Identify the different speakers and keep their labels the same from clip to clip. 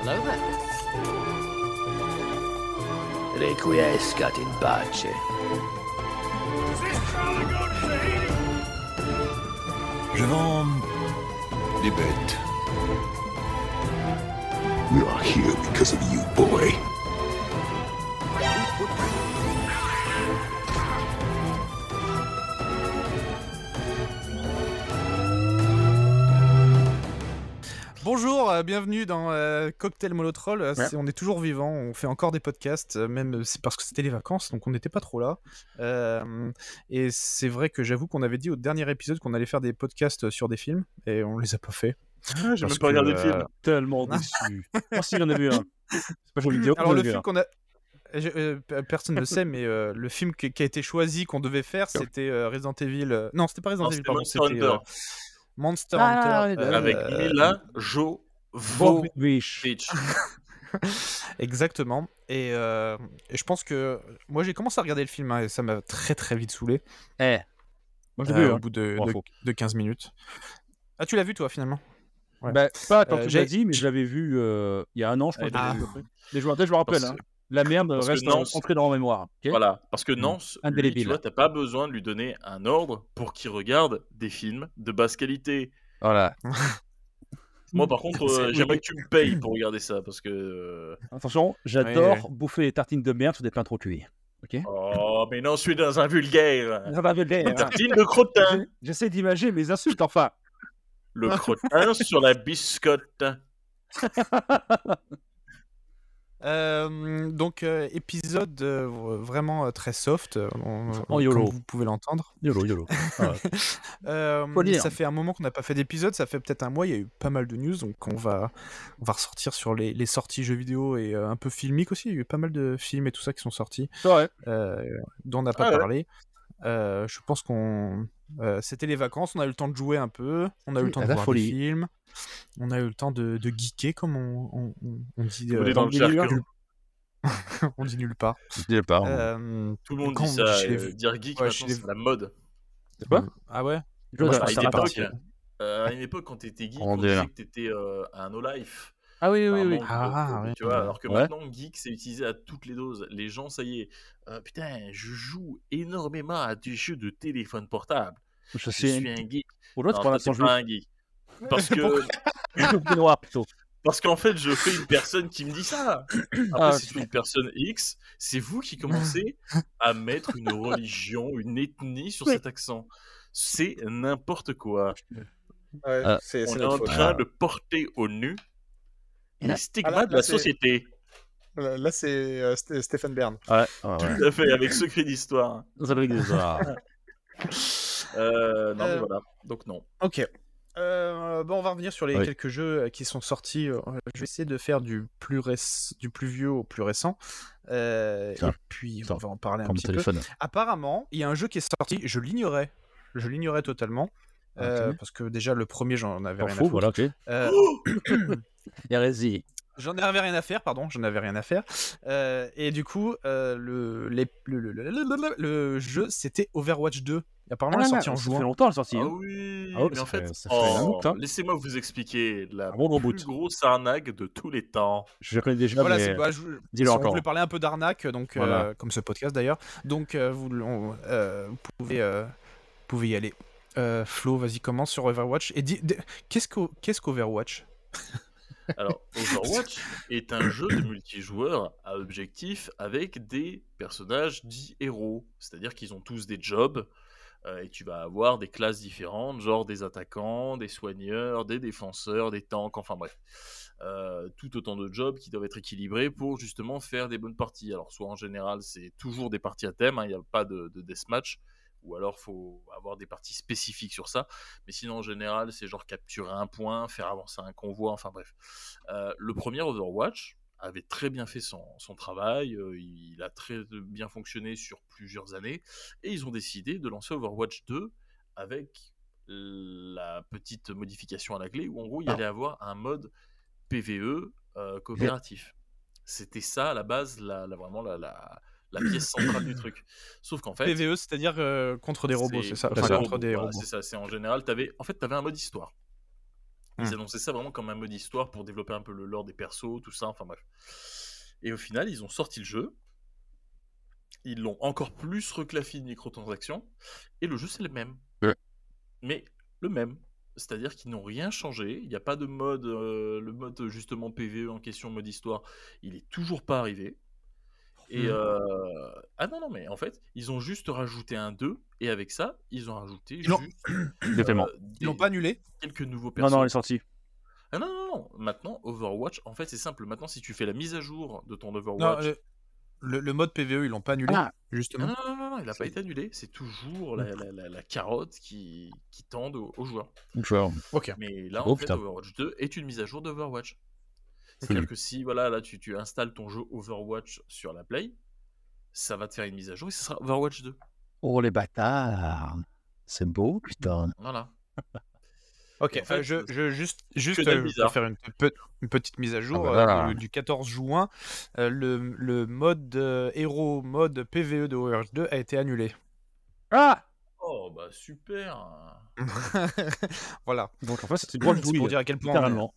Speaker 1: over.
Speaker 2: Requiescat in pace.
Speaker 3: Je vends des bêtes.
Speaker 4: We are here because of you, boy.
Speaker 5: Bonjour, euh, bienvenue dans euh, Cocktail Molotrol. Euh, c'est- On est toujours vivant, on fait encore des podcasts, euh, même euh, c'est parce que c'était les vacances, donc on n'était pas trop là. Euh, et c'est vrai que j'avoue qu'on avait dit au dernier épisode qu'on allait faire des podcasts euh, sur des films, et on les a pas fait.
Speaker 6: Ah, j'ai
Speaker 5: Parce
Speaker 6: même pas regardé
Speaker 5: que,
Speaker 6: le film.
Speaker 5: euh,
Speaker 6: Tellement déçu. Oh, si, il en a vu un. C'est pas pour lui dire.
Speaker 5: Alors
Speaker 6: on
Speaker 5: le
Speaker 6: en a vu
Speaker 5: film
Speaker 6: un.
Speaker 5: qu'on a... Je- euh, pe- personne ne le sait, mais euh, le film qui, qui a été choisi, qu'on devait faire, c'était euh, Resident Evil. euh, Non, c'était pas Resident
Speaker 6: Non,
Speaker 5: Evil,
Speaker 6: c'était
Speaker 5: pardon.
Speaker 6: Monster
Speaker 5: c'était, euh,
Speaker 6: Hunter.
Speaker 5: Monster
Speaker 1: Ah,
Speaker 5: Hunter.
Speaker 1: oui,
Speaker 5: euh,
Speaker 6: Avec Mila Jovo Bob Wish.
Speaker 5: Exactement. Et, euh, et je pense que moi j'ai commencé à regarder le film hein, et ça m'a très très vite saoulé
Speaker 1: Eh,
Speaker 6: Moi, j'ai
Speaker 5: euh,
Speaker 6: vu.
Speaker 5: au
Speaker 6: hein.
Speaker 5: bout de,
Speaker 6: Pour
Speaker 5: de-
Speaker 6: info.
Speaker 5: de 15 minutes. Ah tu l'as vu toi finalement Ouais.
Speaker 6: Bah, pas tant
Speaker 5: Euh,
Speaker 6: que tu
Speaker 5: j'ai-
Speaker 6: l'as dit, mais je l'avais vu euh, il y a un an, je crois. que je
Speaker 5: Ah.
Speaker 6: l'avais vu après. Les joueurs, je me rappelle.
Speaker 7: Parce-
Speaker 6: hein. La merde
Speaker 7: parce que
Speaker 6: reste
Speaker 7: Nance-
Speaker 6: ancrée dans ma mémoire. ok
Speaker 7: Voilà, parce que Nance, lui,
Speaker 6: Indélébile.
Speaker 7: tu vois, t'as pas besoin de lui donner un ordre pour qu'il regarde des films de basse qualité.
Speaker 1: voilà.
Speaker 7: Moi, par contre,
Speaker 5: C'est-
Speaker 7: euh,
Speaker 5: oui.
Speaker 7: j'aimerais que tu me payes pour regarder ça, parce que... euh,
Speaker 6: Attention, j'adore bouffer des tartines de merde sur des pains trop cuits.
Speaker 7: Oh, mais non, je suis dans un vulgaire
Speaker 6: Ça va me le dire,
Speaker 7: Une
Speaker 6: hein.
Speaker 7: tartine de crottin
Speaker 6: J'ai- J'essaie d'imager mes insultes, enfin.
Speaker 7: Le crottin sur la biscotte
Speaker 5: Euh, donc euh, épisode euh, vraiment euh, très soft, euh, on-
Speaker 6: En
Speaker 5: comme
Speaker 6: YOLO.
Speaker 5: vous pouvez l'entendre.
Speaker 6: Yolo, yolo.
Speaker 5: Euh,
Speaker 6: Faut lire.
Speaker 5: ça fait un moment qu'on n'a pas fait d'épisode, ça fait peut-être un mois, il y a eu pas mal de news, donc on va, on va ressortir sur les, les sorties jeux vidéo et euh, un peu filmique aussi, il y a eu pas mal de films et tout ça qui sont sortis.
Speaker 6: Ouais.
Speaker 5: euh, dont on n'a pas
Speaker 7: Ah ouais.
Speaker 5: parlé. Euh, je pense qu'on. euh, C'était les vacances, on a eu le temps de jouer un peu, on a eu
Speaker 6: Oui,
Speaker 5: le temps
Speaker 6: à
Speaker 5: de
Speaker 6: la
Speaker 5: voir
Speaker 6: folie.
Speaker 5: des films, on a eu le temps de, de geeker, comme on, on- on- on dit,
Speaker 7: Tout
Speaker 5: euh,
Speaker 7: est dans le
Speaker 6: dans le milieu.
Speaker 7: cercle.
Speaker 5: on dit nulle part.
Speaker 8: Je pas.
Speaker 5: Euh,
Speaker 7: Tout le monde
Speaker 5: Quand
Speaker 7: dit
Speaker 5: on
Speaker 7: ça,
Speaker 5: dit chez les
Speaker 7: euh,
Speaker 5: vieux-
Speaker 7: dire geek,
Speaker 5: ouais,
Speaker 7: maintenant,
Speaker 5: chez les
Speaker 7: c'est la mode.
Speaker 5: ah ouais
Speaker 6: Moi,
Speaker 5: je
Speaker 6: je
Speaker 5: pense
Speaker 7: à,
Speaker 5: que
Speaker 6: pense
Speaker 5: ça
Speaker 7: une
Speaker 6: à
Speaker 5: part-
Speaker 7: époque,
Speaker 6: partir.
Speaker 7: euh, à une époque, quand t'étais geek,
Speaker 8: On
Speaker 7: on
Speaker 8: est
Speaker 7: disait
Speaker 8: là.
Speaker 7: que t'étais euh, un no-life.
Speaker 1: Ah oui, oui, oui.
Speaker 5: Ah,
Speaker 7: Ah,
Speaker 5: ouais.
Speaker 7: tu vois, alors que
Speaker 6: Ouais.
Speaker 7: maintenant, geek, c'est utilisé à toutes les doses. Les gens, ça y est, euh, putain, je joue énormément à des jeux de téléphone portable.
Speaker 6: Je
Speaker 7: Je
Speaker 6: suis
Speaker 7: suis
Speaker 6: un...
Speaker 7: un geek.
Speaker 6: Pour
Speaker 7: Non,
Speaker 6: l'autre, pour
Speaker 7: toi,
Speaker 6: l'instant,
Speaker 7: t'es
Speaker 6: je
Speaker 7: pas un geek. Parce que,
Speaker 6: joue noir plutôt.
Speaker 7: parce qu'en fait, je fais une personne qui me dit ça. Après,
Speaker 6: Ah,
Speaker 7: si tu es une personne X, c'est vous qui commencez à mettre une religion, une ethnie sur cet accent. C'est n'importe quoi.
Speaker 9: Ouais,
Speaker 8: Ah,
Speaker 9: c'est c'est
Speaker 7: On est
Speaker 9: notre
Speaker 7: en
Speaker 9: faute.
Speaker 7: train de porter au nu les stigmates
Speaker 9: là,
Speaker 7: de la
Speaker 9: c'est-
Speaker 7: société.
Speaker 9: Là, là, c'est euh, Sté- Stéphane Bern.
Speaker 8: Ouais, ouais, ouais.
Speaker 7: Tout à fait, avec secret d'histoire.
Speaker 6: Dans un brick des arts.
Speaker 7: Euh, non, mais
Speaker 5: Euh,
Speaker 7: voilà. Donc, non.
Speaker 5: Ok. Euh, bon, on va revenir sur les
Speaker 8: Oui.
Speaker 5: quelques jeux euh, qui sont sortis. Euh, Je vais essayer de faire du plus, réc- du plus vieux au plus récent. Euh,
Speaker 8: Tiens.
Speaker 5: et puis, on
Speaker 8: Tiens.
Speaker 5: va en parler un
Speaker 8: Prends mon
Speaker 5: petit peu.
Speaker 8: téléphone.
Speaker 5: Apparemment, il y a un jeu qui est sorti, je l'ignorais. Je l'ignorais totalement. euh, parce que déjà, le premier, j'en avais
Speaker 6: T'en
Speaker 5: rien à
Speaker 6: fous,
Speaker 5: foutre.
Speaker 6: voilà, ok.
Speaker 5: Euh,
Speaker 6: Hérésie.
Speaker 5: j'en avais rien à faire, pardon, j'en avais rien à faire. Euh, et du coup, euh, le, les- le, le- le- le- le- le jeu, c'était Overwatch 2. Et apparemment, il est sorti en
Speaker 6: Ah Ça fait
Speaker 5: juin.
Speaker 6: longtemps, la sortie.
Speaker 7: Ah
Speaker 6: hein.
Speaker 7: oui,
Speaker 6: Ah ouais,
Speaker 7: mais
Speaker 6: ça
Speaker 7: en fait,
Speaker 6: fait- ça fait un
Speaker 7: oh,
Speaker 6: bout, hein.
Speaker 7: laissez-moi vous expliquer la
Speaker 6: Un Ah bon gros
Speaker 7: plus
Speaker 6: bout.
Speaker 7: grosse arnaque de tous les temps.
Speaker 6: Je la connais déjà,
Speaker 5: Voilà, c'est
Speaker 6: mais
Speaker 5: bah, je-
Speaker 6: dis-le
Speaker 5: on
Speaker 6: encore.
Speaker 5: voulait parler un peu d'arnaque, donc euh,
Speaker 6: Voilà.
Speaker 5: comme ce podcast d'ailleurs. Donc euh, vous, on- euh, vous pouvez, euh, vous pouvez y aller. Euh, Flo, vas-y, commence sur Overwatch. Et dis, dis- qu'est-ce qu'au- qu'est-ce qu'Overwatch
Speaker 7: Alors, Overwatch est un jeu de multijoueur à objectif avec des personnages dits héros, c'est-à-dire qu'ils ont tous des jobs euh, et tu vas avoir des classes différentes, genre des attaquants, des soigneurs, des défenseurs, des tanks, enfin bref, Euh, tout autant de jobs qui doivent être équilibrés pour justement faire des bonnes parties. Alors, soit en général, c'est toujours des parties à thème, hein, il n'y a pas de, de deathmatch. Ou alors faut avoir des parties spécifiques sur ça. Mais sinon, en général, c'est genre capturer un point, faire avancer un convoi, enfin bref. Euh, le premier Overwatch avait très bien fait son, son travail, euh, il a très bien fonctionné sur plusieurs années, et ils ont décidé de lancer Overwatch 2 avec la petite modification à la clé où en gros il y allait avoir un mode PVE euh, coopératif. C'était ça à la base, la, la- vraiment la, la- la pièce centrale du truc. Sauf qu'en fait,
Speaker 5: PVE, E, c'est-à-dire euh, contre des robots, c'est ça
Speaker 7: contre
Speaker 5: Enfin,
Speaker 7: des
Speaker 5: contre
Speaker 7: robots,
Speaker 5: des
Speaker 7: voilà,
Speaker 5: robots.
Speaker 7: c'est ça, c'est en général, avais... en fait, tu avais un mode histoire.
Speaker 5: Hmm.
Speaker 7: Ils annonçaient ça vraiment comme un mode histoire pour développer un peu le lore des persos, tout ça, enfin bref. Et au final, ils ont sorti le jeu. Ils l'ont encore plus reclaffiné de microtransactions. Et le jeu, c'est le même.
Speaker 1: Ouais.
Speaker 7: Mais le même. C'est-à-dire qu'ils n'ont rien changé. Il n'y a pas de mode. euh, le mode, justement, PVE en question, mode histoire, il est toujours pas arrivé. Et
Speaker 5: Hmm.
Speaker 7: euh, ah non, non, mais en fait, ils ont juste rajouté un 2. Et avec ça, ils ont rajouté.
Speaker 5: Ils l'ont-
Speaker 7: juste,
Speaker 6: Exactement.
Speaker 7: euh,
Speaker 5: Ils l'ont
Speaker 7: des-
Speaker 5: pas annulé.
Speaker 7: quelques nouveaux
Speaker 6: Non,
Speaker 7: personnages.
Speaker 6: non, elle est sortie.
Speaker 7: Ah non, non, non. Maintenant, Overwatch, en fait, c'est simple. Maintenant, si tu fais la mise à jour de ton
Speaker 5: Non, euh,
Speaker 7: Overwatch.
Speaker 5: le, le- le mode PVE, ils l'ont pas annulé.
Speaker 1: Ah.
Speaker 7: Non,
Speaker 5: Justement.
Speaker 7: non, non, non, non, il n'a pas été annulé. C'est toujours la,
Speaker 5: Hum.
Speaker 7: la- la- la carotte qui, qui tende aux, aux joueurs.
Speaker 1: D'accord.
Speaker 5: Ok.
Speaker 7: Mais là,
Speaker 1: Oh,
Speaker 7: en fait,
Speaker 1: putain.
Speaker 7: Overwatch 2 est une mise à jour d'Overwatch. C'est-à-dire que si voilà, là, tu, tu installes ton jeu Overwatch sur la Play, ça va te faire une mise à jour et ce sera Overwatch 2.
Speaker 1: Oh les bâtards. C'est beau, putain.
Speaker 7: Voilà.
Speaker 5: Ok,
Speaker 7: Et Ah. en fait,
Speaker 5: euh, je, je- juste, juste
Speaker 7: dalle
Speaker 5: euh,
Speaker 7: bizarre.
Speaker 5: pour faire une, pe- une petite mise à jour
Speaker 1: Ah bah
Speaker 5: euh,
Speaker 1: voilà.
Speaker 5: de- du 14 juin, euh, le, le mode euh, héros, mode PVE de Overwatch 2 a été annulé.
Speaker 6: Ah
Speaker 7: Oh, bah super.
Speaker 5: voilà,
Speaker 6: Donc en fait, c'est une grosse
Speaker 5: C'est pour
Speaker 6: douille.
Speaker 5: dire à quel point on est,
Speaker 6: Littéralement.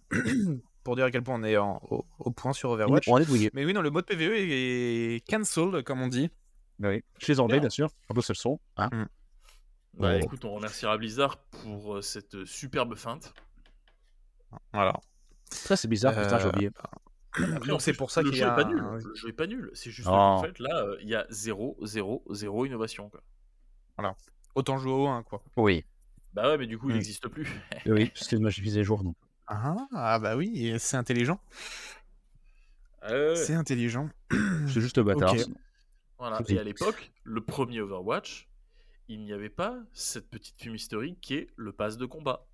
Speaker 5: pour dire à quel point on est en- au, au point sur
Speaker 7: euh,
Speaker 6: On
Speaker 5: Overwatch.
Speaker 6: est douillé.
Speaker 5: Mais oui, non, le mode PVE est, est cancelled, comme on dit.
Speaker 6: Bah Oui. Chez les Anglais, bien sûr. Un peu seul son. Hein
Speaker 7: Bah
Speaker 1: Oh.
Speaker 7: écoute, on remerciera Blizzard pour euh, cette superbe feinte.
Speaker 5: Voilà.
Speaker 6: Ça, c'est bizarre. Putain, j'ai
Speaker 5: Euh,
Speaker 6: oublié.
Speaker 7: Après, en
Speaker 5: Donc c'est
Speaker 7: plus,
Speaker 5: pour ça
Speaker 7: le
Speaker 5: qu'il y
Speaker 7: jeu
Speaker 5: a.
Speaker 7: est pas nul.
Speaker 5: un-
Speaker 7: Le jeu est pas nul. C'est juste
Speaker 6: Non.
Speaker 7: qu'en fait là, euh, il y a zéro, zéro, zéro innovation. Quoi.
Speaker 5: Autant jouer au 1, quoi.
Speaker 1: Oui.
Speaker 7: Bah ouais, mais du coup, il
Speaker 6: Mm.
Speaker 7: n'existe plus.
Speaker 6: Oui, parce que moi, j'ai visé les jours. Donc.
Speaker 5: Ah, ah, bah oui, c'est intelligent.
Speaker 7: Euh,
Speaker 5: C'est intelligent.
Speaker 6: C'est juste bâtard.
Speaker 5: Ok.
Speaker 6: sinon.
Speaker 7: voilà.
Speaker 6: c'est
Speaker 7: Et
Speaker 6: tout.
Speaker 7: à l'époque, le premier Overwatch, il n'y avait pas cette petite fume historique qui est le pass de combat.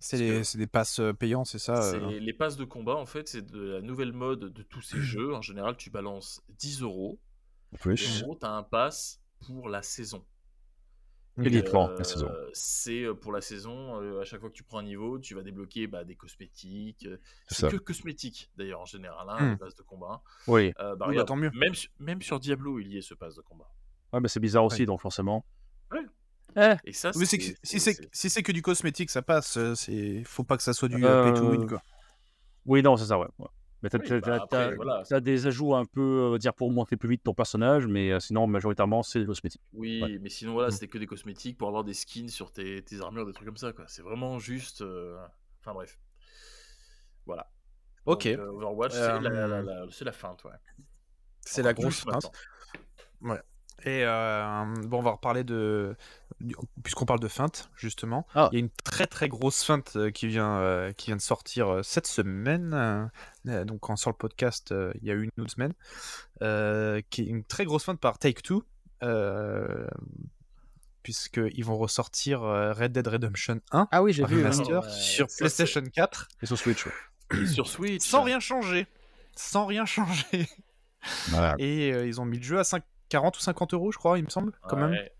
Speaker 5: C'est
Speaker 7: Parce que-
Speaker 5: des, c'est des passes euh, payants, c'est ça
Speaker 7: C'est-
Speaker 5: euh,
Speaker 7: Les passes de combat, en fait, c'est de la nouvelle mode de tous ces jeux. En général, tu balances 10 euros.
Speaker 1: En
Speaker 7: et En
Speaker 1: plus.
Speaker 7: gros, t'as un pass pour la saison.
Speaker 1: Il est
Speaker 7: Euh,
Speaker 1: fort, la saison.
Speaker 7: C'est euh, pour la saison, euh, à chaque fois que tu prends un niveau, tu vas débloquer bah, des cosmétiques. euh,
Speaker 1: C'est
Speaker 7: C'est
Speaker 1: ça.
Speaker 7: que cosmétiques, d'ailleurs, en général, hein,
Speaker 5: Hmm.
Speaker 7: les passes de combat.
Speaker 6: Oui.
Speaker 7: Euh, bah,
Speaker 5: Oui, bah,
Speaker 7: regarde,
Speaker 5: tant mieux.
Speaker 7: Même, su- même sur Diablo, il y a ce pass de combat.
Speaker 6: Ouais, mais c'est bizarre aussi, donc forcément.
Speaker 7: Et ça,
Speaker 5: Mais c'est que- si c'est si c'est que du cosmétique, ça passe. euh, C'est faut pas que ça soit du euh,
Speaker 6: Euh,
Speaker 5: pay to win quoi.
Speaker 6: Oui, non, c'est ça, ouais. ouais. Mais t'as
Speaker 7: Oui,
Speaker 6: t'as-
Speaker 7: bah,
Speaker 6: t'as-
Speaker 7: après,
Speaker 6: t'as-
Speaker 7: voilà.
Speaker 6: t'as des ajouts un peu, on va dire, pour monter plus vite ton personnage, mais euh, sinon, majoritairement, c'est des cosmétiques.
Speaker 7: Oui,
Speaker 6: Ouais.
Speaker 7: mais sinon, voilà,
Speaker 6: Mm.
Speaker 7: c'était que des cosmétiques pour avoir des skins sur tes, tes armures, des trucs comme ça, quoi. C'est vraiment juste. euh, Enfin, bref. Voilà.
Speaker 5: Ok.
Speaker 7: Donc, euh, Overwatch,
Speaker 5: Euh,
Speaker 7: c'est la, la- la- c'est la feinte, ouais.
Speaker 5: C'est la
Speaker 7: Encore
Speaker 5: grosse
Speaker 7: plus maintenant.
Speaker 5: feinte. Et euh, bon, on va reparler de du- puisqu'on parle de feinte justement.
Speaker 6: Ah.
Speaker 5: Il y a une très très grosse feinte euh, qui vient euh, qui vient de sortir euh, cette semaine. euh, euh, donc quand on sort le podcast, euh, il y a eu une autre semaine euh, qui est une très grosse feinte par Take Two. Euh, puisqu'ils vont ressortir euh, Red Dead Redemption 1
Speaker 1: Ah oui, j'ai vu.
Speaker 7: hein.
Speaker 5: remaster
Speaker 7: Ouais,
Speaker 5: sur
Speaker 7: ça, c'est-
Speaker 5: PlayStation 4
Speaker 6: Et sur Switch, ouais.
Speaker 7: Et sur Switch.
Speaker 5: sans rien changer. Sans rien changer.
Speaker 1: Voilà.
Speaker 5: Et euh, ils ont mis le jeu à 5 40 ou 50 euros, je crois, il me semble, quand même.
Speaker 7: Ouais.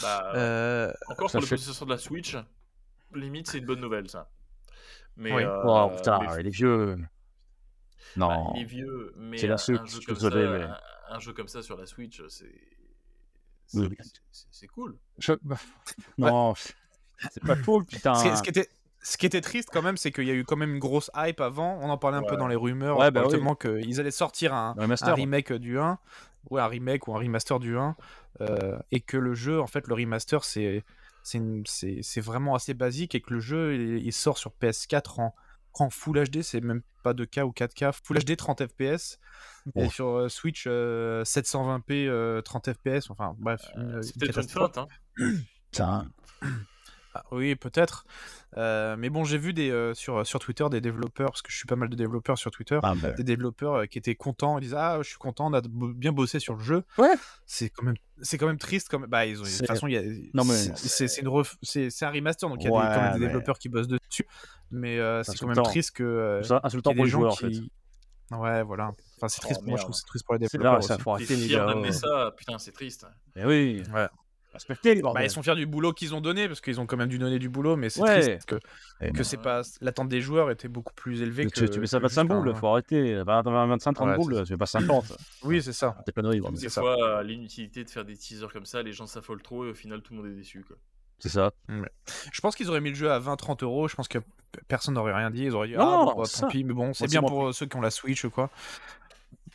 Speaker 7: Bah,
Speaker 5: Euh,
Speaker 7: Encore
Speaker 6: Ça
Speaker 7: sur le
Speaker 6: fait-
Speaker 7: possesseur de la Switch, limite c'est une bonne nouvelle ça. Mais,
Speaker 5: Oui.
Speaker 7: euh,
Speaker 6: Oh, putain,
Speaker 7: mais-
Speaker 6: il est vieux.
Speaker 7: bah,
Speaker 1: Non.
Speaker 7: il est vieux, mais
Speaker 6: C'est la
Speaker 7: un,
Speaker 6: suite,
Speaker 7: un
Speaker 6: je
Speaker 7: jeu
Speaker 6: suis
Speaker 7: comme
Speaker 6: désolé,
Speaker 7: ça,
Speaker 6: mais-
Speaker 7: un, un jeu comme ça sur la Switch, c'est c'est
Speaker 6: Oui.
Speaker 7: c'est- c'est cool.
Speaker 1: Je-
Speaker 6: bah, Non, c'est pas cool, putain.
Speaker 5: ce, qui, ce qui était, ce qui était triste quand même, c'est qu'il y a eu quand même une grosse hype avant. On en parlait un peu
Speaker 7: Ouais.
Speaker 5: dans les rumeurs,
Speaker 6: Ouais,
Speaker 5: ouais,
Speaker 6: bah oui.
Speaker 5: qu'ils allaient sortir un,
Speaker 6: Dans les
Speaker 5: un
Speaker 6: masters.
Speaker 5: remake du 1, ou un remake ou un remaster du 1, euh, et que le jeu, en fait, le remaster, c'est c'est une- c'est- c'est vraiment assez basique, et que le jeu, il, il sort sur PS4 en, en Full HD, c'est même pas 2K ou 4K, Full HD 30 FPS, et
Speaker 1: Ouf.
Speaker 5: sur euh, Switch euh, 720p euh, 30 FPS, enfin bref. une-
Speaker 7: c'est
Speaker 5: une
Speaker 7: peut-être une
Speaker 5: catastrophe.
Speaker 7: feinte, hein.
Speaker 1: Putain.
Speaker 5: Ah, oui, peut-être. Euh, mais bon, j'ai vu des, euh, sur, sur Twitter des développeurs, parce que je suis pas mal de développeurs sur Twitter,
Speaker 1: Ah,
Speaker 6: bah.
Speaker 1: ben.
Speaker 5: des développeurs euh, qui étaient contents, ils disaient Ah, je suis content, on a bo- bien bossé sur le jeu.
Speaker 6: Ouais.
Speaker 5: C'est quand même, c'est quand même triste. Comme... Bah, ils ont, de toute
Speaker 6: C'est-
Speaker 5: façon, il y a-
Speaker 6: Non, mais-
Speaker 5: c'est- c'est c'est une ref- c'est- c'est un remaster, donc il y a
Speaker 1: Ouais,
Speaker 5: des, quand même des
Speaker 1: mais-
Speaker 5: développeurs qui bossent dessus. Mais euh, c'est quand même
Speaker 6: insultant.
Speaker 5: triste que. euh,
Speaker 6: C'est insultant
Speaker 5: qu'il y ait
Speaker 6: pour
Speaker 5: des
Speaker 6: les
Speaker 5: gens
Speaker 6: joueurs, en fait.
Speaker 5: qui- Ouais, voilà. Enfin, c'est
Speaker 7: Oh,
Speaker 5: triste pour moi, je
Speaker 7: merde.
Speaker 5: trouve que c'est triste pour les
Speaker 6: Oh, C'est
Speaker 5: développeurs.
Speaker 6: là, ça,
Speaker 5: aussi.
Speaker 6: faut
Speaker 7: T'es
Speaker 6: arrêter, les
Speaker 7: fier
Speaker 6: gars.
Speaker 7: d'amener ça, putain, c'est triste.
Speaker 6: Mais oui.
Speaker 5: Ouais.
Speaker 6: Respectez les
Speaker 5: Bah,
Speaker 6: bordels.
Speaker 5: ils sont fiers du boulot qu'ils ont donné, parce qu'ils ont quand même dû donner du boulot, mais c'est
Speaker 6: Ouais. Eh ben.
Speaker 5: triste que
Speaker 1: Et
Speaker 5: que
Speaker 1: non.
Speaker 5: c'est pas l'attente des joueurs était beaucoup plus élevée que
Speaker 6: tu, tu mets ça
Speaker 5: que
Speaker 6: 25
Speaker 5: juste un-
Speaker 6: boules, faut arrêter. 20, 25, 30
Speaker 5: Ouais, c'est
Speaker 6: boules, tu mets pas 50.
Speaker 5: Oui, c'est ça.
Speaker 6: T'es plein de
Speaker 7: Des
Speaker 5: c'est ça.
Speaker 7: fois, euh, l'inutilité de faire des teasers comme ça, les gens s'affolent trop et au final, tout le monde est déçu. Quoi.
Speaker 6: C'est ça.
Speaker 5: Je pense qu'ils auraient mis le jeu à 20-30 euros. Je pense que p- personne n'aurait rien dit. Ils auraient dit
Speaker 6: Non,
Speaker 5: ah,
Speaker 6: non,
Speaker 5: bon, bah,
Speaker 6: ça.
Speaker 5: tant pis, mais bon, c'est
Speaker 6: c'est
Speaker 5: bien
Speaker 6: moi.
Speaker 5: pour euh, ceux qui ont la Switch ou quoi.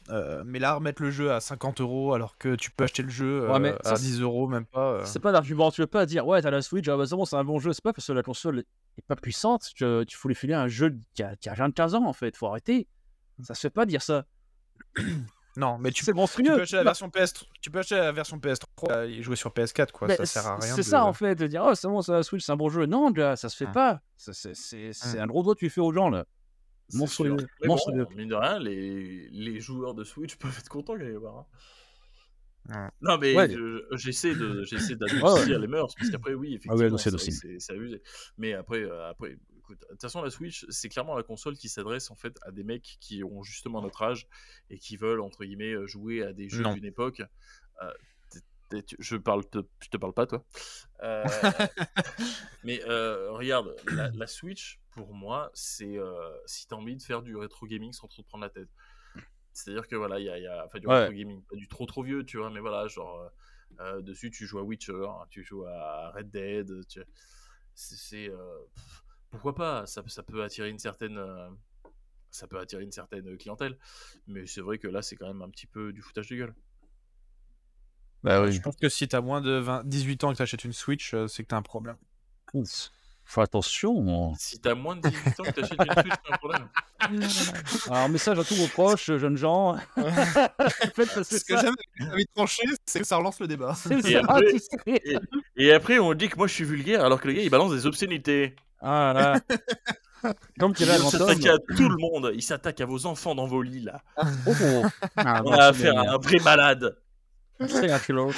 Speaker 5: Euh, mais là, remettre le jeu à 50 euros alors que tu peux acheter le jeu
Speaker 6: Ouais,
Speaker 5: euh,
Speaker 6: mais
Speaker 5: à
Speaker 6: ça,
Speaker 5: 10 euros, même pas. euh.
Speaker 6: C'est pas d'argument. Tu veux pas dire, ouais, t'as la Switch, ah, bah, c'est bon, c'est un bon jeu. C'est pas parce que la console est pas puissante. Tu, tu faut lui filer un jeu qui a, qui a 15 ans, en fait. Faut arrêter. Ça se fait pas dire ça.
Speaker 5: Non, mais tu,
Speaker 6: C'est
Speaker 5: tu
Speaker 6: monstrueux.
Speaker 5: peux acheter la version PS3, tu peux acheter la version PS3 et jouer sur PS4, quoi.
Speaker 6: Mais
Speaker 5: ça sert à
Speaker 6: c'est-
Speaker 5: rien.
Speaker 6: Bah, C'est
Speaker 5: de-
Speaker 6: ça en fait, de dire oh c'est bon, ça la Switch, c'est un bon jeu. Non, gars, ça se fait
Speaker 5: Hein.
Speaker 6: pas. Ça, C'est c'est- c'est un gros doigt que tu fais aux gens là.
Speaker 7: C'est
Speaker 6: Monstrueux.
Speaker 7: sûr. Mais
Speaker 6: Monstrueux.
Speaker 7: bon, hein, mine de rien, les, les joueurs de Switch peuvent être contents quelque part. hein.
Speaker 5: Ouais.
Speaker 7: Non, mais
Speaker 6: Ouais.
Speaker 7: je- j'essaie de j'essaie
Speaker 6: Ouais,
Speaker 7: d'adoucir les mœurs, parce qu'après, oui,
Speaker 6: Ah ouais,
Speaker 7: effectivement,
Speaker 6: non, c'est
Speaker 7: c'est vrai que
Speaker 6: docile.
Speaker 7: c'est c'est abusé. Mais après, euh, après écoute, de toute façon, la Switch, c'est clairement la console qui s'adresse en fait à des mecs qui ont justement notre âge et qui veulent, entre guillemets, euh, jouer à des jeux
Speaker 5: Non.
Speaker 7: d'une époque. Euh, t'es- t'es- tu- je, parle te, je te parle pas, toi. Euh, mais euh, regarde, la, la Switch, pour moi, c'est euh, si t'as envie de faire du rétro gaming sans trop te prendre la tête. C'est-à-dire que voilà, il y a, il y a- enfin, du
Speaker 6: Ouais.
Speaker 7: rétro gaming, pas du trop trop vieux, tu vois, mais voilà, genre euh, euh, dessus tu joues à Witcher, hein, tu joues à Red Dead, tu... c'est c'est, euh, pff, pourquoi pas, ça, ça peut attirer une certaine euh, ça peut attirer une certaine clientèle, mais c'est vrai que là c'est quand même un petit peu du foutage de gueule.
Speaker 1: Bah oui.
Speaker 5: Je pense que si t'as moins de 20 18 ans et que t'achètes une Switch, euh, c'est que t'as un problème.
Speaker 6: Ouf. Fais attention. hein.
Speaker 7: Si t'as moins de 18 ans que t'achètes une Switch, c'est un problème.
Speaker 6: Alors message à tous vos proches, euh, jeunes gens. Faites passer
Speaker 5: Ce que
Speaker 6: ça.
Speaker 5: j'aime avec les tranchées, c'est que ça relance le débat.
Speaker 6: C'est
Speaker 7: Et
Speaker 6: ça.
Speaker 7: après-
Speaker 6: tu sais.
Speaker 7: Et après on dit que moi je suis vulgaire alors que le gars il balance des obscénités.
Speaker 6: Ah là. Comme
Speaker 7: Il
Speaker 6: dirait Anton.
Speaker 7: s'attaque à tout le monde, il s'attaque à vos enfants dans vos lits là.
Speaker 6: Oh, oh. Ah,
Speaker 7: On
Speaker 6: bon,
Speaker 7: a
Speaker 6: c'est
Speaker 7: affaire à
Speaker 5: hein.
Speaker 6: bien.
Speaker 7: un vrai malade.
Speaker 6: C'est un kilo.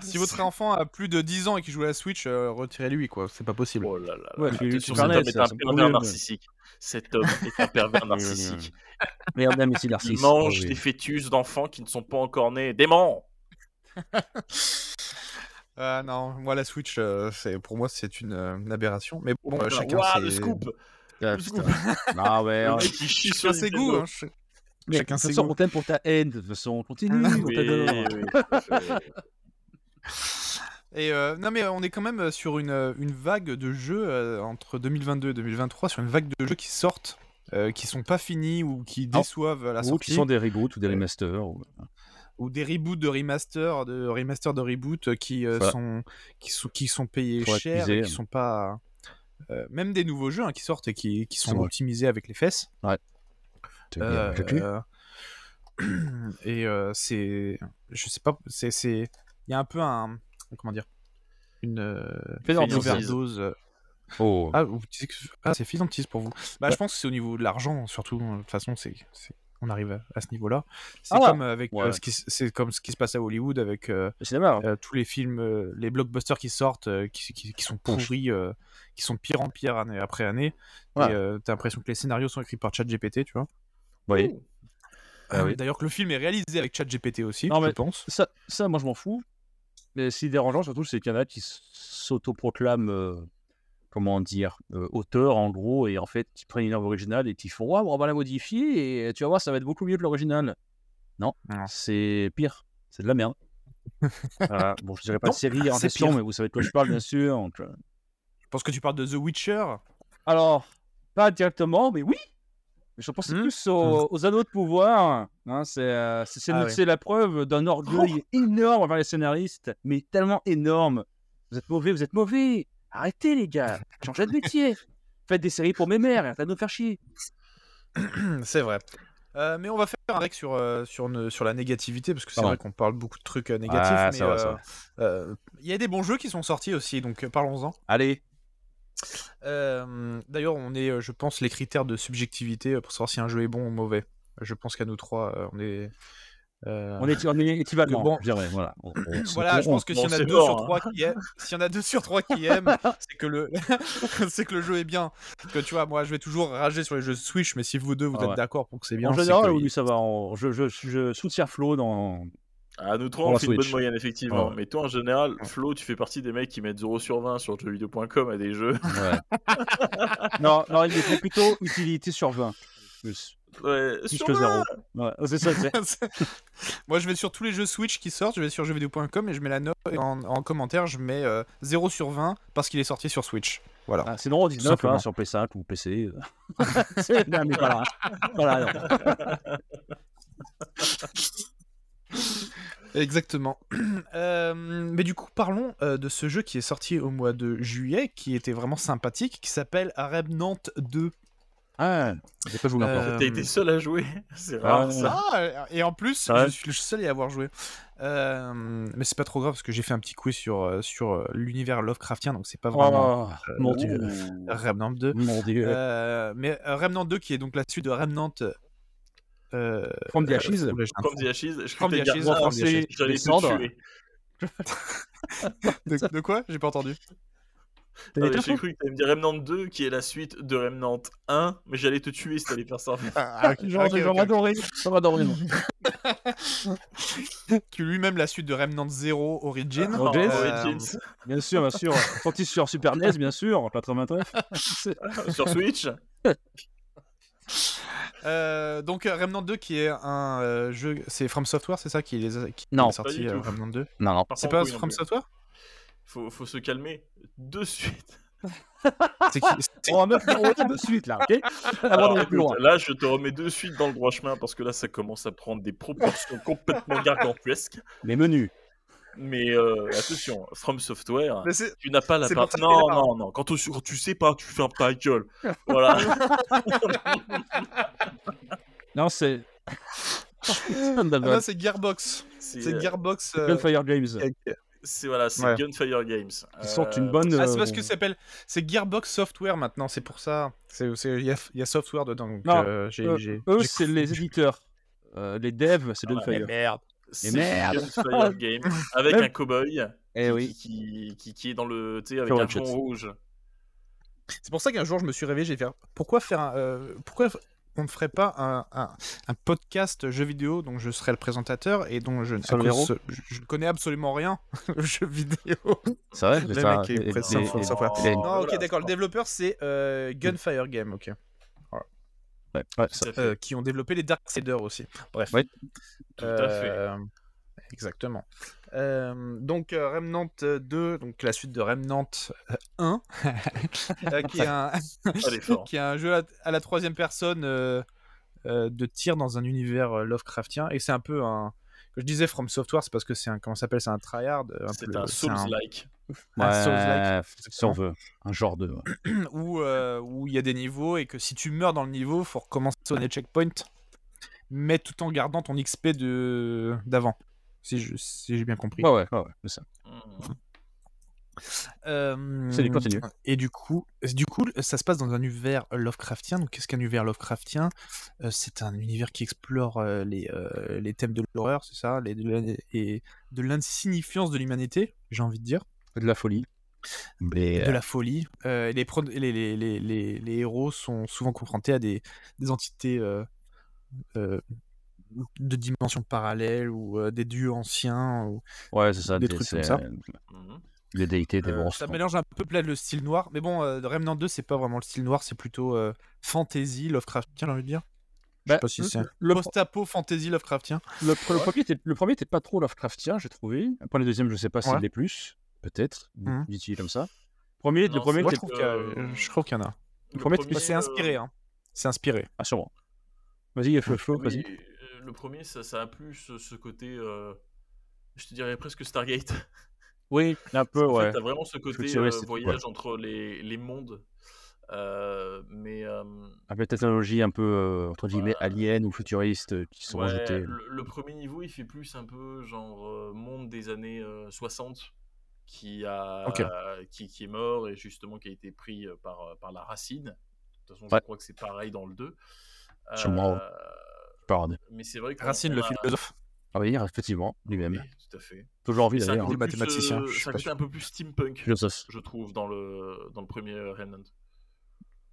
Speaker 5: Si votre enfant a plus de 10 ans et qu'il joue à la Switch, euh, retirez-lui, quoi. C'est pas possible.
Speaker 7: Oh là là.
Speaker 6: Ouais,
Speaker 7: là.
Speaker 6: tu- tu
Speaker 7: Attention, cet
Speaker 6: parlais,
Speaker 7: homme est
Speaker 6: ça,
Speaker 7: un
Speaker 6: ça me
Speaker 7: pervers
Speaker 6: brûle.
Speaker 7: narcissique. Cet homme est un pervers narcissique.
Speaker 6: Merde, mais c'est
Speaker 7: Il
Speaker 6: narcissique.
Speaker 7: mange
Speaker 6: Oh, oui.
Speaker 7: des fœtus d'enfants qui ne sont pas encore nés. Démon
Speaker 5: Ah non, moi la Switch, euh, c'est pour moi c'est une, euh, une aberration. Mais bon, euh, chacun
Speaker 7: Ouah, bah, le
Speaker 5: ses...
Speaker 7: scoop
Speaker 6: Ah,
Speaker 7: Le scoop.
Speaker 6: putain. Ah ouais.
Speaker 7: Le
Speaker 6: ouais.
Speaker 7: mec, il chie
Speaker 5: chacun
Speaker 7: sur
Speaker 5: ses
Speaker 7: Nintendo.
Speaker 5: goûts. hein, ch-
Speaker 6: Mais de
Speaker 5: Chacun
Speaker 6: toute
Speaker 5: ses
Speaker 6: façon,
Speaker 5: goûts.
Speaker 6: on t'aime pour ta haine. De toute façon, on continue. on
Speaker 7: Ah, Oui,
Speaker 6: t'adore.
Speaker 7: oui, tout à fait.
Speaker 5: Et euh, non mais euh, on est quand même euh, sur une, euh, une vague de jeux euh, entre 2022 et 2023 sur une vague de jeux qui sortent, euh, qui sont pas finis ou qui
Speaker 6: Ah.
Speaker 5: déçoivent à la
Speaker 6: Ou qui
Speaker 5: sortie,
Speaker 6: sont des reboots ou des remasters. ou-
Speaker 5: ou des reboots de remasters, de remasters de reboots euh, qui euh,
Speaker 6: Voilà.
Speaker 5: sont qui sont qui sont payés
Speaker 6: Faut
Speaker 5: cher,
Speaker 6: optimiser,
Speaker 5: et qui
Speaker 6: hein.
Speaker 5: sont pas euh, même des nouveaux jeux hein, qui sortent et qui, qui sont
Speaker 6: C'est vrai.
Speaker 5: optimisés avec les fesses.
Speaker 1: T'as bien
Speaker 5: Euh,
Speaker 1: raclé.
Speaker 5: euh, et euh, c'est je sais pas c'est c'est il y a un peu un comment dire une euh, une
Speaker 7: Pénantise.
Speaker 5: overdose euh,
Speaker 6: Oh.
Speaker 5: ah vous disiez que ah, c'est fidentiste pour vous bah je pense que c'est au niveau de l'argent hein, surtout de toute façon c'est c'est- on arrive à, à ce niveau là c'est
Speaker 6: Ah ouais.
Speaker 5: comme avec euh,
Speaker 6: Ouais.
Speaker 5: ce qui s- c'est comme ce qui se passe à Hollywood avec euh,
Speaker 6: Le cinéma. hein.
Speaker 5: euh, tous les films euh, les blockbusters qui sortent euh, qui, qui, qui sont pourris euh, qui sont de pire en pire année après année
Speaker 6: Ouais.
Speaker 5: et euh, t'as l'impression que les scénarios sont écrits par ChatGPT tu vois
Speaker 6: Oui. Ah
Speaker 5: euh,
Speaker 6: oui.
Speaker 5: D'ailleurs que le film est réalisé avec ChatGPT aussi,
Speaker 6: Non,
Speaker 5: je
Speaker 6: mais-
Speaker 5: pense.
Speaker 6: Ça, ça, moi, je m'en fous. Mais ce qui est dérangeant, surtout, c'est qu'il y en a qui s- s'autoproclament, euh, comment dire, euh, auteurs, en gros, et en fait, qui prennent une œuvre originale et qui font Ouais, bon, on va la modifier et tu vas voir, ça va être beaucoup mieux que l'original. Non,
Speaker 5: Non.
Speaker 6: c'est pire. C'est de la merde. Voilà. Bon, je dirais pas
Speaker 5: Non,
Speaker 6: de série en
Speaker 5: c'est
Speaker 6: question,
Speaker 5: pire.
Speaker 6: mais vous savez de quoi je parle, bien sûr. donc, euh.
Speaker 5: Je pense que tu parles de The Witcher.
Speaker 6: Alors, pas directement, mais oui. Mais je pensais
Speaker 5: Hmm.
Speaker 6: plus aux, aux anneaux de pouvoir. hein, c'est euh, c'est- c'est
Speaker 5: Ah
Speaker 6: le-
Speaker 5: oui. Oh.
Speaker 6: c'est la preuve d'un orgueil énorme envers les scénaristes, mais tellement énorme. Vous êtes mauvais, vous êtes mauvais. Arrêtez, les gars. Changez de métier. Faites des séries pour mes mères, et arrêtez de nous faire chier. Hmm,
Speaker 5: C'est vrai. Euh, mais on va faire un rec sur, euh, sur, ne- sur la négativité, parce que c'est
Speaker 6: Pardon.
Speaker 5: vrai qu'on parle beaucoup de trucs euh, négatifs.
Speaker 6: Ah,
Speaker 5: mais,
Speaker 6: ça va, ça
Speaker 5: euh, euh, Il y a des bons jeux qui sont sortis aussi, donc euh, parlons-en.
Speaker 6: Allez.
Speaker 5: Euh, D'ailleurs, on est, euh, je pense, les critères de subjectivité euh, pour savoir si un jeu est bon ou mauvais. Je pense qu'à nous trois, euh, on est. euh,
Speaker 6: On est, on est équivalent.
Speaker 5: Que bon.
Speaker 6: je dirais, voilà. On- on-
Speaker 5: Voilà, je pense que
Speaker 7: on-
Speaker 5: s'il y en
Speaker 7: on
Speaker 5: a
Speaker 7: sait
Speaker 5: deux
Speaker 7: pas,
Speaker 5: sur
Speaker 7: hein.
Speaker 5: trois qui aiment, s'il y en a deux sur trois qui aiment, c'est que le, c'est que le jeu est bien. Parce que tu vois, moi, je vais toujours rager sur les jeux Switch, mais si vous deux vous
Speaker 6: Ah
Speaker 5: êtes
Speaker 6: ouais.
Speaker 5: d'accord pour que c'est bien,
Speaker 6: En
Speaker 5: c'est
Speaker 6: général,
Speaker 5: que-
Speaker 6: oui, ça va. on- je, je, je soutiens Flo dans.
Speaker 7: Ah, nous trois,
Speaker 6: Pour
Speaker 7: on
Speaker 6: la
Speaker 7: fait une bonne
Speaker 6: Switch.
Speaker 7: moyenne, effectivement.
Speaker 6: Ouais.
Speaker 7: Mais toi, en général, Flo, tu fais partie des mecs qui mettent 0 sur 20 sur jeuxvideo.com à des jeux.
Speaker 6: non, non, il était plutôt utilité sur 20. Plus.
Speaker 7: Ouais,
Speaker 6: plus
Speaker 7: sur
Speaker 6: que
Speaker 7: le-
Speaker 6: zéro. Ouais, oh, c'est ça, c'est.
Speaker 5: Moi, je vais sur tous les jeux Switch qui sortent, je vais sur jeuxvideo.com et je mets la note. et En, en commentaire, je mets euh, 0 sur 20 parce qu'il est sorti sur Switch. Voilà.
Speaker 6: Ah, sinon, on dit 19
Speaker 5: simplement.
Speaker 6: hein, sur PS5 ou PC. C'est- non, mais voilà. Voilà, non.
Speaker 5: Exactement. Euh, mais du coup, parlons euh, de ce jeu qui est sorti au mois de juillet, qui était vraiment sympathique, qui s'appelle Remnant 2.
Speaker 6: Ah, j'ai pas joué encore.
Speaker 5: Euh,
Speaker 7: T'as été seul à jouer C'est rare
Speaker 6: ouais,
Speaker 7: ça.
Speaker 5: Ah, et en plus,
Speaker 6: Ouais.
Speaker 5: je suis le seul à y avoir joué. Euh, mais c'est pas trop grave parce que j'ai fait un petit quiz sur, euh, sur euh, l'univers Lovecraftien, donc c'est pas vraiment
Speaker 6: Oh, mon dieu.
Speaker 5: Remnant 2.
Speaker 6: Mon dieu.
Speaker 5: Euh, mais euh, Remnant 2 qui est donc la suite de Remnant. Euh,
Speaker 6: From the
Speaker 5: euh,
Speaker 6: Ashes
Speaker 5: From the Ashes.
Speaker 7: Comme The Ashes, je
Speaker 5: From
Speaker 7: crois
Speaker 5: the
Speaker 7: que t'as
Speaker 5: Ashes,
Speaker 7: dit
Speaker 5: en
Speaker 7: ah,
Speaker 5: français,
Speaker 7: j'allais te
Speaker 6: descendre.
Speaker 7: tuer.
Speaker 5: de, de quoi J'ai pas entendu.
Speaker 7: Ah, mais J'ai cru que t'allais me dire Remnant 2 qui est la suite de Remnant 1, mais j'allais te tuer si t'allais faire ça.
Speaker 5: Ah, ok,
Speaker 6: J'aurais
Speaker 5: ok, ok, ok.
Speaker 6: j'aurais adoré. J'aurais adoré. moi.
Speaker 5: Qui lui-même la suite de Remnant 0 Origin.
Speaker 7: Oh,
Speaker 6: James.
Speaker 7: Origins.
Speaker 6: Bien sûr, bien sûr. Sorti sur Super NES, bien sûr, en 89. C'est-
Speaker 7: Sur Switch
Speaker 5: Euh, donc euh, Remnant 2 qui est un euh, jeu, c'est From Software, c'est ça qui les a- qui
Speaker 6: Non.
Speaker 5: est sorti
Speaker 7: Pas du
Speaker 5: euh,
Speaker 7: tout.
Speaker 5: Remnant 2.
Speaker 6: Non, non.
Speaker 7: Par
Speaker 5: C'est
Speaker 7: contre,
Speaker 5: pas
Speaker 7: oui, non,
Speaker 5: From
Speaker 7: mais
Speaker 5: Software
Speaker 7: faut, faut se calmer de suite.
Speaker 5: C'est qui c'est-
Speaker 6: On va mettre le retour de suite, là,
Speaker 5: Ah,
Speaker 6: ok Avant
Speaker 7: Alors,
Speaker 6: d'aller plus loin.
Speaker 7: écoute, là, je te remets de suite dans le droit chemin parce que là, ça commence à prendre des proportions complètement gargantuesques.
Speaker 6: Les menus.
Speaker 7: Mais euh, attention, From Software,
Speaker 9: Mais c'est-
Speaker 7: tu n'as pas la
Speaker 9: C'est
Speaker 7: part.
Speaker 9: pour ça
Speaker 7: Non,
Speaker 9: qu'il est là.
Speaker 7: non, non. Quand tu, quand tu sais pas, tu fermes ta gueule. Voilà.
Speaker 6: Non, c'est.
Speaker 5: Ah non, c'est Gearbox. C'est
Speaker 7: euh,
Speaker 5: Gearbox. euh,
Speaker 6: Gunfire Games.
Speaker 7: c'est- voilà, c'est
Speaker 9: Ouais.
Speaker 7: Gunfire Games.
Speaker 6: Ils sortent
Speaker 7: Euh,
Speaker 6: une bonne.
Speaker 5: Ah,
Speaker 6: euh,
Speaker 5: c'est parce que ça s'appelle. C'est Gearbox Software maintenant, c'est pour ça. C'est- c'est- Il y, a- il y a Software dedans. donc,
Speaker 6: Non,
Speaker 5: euh, j'ai-
Speaker 6: euh,
Speaker 5: j'ai-
Speaker 6: Eux,
Speaker 5: j'ai-
Speaker 6: c'est les éditeurs. Euh, les devs, c'est Gunfire.
Speaker 5: Ah, Merde.
Speaker 7: C'est
Speaker 6: merde.
Speaker 7: Gunfire Games avec
Speaker 6: Même-
Speaker 7: un cowboy
Speaker 6: Eh oui.
Speaker 7: qui, qui, qui est dans le. Tu sais, avec
Speaker 6: Sur
Speaker 7: un
Speaker 6: le jet.
Speaker 7: fond rouge.
Speaker 5: C'est pour ça qu'un jour je me suis réveillé, j'ai fait pourquoi faire un, euh, pourquoi f- on ne ferait pas un, un- un podcast jeu vidéo dont je serais le présentateur et dont je
Speaker 6: Seul
Speaker 5: à cause-
Speaker 6: héros.
Speaker 5: je, je ne connais absolument rien aux jeux vidéo.
Speaker 6: C'est vrai,
Speaker 5: Le mec qui est pressé
Speaker 6: les-
Speaker 5: sur le
Speaker 6: les-
Speaker 5: software.
Speaker 6: les-
Speaker 5: non,
Speaker 7: Ah, voilà,
Speaker 5: ok, d'accord. Le développeur c'est euh, Gunfire Game, ok,
Speaker 6: ouais, ouais, ça-
Speaker 7: Tout à fait.
Speaker 5: Euh, qui ont développé les Darksiders aussi. Bref.
Speaker 6: Ouais.
Speaker 7: Tout à fait.
Speaker 5: Euh, Exactement. Euh, donc euh, Remnant 2, donc la suite de Remnant euh, 1, euh, qui est un,
Speaker 7: Allez, fort.
Speaker 5: qui est un jeu à, à la troisième personne euh, euh, de tir dans un univers euh, Lovecraftien. Et c'est un peu un. Que je disais From Software, c'est parce que c'est un. Comment ça s'appelle C'est un tryhard. euh, peu
Speaker 7: C'est
Speaker 5: le-
Speaker 7: un
Speaker 5: c'est
Speaker 6: hein.
Speaker 5: un-
Speaker 7: Souls-like.
Speaker 5: un Souls-like,
Speaker 6: Ouais, si on veut. Un genre de. ouais.
Speaker 5: où euh, où il y a des niveaux et que si tu meurs dans le niveau, faut recommencer au des checkpoints, mais tout en gardant ton XP de d'avant. Si je- si j'ai bien compris.
Speaker 6: Ouais, ouais, ouais, ouais, c'est ça.
Speaker 7: Mm.
Speaker 5: Euh,
Speaker 6: C'est du continu.
Speaker 5: Et du coup, du coup, ça se passe dans un univers euh, Lovecraftien. Donc, qu'est-ce qu'un univers Lovecraftien Euh, C'est un univers qui explore euh, les, euh, les thèmes de l'horreur, c'est ça, les, de la- et de l'insignifiance de l'humanité, j'ai envie de dire,
Speaker 6: De la folie.
Speaker 1: Mais
Speaker 5: de la folie. Euh, et les, pro- les, les, les, les- les héros sont souvent confrontés à des, des entités euh, euh, de dimensions parallèles ou euh, des dieux anciens. Ou...
Speaker 6: Ouais, c'est ça.
Speaker 5: Des trucs
Speaker 6: c'est-
Speaker 5: comme ça.
Speaker 7: Mm.
Speaker 6: Des déités, des
Speaker 5: Euh,
Speaker 6: monstres.
Speaker 5: ça mélange un peu peut-être le style noir, mais bon, euh, Remnant 2, c'est pas vraiment le style noir, c'est plutôt euh, fantasy Lovecraftien, j'ai envie de dire.
Speaker 6: Bah,
Speaker 5: je sais pas si
Speaker 6: le-
Speaker 5: c'est un
Speaker 6: le-
Speaker 5: post-apo fantasy Lovecraftien.
Speaker 6: Le, pre- le premier était, le premier était pas trop Lovecraftien, j'ai trouvé. Après le deuxième, je sais pas s'il
Speaker 5: Ouais.
Speaker 6: l'est plus, peut-être,
Speaker 5: Mhm.
Speaker 6: dit-il comme ça. Premier,
Speaker 7: Non,
Speaker 6: le premier
Speaker 7: c'est-
Speaker 5: Moi, je
Speaker 6: était
Speaker 5: trouve
Speaker 7: euh,
Speaker 5: qu'il y a- euh, je trouve qu'il y en a.
Speaker 7: Le
Speaker 6: premier,
Speaker 7: premier,
Speaker 5: c'est
Speaker 7: euh,
Speaker 5: inspiré, hein. C'est inspiré.
Speaker 6: ah, sûrement. Vas-y, feu, feu,
Speaker 7: oui,
Speaker 6: E, vas-y.
Speaker 7: euh, le premier, ça, ça a plus ce, ce côté. euh, je te dirais presque Stargate.
Speaker 6: Oui, un peu,
Speaker 7: En fait,
Speaker 6: ouais.
Speaker 7: t'as vraiment ce
Speaker 6: te
Speaker 7: côté
Speaker 6: dirais,
Speaker 7: euh,
Speaker 6: c'est-
Speaker 7: voyage entre les, les mondes. Euh, mais euh,
Speaker 6: Avec des technologies un peu euh, entre guillemets alien ou futuriste euh, qui sont
Speaker 7: ouais,
Speaker 6: rejetées.
Speaker 7: le, le premier niveau, il fait plus un peu genre euh, monde des années euh, 60 qui, a,
Speaker 6: Ok.
Speaker 7: qui, qui est mort et justement qui a été pris euh, par, euh, par la racine. De toute façon,
Speaker 6: Ouais.
Speaker 7: je crois que c'est pareil dans le 2.
Speaker 6: Sûrement. Pardon.
Speaker 7: mais c'est vrai que.
Speaker 5: Racine, le philosophe.
Speaker 6: Ah oui, effectivement, lui-même.
Speaker 7: Tout à fait.
Speaker 6: Toujours envie
Speaker 7: C'est un
Speaker 6: d'ailleurs.
Speaker 7: côté
Speaker 5: hein.
Speaker 7: plus,
Speaker 5: Mathématicien,
Speaker 7: euh,
Speaker 5: je suis
Speaker 7: c'est un
Speaker 5: pas
Speaker 7: côté un peu plus steampunk,
Speaker 6: Joseph.
Speaker 7: je trouve, dans le, dans le premier Remnant.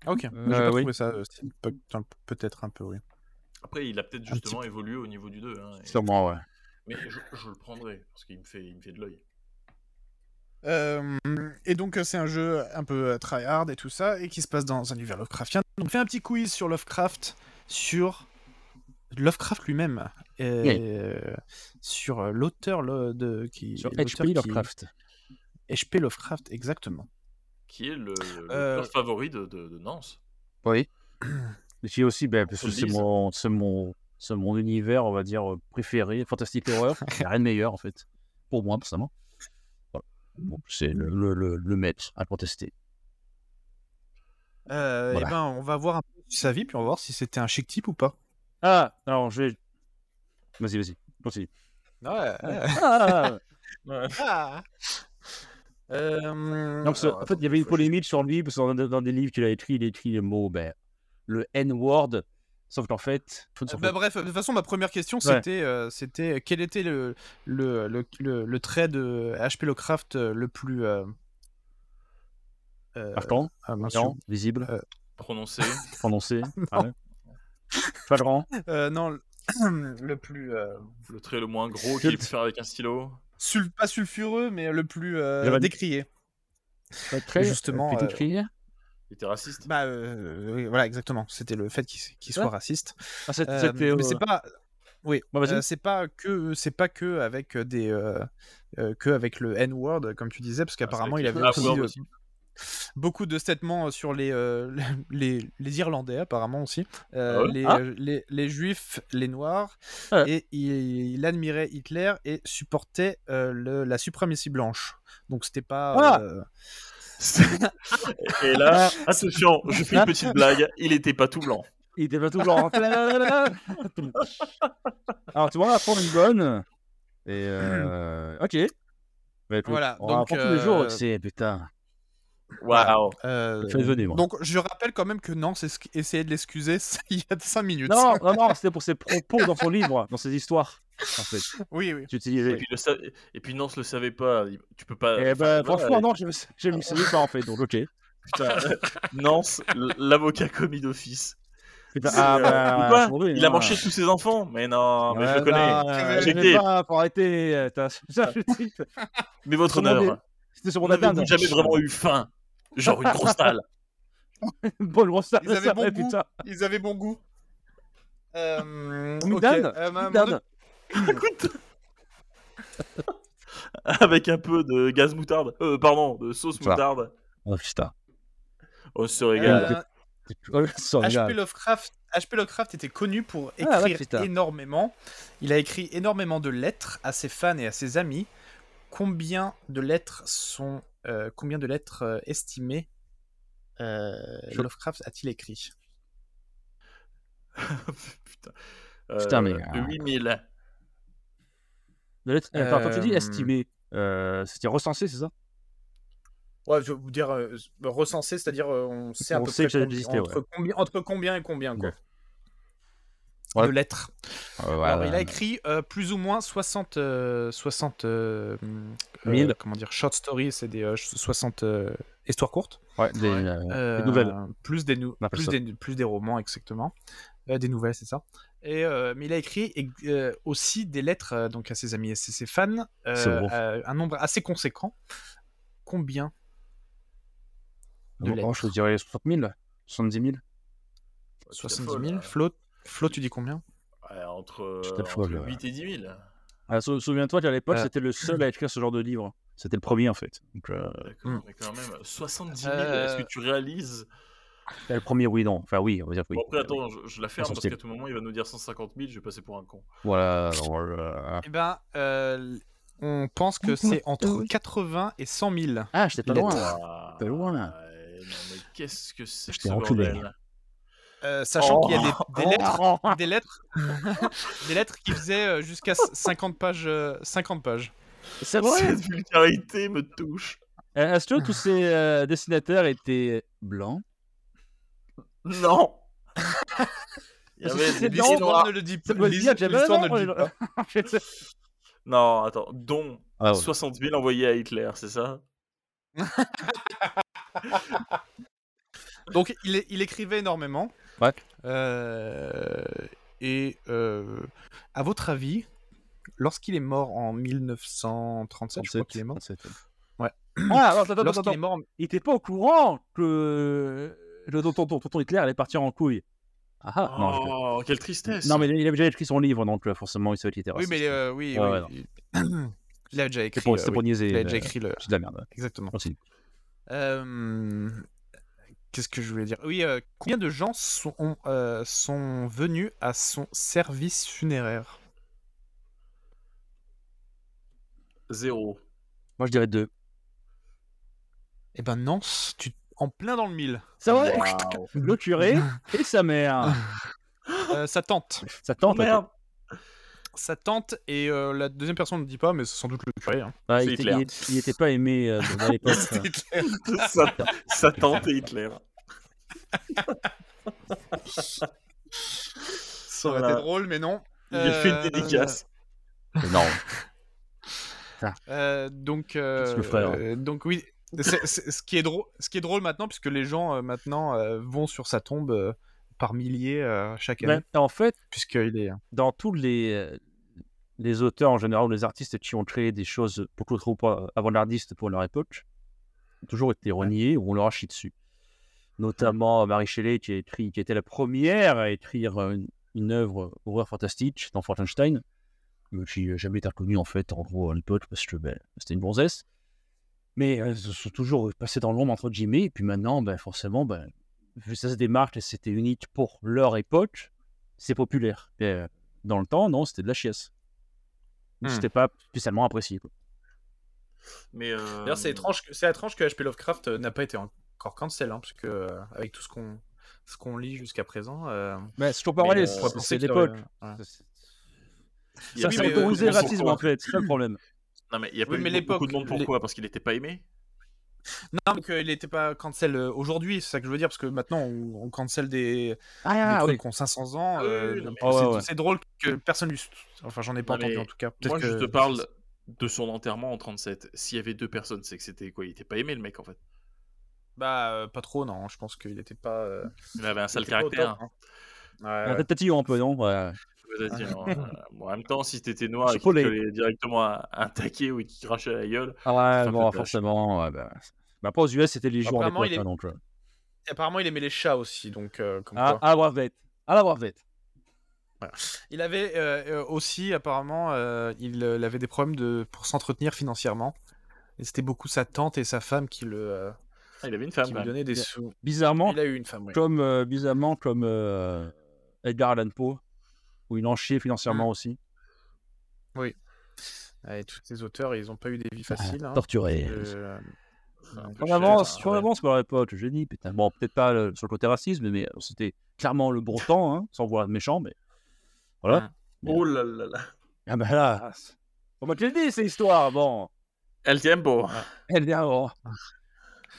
Speaker 5: Ah, ok.
Speaker 6: Euh,
Speaker 5: J'ai pas
Speaker 6: oui.
Speaker 5: trouvé ça. euh, c'est peu- un- Peut-être un peu, oui.
Speaker 7: Après, il a peut-être
Speaker 6: Un petit
Speaker 7: justement évolué au niveau du 2. hein, et-
Speaker 6: Sûrement, ouais.
Speaker 7: Mais je, je le prendrai, parce qu'il me fait, il me fait de l'œil.
Speaker 5: Euh, et donc euh, c'est un jeu un peu euh, tryhard et tout ça, et qui se passe dans un univers Lovecraftien. Donc fais un petit quiz sur Lovecraft, sur Lovecraft lui-même, euh,
Speaker 6: Oui.
Speaker 5: euh, sur euh, l'auteur le- de qui
Speaker 6: Sur
Speaker 5: l'auteur
Speaker 6: HP
Speaker 5: qui-
Speaker 6: Lovecraft.
Speaker 5: H.P. Lovecraft, exactement.
Speaker 7: qui est le, le
Speaker 5: Euh,
Speaker 7: auteur favori de, de, de Nance.
Speaker 6: Oui. J'ai aussi, ben, parce
Speaker 7: Qu'on
Speaker 6: que
Speaker 7: le
Speaker 6: c'est
Speaker 7: dise.
Speaker 6: mon, c'est mon, c'est mon univers, on va dire, euh, préféré, fantastique horreur. Il n'y a rien de meilleur, en fait, pour moi, personnellement. Voilà. Bon, c'est le, le, le, le maître à contester.
Speaker 5: Euh,
Speaker 6: Voilà.
Speaker 5: eh ben, on va voir un peu sa vie, puis on va voir si c'était un chic type ou pas.
Speaker 6: Ah, alors je vais. Vas-y, vas-y, continue.
Speaker 5: Ouais. Ah.
Speaker 6: Ah,
Speaker 5: Euh,
Speaker 6: non, parce que,
Speaker 5: alors,
Speaker 6: en fait, il y
Speaker 5: attends,
Speaker 6: avait une
Speaker 5: faut que je-
Speaker 6: polémique sur lui, parce que dans, dans des livres qu'il a écrits, il écrit le mot, ben, le N-word, sauf qu'en fait.
Speaker 5: Euh, bah, bref, de toute façon, ma première question,
Speaker 6: Ouais.
Speaker 5: c'était, euh, c'était quel était le, le, le, le- le trait de H.P. Lovecraft euh, le plus. euh, euh,
Speaker 6: Partant,
Speaker 5: ah, mince,
Speaker 6: visible,
Speaker 7: Prononcé.
Speaker 6: prononcé. ah ouais. Flagrant.
Speaker 5: Euh, non, le le plus. euh,
Speaker 7: le trait le moins gros qu'il ait pu faire avec un stylo.
Speaker 5: sul- pas sulfureux, mais le plus euh,
Speaker 6: Giovanni.
Speaker 5: décrié.
Speaker 6: Très,
Speaker 5: justement,
Speaker 6: petite
Speaker 5: euh,
Speaker 6: fille.
Speaker 7: Il était raciste.
Speaker 5: Bah, euh, oui, voilà, exactement. C'était le fait qu'il qu'il soit
Speaker 6: Ouais.
Speaker 5: raciste.
Speaker 6: Ah, c'est-
Speaker 5: Euh,
Speaker 6: c'était,
Speaker 5: mais
Speaker 6: euh,
Speaker 5: c'est pas. Oui,
Speaker 6: Ouais, vas-y.
Speaker 5: euh, c'est pas que c'est pas que avec des euh, euh, que avec le N word comme tu disais parce qu'apparemment il avait
Speaker 7: Ah,
Speaker 5: aussi,
Speaker 7: Word
Speaker 5: euh,
Speaker 7: aussi.
Speaker 5: beaucoup de statements sur les, euh, les, les Irlandais, apparemment aussi, euh,
Speaker 7: Ah ouais
Speaker 5: les,
Speaker 6: Ah.
Speaker 5: euh, les, les Juifs, les Noirs,
Speaker 6: Ah.
Speaker 5: et il, il admirait Hitler et supportait euh, le- la suprématie blanche. Donc c'était pas.
Speaker 6: Ah.
Speaker 5: euh,
Speaker 7: Et là, attention, je
Speaker 6: Hein
Speaker 7: fais une petite blague. Il était pas tout blanc.
Speaker 6: Il était pas tout blanc. Alors, tu vois, on va prendre une bonne. Et euh... ok. Bah, écoute,
Speaker 5: Voilà,
Speaker 6: on va
Speaker 5: donc,
Speaker 6: apprendre tous les
Speaker 5: euh,
Speaker 6: jours. C'est putain.
Speaker 7: Waouh.
Speaker 5: euh,
Speaker 6: Faites venir, moi.
Speaker 5: donc je rappelle quand même que Nance es- essayait de l'excuser il y a 5 minutes.
Speaker 6: Non, non, non, c'était pour ses propos dans son livre, dans ses histoires. En fait,
Speaker 5: Oui, oui.
Speaker 6: tu utilisais.
Speaker 7: Et puis, le sa- et puis Nance le savait pas. Il- Tu peux pas.
Speaker 6: Eh ben,
Speaker 7: Enfin, voilà,
Speaker 6: franchement, non, je me je me souviens pas en fait, donc ok.
Speaker 7: putain, Nance, l- l'avocat commis d'office.
Speaker 6: Putain,
Speaker 7: C'est,
Speaker 6: ah,
Speaker 7: euh,
Speaker 6: bah,
Speaker 7: ou pas
Speaker 6: aujourd'hui,
Speaker 7: Il a
Speaker 6: non.
Speaker 7: mangé tous ses enfants. Mais non, mais je le
Speaker 6: Ouais,
Speaker 7: connais.
Speaker 6: non, euh,
Speaker 7: J'ai
Speaker 6: je
Speaker 7: été.
Speaker 6: vais pas, faut arrêter. euh, t'as- ça, je dis,
Speaker 7: mais votre
Speaker 6: Comment
Speaker 7: honneur,
Speaker 6: C'était sur
Speaker 7: vous
Speaker 6: mon agenda.
Speaker 7: n'avez jamais vraiment eu faim. Genre une grosse dalle.
Speaker 6: Bon, le ça,
Speaker 5: Ils avaient
Speaker 6: ça,
Speaker 5: bon
Speaker 6: ouais,
Speaker 5: goût.
Speaker 6: putain.
Speaker 5: Ils avaient bon goût. Euh, ok,
Speaker 6: Midane,
Speaker 5: euh, ma- mon
Speaker 6: Putain,
Speaker 5: autre-
Speaker 7: Avec un peu de gaz moutarde. Euh, pardon, de sauce
Speaker 6: Ça.
Speaker 7: moutarde.
Speaker 6: Oh putain.
Speaker 7: On se régale.
Speaker 5: Euh,
Speaker 6: Oh,
Speaker 5: H.P. Lovecraft, H.P. Lovecraft était connu pour
Speaker 6: Ah, ouais,
Speaker 5: écrire
Speaker 6: putain.
Speaker 5: énormément. Il a écrit énormément de lettres à ses fans et à ses amis. Combien de lettres sont euh, combien de lettres euh, estimées euh,
Speaker 6: Je-
Speaker 5: Lovecraft a-t-il écrit
Speaker 7: Putain. Euh,
Speaker 6: Putain, mais,
Speaker 7: de
Speaker 6: euh,
Speaker 7: 8000.
Speaker 6: La lettre- euh, attends, quand tu dis
Speaker 5: Euh,
Speaker 6: estimé, euh, c'était recensé, c'est ça
Speaker 5: Ouais, je vais vous dire euh, recensé, c'est-à-dire euh, on sait
Speaker 6: à On peu sait près que ça combi- existait, entre
Speaker 5: entre, combien, et combien
Speaker 6: quoi.
Speaker 5: De
Speaker 6: Ouais.
Speaker 5: lettres. Alors, il a écrit euh, plus ou moins 60. euh, 60 euh, hum, euh,
Speaker 6: Mille.
Speaker 5: comment dire Short stories, c'est des euh, 60 euh, histoires courtes.
Speaker 6: Ouais, des, euh,
Speaker 5: Euh,
Speaker 6: nouvelles.
Speaker 5: Plus des, nou-
Speaker 6: On appelle
Speaker 5: plus
Speaker 6: ça.
Speaker 5: des, plus des romans, exactement. Euh, des nouvelles, c'est ça. Et, euh, mais il a écrit ex- euh, aussi des lettres euh, donc à ses amis et ses ses fans, euh,
Speaker 6: C'est bon.
Speaker 5: euh, un nombre assez conséquent. Combien de
Speaker 6: oh,
Speaker 5: lettres
Speaker 6: je dirais 60 000, 70 000. Bah,
Speaker 7: Ouais, tu t'es
Speaker 5: 70
Speaker 7: folle,
Speaker 5: 000
Speaker 6: euh.
Speaker 7: là.
Speaker 5: Flo, Flo, tu dis combien
Speaker 7: Ouais, entre, euh,
Speaker 6: Je t'ai
Speaker 7: entre
Speaker 6: folle, ouais.
Speaker 7: 8 et 10 000.
Speaker 6: Ah, sou- Souviens-toi qu'à l'époque,
Speaker 5: Euh.
Speaker 6: c'était le seul à écrire ce genre de livre. C'était le premier, en fait. Donc, euh,
Speaker 7: D'accord,
Speaker 5: Hmm.
Speaker 7: mais quand même, 70 000,
Speaker 5: Euh,
Speaker 7: est-ce que tu réalises
Speaker 6: le premier, oui, non. Enfin, oui, on va dire oui.
Speaker 7: Bon, après, attends, je, je la ferme parce
Speaker 6: Essentiel.
Speaker 7: qu'à tout moment, il va nous dire 150 000, je vais passer pour un con.
Speaker 6: Voilà. voilà.
Speaker 5: Eh ben, euh, on pense que c'est entre 80 et 100 000.
Speaker 6: Ah, j'étais pas loin. là.
Speaker 7: Ah,
Speaker 6: t'es loin, là.
Speaker 7: ouais, non, mais qu'est-ce que c'est
Speaker 6: Je
Speaker 7: que
Speaker 6: t'ai
Speaker 7: ce
Speaker 6: enculé.
Speaker 7: bordel
Speaker 5: Euh, sachant
Speaker 7: Oh.
Speaker 5: qu'il y a des, des lettres,
Speaker 6: Oh,
Speaker 5: des lettres, des lettres qui faisaient euh, jusqu'à 50 pages, euh, 50 pages.
Speaker 6: C'est vrai.
Speaker 7: Cette vulgarité me touche.
Speaker 6: Euh, Est-ce que tous ces euh, dessinateurs étaient blancs
Speaker 7: Non Il y
Speaker 6: Parce que
Speaker 7: avait
Speaker 6: c'est
Speaker 7: des
Speaker 6: dans-
Speaker 7: noirs.
Speaker 5: ne le dit
Speaker 6: Ça doit se dire que j'avais
Speaker 5: l'histoire
Speaker 6: un
Speaker 5: ne le dit
Speaker 6: nombre,
Speaker 5: pas.
Speaker 7: Non, attends, dont
Speaker 6: Ah, ouais.
Speaker 7: 60 000 envoyés à Hitler, c'est ça
Speaker 5: Donc il, é- il écrivait énormément.
Speaker 6: Ouais.
Speaker 5: Euh, et euh, à votre avis, lorsqu'il est mort en 1937, je crois qu'il est mort.
Speaker 6: 37, ouais.
Speaker 5: Ouais.
Speaker 6: Ah, attends, attends, attends,
Speaker 5: Lorsqu'il
Speaker 6: attends.
Speaker 5: est mort, en-
Speaker 6: il était pas au courant que le tonton, tonton Hitler allait partir en couille. Ah, ah, non, je-
Speaker 7: Oh, quelle tristesse.
Speaker 6: non, mais il a déjà écrit son livre, donc euh, forcément, il savait qu'il était
Speaker 5: Oui,
Speaker 6: raciste.
Speaker 5: mais euh, oui,
Speaker 6: Ouais,
Speaker 5: oui,
Speaker 6: ouais, non.
Speaker 5: il- il a déjà écrit.
Speaker 6: C'est pour,
Speaker 5: euh,
Speaker 6: c'est pour
Speaker 5: oui.
Speaker 6: niaiser.
Speaker 5: Il a
Speaker 6: euh,
Speaker 5: déjà écrit le.
Speaker 6: C'est de la merde.
Speaker 5: Exactement.
Speaker 6: Continue.
Speaker 5: Euh, Qu'est-ce que je voulais dire Oui, euh, combien de gens sont, ont, euh, sont venus à son service funéraire
Speaker 7: Zéro.
Speaker 6: Moi, je dirais deux.
Speaker 5: Eh ben non, tu en plein dans le mille.
Speaker 6: Ça va
Speaker 7: Waouh.
Speaker 6: Le curé et sa mère.
Speaker 5: Euh, sa tante.
Speaker 6: Ça tente.
Speaker 7: Merde.
Speaker 5: Sa tante et euh, la deuxième personne ne dit pas, mais c'est sans doute le curé. hein.
Speaker 6: Ouais,
Speaker 7: C'est
Speaker 6: Ah, il, était,
Speaker 7: clair.
Speaker 6: il est- il était pas aimé euh, à l'époque.
Speaker 7: sa, sa tante et Hitler.
Speaker 5: Ça
Speaker 7: Voilà.
Speaker 5: drôle, mais non.
Speaker 7: Il lui a fait une
Speaker 5: Euh,
Speaker 7: dédicace.
Speaker 6: non.
Speaker 5: Euh, donc, euh,
Speaker 6: Parce que frère.
Speaker 5: euh, donc oui, c'est- c'est- ce, qui est drôle, ce qui est drôle maintenant, puisque les gens euh, maintenant euh, vont sur sa tombe euh, par milliers euh, chaque année,
Speaker 6: Ouais, en fait,
Speaker 5: puisqu'il est. hein.
Speaker 6: dans tous les, euh, les auteurs en général ou les artistes qui ont créé des choses beaucoup trop euh, avant-gardistes pour leur époque, ont toujours été reniés ou on leur a chié dessus. Notamment euh, Marie Shelley qui, a écrit, qui était la première à écrire euh, une, une œuvre horreur fantastique dans Frankenstein, mais qui n'a jamais été reconnue en fait en gros à l'époque parce que ben, c'était une bonzesse. Mais euh, elles se sont toujours passées dans l'ombre entre guillemets et puis maintenant ben, forcément ben, vu que ça se démarque et c'était unique pour leur époque, c'est populaire. Mais, euh, dans le temps, non, c'était de la chiasse. Ou
Speaker 5: Hmm.
Speaker 6: C'était pas spécialement apprécié. quoi.
Speaker 7: Mais euh,
Speaker 5: D'ailleurs, c'est étrange, que- c'est étrange que HP Lovecraft euh, n'a pas été encore cancel, hein, parce que euh, avec tout ce qu'on ce qu'on lit jusqu'à présent, euh,
Speaker 6: Mais c'est toujours
Speaker 5: on
Speaker 6: pareil,
Speaker 5: pourrait
Speaker 6: c'est-
Speaker 5: penser
Speaker 6: c'est
Speaker 5: qu'il
Speaker 6: l'époque.
Speaker 5: aurait- voilà.
Speaker 6: C'est-
Speaker 7: il y
Speaker 6: Ça,
Speaker 7: a
Speaker 5: oui,
Speaker 6: c'est
Speaker 5: mais, euh,
Speaker 6: autorisé
Speaker 5: mais
Speaker 6: le racisme
Speaker 7: pourquoi
Speaker 6: en fait, c'est ça le problème.
Speaker 7: Non, mais il y a pas
Speaker 5: Oui,
Speaker 7: eu
Speaker 5: mais
Speaker 7: beaucoup de
Speaker 5: l'époque,
Speaker 7: monde pourquoi Parce qu'il n'était pas aimé
Speaker 5: Non, mais qu'il n'était pas cancel euh, aujourd'hui, c'est ça que je veux dire, parce que maintenant on, on cancel des, des
Speaker 6: Ah,
Speaker 5: trucs
Speaker 6: oui.
Speaker 5: qui ont 500 ans.
Speaker 7: Ah oui,
Speaker 5: euh,
Speaker 7: oui,
Speaker 5: donc
Speaker 6: non, mais-
Speaker 5: c'est,
Speaker 6: Ouais, ouais.
Speaker 5: c'est drôle que personne lui. Enfin, j'en ai pas
Speaker 7: Non,
Speaker 5: entendu
Speaker 7: mais
Speaker 5: en tout cas.
Speaker 7: Moi,
Speaker 5: Peut-être
Speaker 7: je
Speaker 5: que-
Speaker 7: te parle de son enterrement en 37. S'il y avait deux personnes, c'est que c'était quoi Il n'était pas aimé, le mec, en fait.
Speaker 5: Bah, euh, pas trop, non. Je pense qu'il n'était pas. euh,
Speaker 7: Il avait un sale
Speaker 5: il était pas au
Speaker 7: caractère.
Speaker 5: top, hein. Ouais,
Speaker 6: Un
Speaker 5: ouais.
Speaker 6: tatillon un peu, non Ouais.
Speaker 7: C'est-à-dire, euh, bon, en même temps, si t'étais noir et
Speaker 6: Chipotle.
Speaker 7: qu'il t'allait directement à- attaquer ou qu'il te crachait à la gueule,
Speaker 6: Ah, ouais,
Speaker 7: Ça
Speaker 6: bon,
Speaker 7: fait
Speaker 6: forcément. Ouais, bah. Bah, pas aux US, c'était les jours à
Speaker 5: Apparemment,
Speaker 6: l'époque.
Speaker 5: il est- Ah,
Speaker 6: hein, donc, euh.
Speaker 5: Apparemment, il aimait les chats aussi, donc euh, comme
Speaker 6: Ah,
Speaker 5: quoi.
Speaker 6: à la bravette. À la bravette.
Speaker 5: Il avait euh, euh, aussi, apparemment, euh, il, euh, il avait des problèmes de... pour s'entretenir financièrement. Et c'était beaucoup sa tante et sa femme qui, le, euh,
Speaker 7: ah, il avait une femme.
Speaker 5: qui
Speaker 7: quand
Speaker 5: lui
Speaker 7: même.
Speaker 5: donnaient des
Speaker 6: Bien.
Speaker 5: sous.
Speaker 6: Bizarrement,
Speaker 5: Il a eu une femme, oui.
Speaker 6: comme, euh, bizarrement, comme euh, Edgar Allan Poe, où il en chiait financièrement
Speaker 5: Ah.
Speaker 6: aussi.
Speaker 5: Ouais, tous ces auteurs, ils n'ont pas eu des vies faciles. hein.
Speaker 6: Torturé.
Speaker 5: Euh,
Speaker 7: Un peu
Speaker 6: On
Speaker 7: cher,
Speaker 6: avance,
Speaker 7: hein,
Speaker 6: on
Speaker 7: ouais.
Speaker 6: avance par l'époque, j'ai dit, putain, bon, peut-être pas euh, sur le côté racisme, mais euh, c'était clairement le bon temps, hein, sans vouloir être méchant, mais voilà.
Speaker 7: Oh là là là.
Speaker 6: Ah ben là, on m'a déjà dit, cette histoire, bon,
Speaker 7: El Tiempo.
Speaker 6: elle vient, bon. Surtout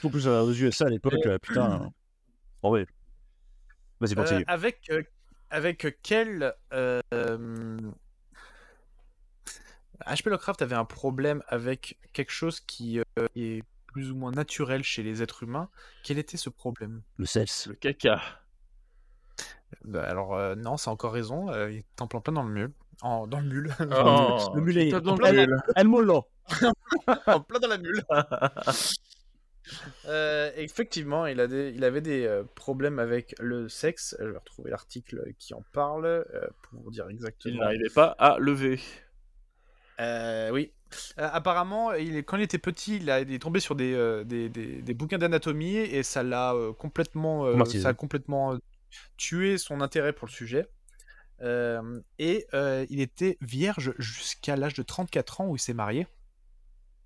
Speaker 6: oh. plus euh, aux USA à l'époque, euh, putain. Oh oui. Vas-y,
Speaker 5: euh,
Speaker 6: continue.
Speaker 5: avec, euh, avec quel. euh, euh, HP Lovecraft avait un problème avec quelque chose qui euh, est plus ou moins naturel chez les êtres humains. Quel était ce problème
Speaker 6: Le sexe.
Speaker 7: Le caca.
Speaker 5: Bah, alors euh, non, c'est encore raison. euh, il est en plein plein dans le mule, en dans le mule,
Speaker 6: le mulet.
Speaker 7: putain, dans
Speaker 6: en
Speaker 7: le
Speaker 6: plein- El Molo.
Speaker 5: en plein dans la mule. Euh, effectivement, il a des, il avait des euh, problèmes avec le sexe. Je vais retrouver l'article qui en parle euh, pour vous dire
Speaker 7: Il
Speaker 5: exactement.
Speaker 7: n'arrivait pas à lever.
Speaker 5: Euh, oui. Euh, apparemment, il, est- quand il était petit, il, a, il est tombé sur des, euh, des, des- des bouquins d'anatomie et ça l'a euh, complètement, euh,
Speaker 6: Traumatisé.
Speaker 5: ça a complètement euh, tué son intérêt pour le sujet. Euh, et euh, il était vierge jusqu'à l'âge de 34 ans où il s'est marié.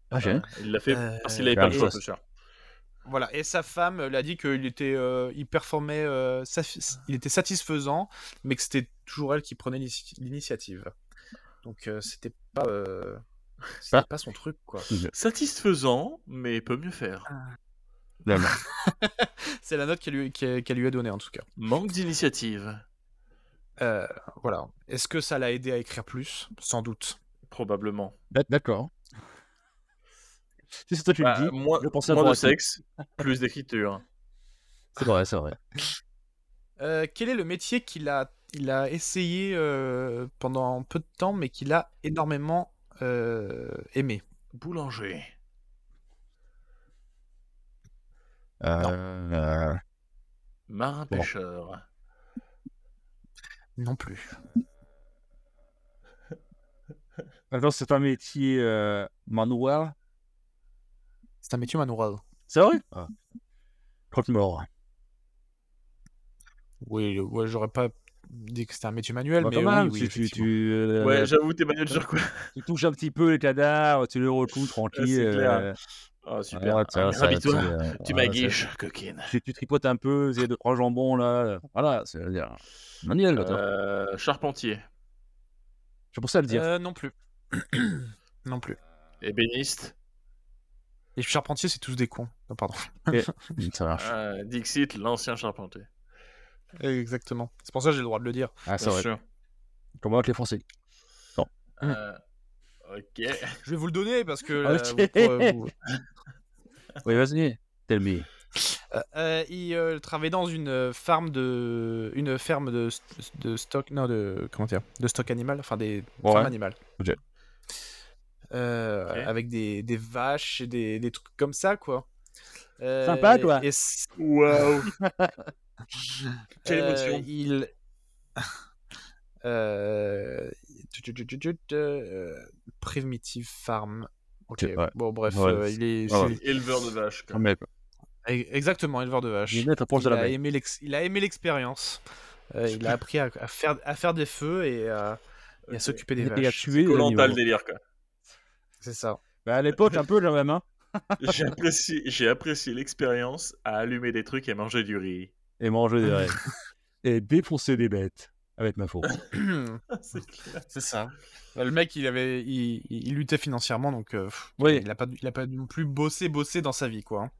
Speaker 6: Ah, j'ai.
Speaker 7: Il l'a fait
Speaker 5: Euh,
Speaker 7: parce qu'il n'avait pas le
Speaker 6: et-
Speaker 7: choix.
Speaker 5: Voilà. Et sa femme euh, l'a dit qu'il était, euh, il performait, euh, safi- il était satisfaisant, mais que c'était toujours elle qui prenait l'ini- l'initiative. Donc euh, c'était pas, euh, c'était
Speaker 6: Ah.
Speaker 5: pas son truc quoi.
Speaker 7: Satisfaisant, mais peut mieux faire.
Speaker 6: Ah.
Speaker 5: C'est la note qu'elle lui, qu'elle qu'elle lui a donnée en tout cas.
Speaker 7: Manque d'initiative.
Speaker 5: Euh, voilà. Est-ce que ça l'a aidé à écrire plus Sans doute.
Speaker 7: Probablement.
Speaker 6: D'ac- D'accord. Si c'est toi qui
Speaker 7: Bah,
Speaker 6: le dis,
Speaker 7: moins
Speaker 6: je pensais
Speaker 7: moins de
Speaker 6: avoir été.
Speaker 7: sexe, plus d'écriture.
Speaker 6: c'est vrai, c'est vrai.
Speaker 5: Euh, quel est le métier qu'il a, il a essayé euh, pendant peu de temps, mais qu'il a énormément euh, aimé
Speaker 7: Boulanger.
Speaker 6: Euh,
Speaker 7: Marin
Speaker 6: Bon.
Speaker 7: pêcheur.
Speaker 5: Non plus.
Speaker 6: Attends, c'est un métier euh, manuel
Speaker 5: C'est un métier manuel.
Speaker 6: C'est vrai ah. mort.
Speaker 5: Oui, euh, ouais, j'aurais pas dit que c'était un métier manuel,
Speaker 6: Bah,
Speaker 5: mais
Speaker 6: quand
Speaker 5: oui,
Speaker 6: même,
Speaker 5: oui,
Speaker 6: tu, tu,
Speaker 5: effectivement.
Speaker 6: tu, euh,
Speaker 7: Ouais, j'avoue, t'es manuel sur quoi
Speaker 6: tu touches un petit peu les cadavres, tu les recoues tranquille.
Speaker 7: c'est clair.
Speaker 6: euh,
Speaker 7: Ah, super.
Speaker 6: ouais,
Speaker 7: Ah,
Speaker 6: ça-
Speaker 7: mais
Speaker 6: ça-
Speaker 7: Rhabille-toi,
Speaker 6: ça- euh,
Speaker 7: tu
Speaker 6: ouais,
Speaker 7: m'aguiches, coquine.
Speaker 6: ça- Tu, tu tripotes un peu, il y a deux, trois jambons là. Voilà, c'est-à-dire. Manuel, attends.
Speaker 7: Euh, charpentier,
Speaker 6: c'est pour ça le dire.
Speaker 5: Euh, non plus. non plus.
Speaker 7: ébéniste,
Speaker 5: Les charpentiers, c'est tous des cons. Non, pardon.
Speaker 6: Ça marche.
Speaker 7: euh, Dixit, l'ancien charpentier.
Speaker 5: Exactement. C'est pour ça que j'ai le droit de le dire.
Speaker 6: Ah, c'est
Speaker 7: Bien
Speaker 6: vrai.
Speaker 7: sûr.
Speaker 6: Comment avec les Français
Speaker 5: Mm.
Speaker 7: Euh, ok.
Speaker 5: Je vais vous le donner parce que.
Speaker 6: Ah,
Speaker 5: là, vous
Speaker 6: ok.
Speaker 5: pourrez- vous-
Speaker 6: Oui, vas-y. Tell me.
Speaker 5: Euh, euh, il euh, travaillait dans une euh, farm de une ferme de, st- de stock non de comment dire de stock animal enfin des
Speaker 6: Ouais.
Speaker 5: fermes animales
Speaker 6: Ok.
Speaker 5: Euh,
Speaker 7: Ok.
Speaker 5: avec des, des vaches et des, des trucs comme ça quoi Euh,
Speaker 6: Sympa, toi.
Speaker 5: et c-
Speaker 7: Waouh Quelle
Speaker 5: euh,
Speaker 7: émotion.
Speaker 5: il euh... tu- tu- tu- tu- tu- tu- euh, primitive farm ok
Speaker 6: Ok, ouais.
Speaker 5: bon bref
Speaker 6: Ouais.
Speaker 5: euh, il est,
Speaker 6: Ouais, ouais.
Speaker 5: c'est-
Speaker 7: Éleveur de vaches. quoi.
Speaker 6: Mais,
Speaker 5: exactement éleveur de vaches
Speaker 6: il est proche de
Speaker 5: il
Speaker 6: la
Speaker 5: a,
Speaker 6: baie.
Speaker 5: aimé l'ex- il a aimé l'expérience. Euh, il a appris à, à faire, à faire des feux et, à- et à
Speaker 7: Ok.
Speaker 5: s'occuper des
Speaker 6: Il a
Speaker 5: vaches.
Speaker 6: tué.
Speaker 7: Koh-Lanta,
Speaker 6: l'animal.
Speaker 7: le délire, quoi.
Speaker 5: C'est ça.
Speaker 6: Bah, à l'époque, un peu quand même. Hein.
Speaker 7: J'ai apprécié, j'ai apprécié l'expérience à allumer des trucs et manger du riz.
Speaker 6: Et manger des rêves. Et défoncer des bêtes avec ma fourche.
Speaker 7: C'est clair.
Speaker 5: C'est ça. Euh, Le mec, il avait, il, il- il luttait financièrement, donc euh, pff,
Speaker 6: Oui.
Speaker 5: il a pas, il a pas non plus bossé, bossé dans sa vie, quoi. hein.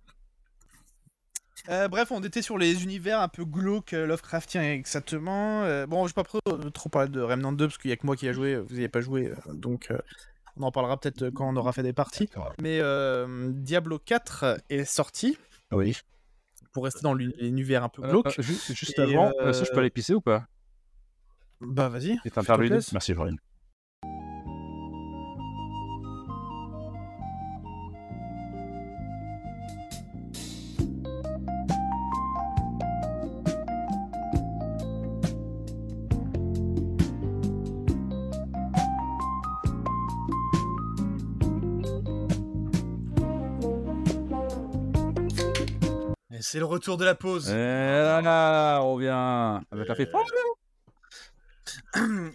Speaker 5: Euh, bref, on était sur les univers un peu glauques, euh, Lovecraftiens exactement. Euh, bon, je vais pas pro- trop parler de Remnant 2 parce qu'il y a que moi qui a joué, euh, vous n'y avez pas joué, euh, donc euh, on en parlera peut-être euh, quand on aura fait des parties. Mais euh, Diablo 4 est sorti
Speaker 6: Oui.
Speaker 5: pour rester dans l'uni- l'univers un peu glauque.
Speaker 6: juste juste
Speaker 5: Et,
Speaker 6: avant,
Speaker 5: euh,
Speaker 6: est-ce que je peux aller pisser ou pas
Speaker 5: Bah vas-y.
Speaker 6: C'est un interlude.
Speaker 5: plaise.
Speaker 6: Merci, Florian.
Speaker 5: C'est le retour de la pause.
Speaker 6: Et Eh là, là, on revient Ah, bah, avec la fête.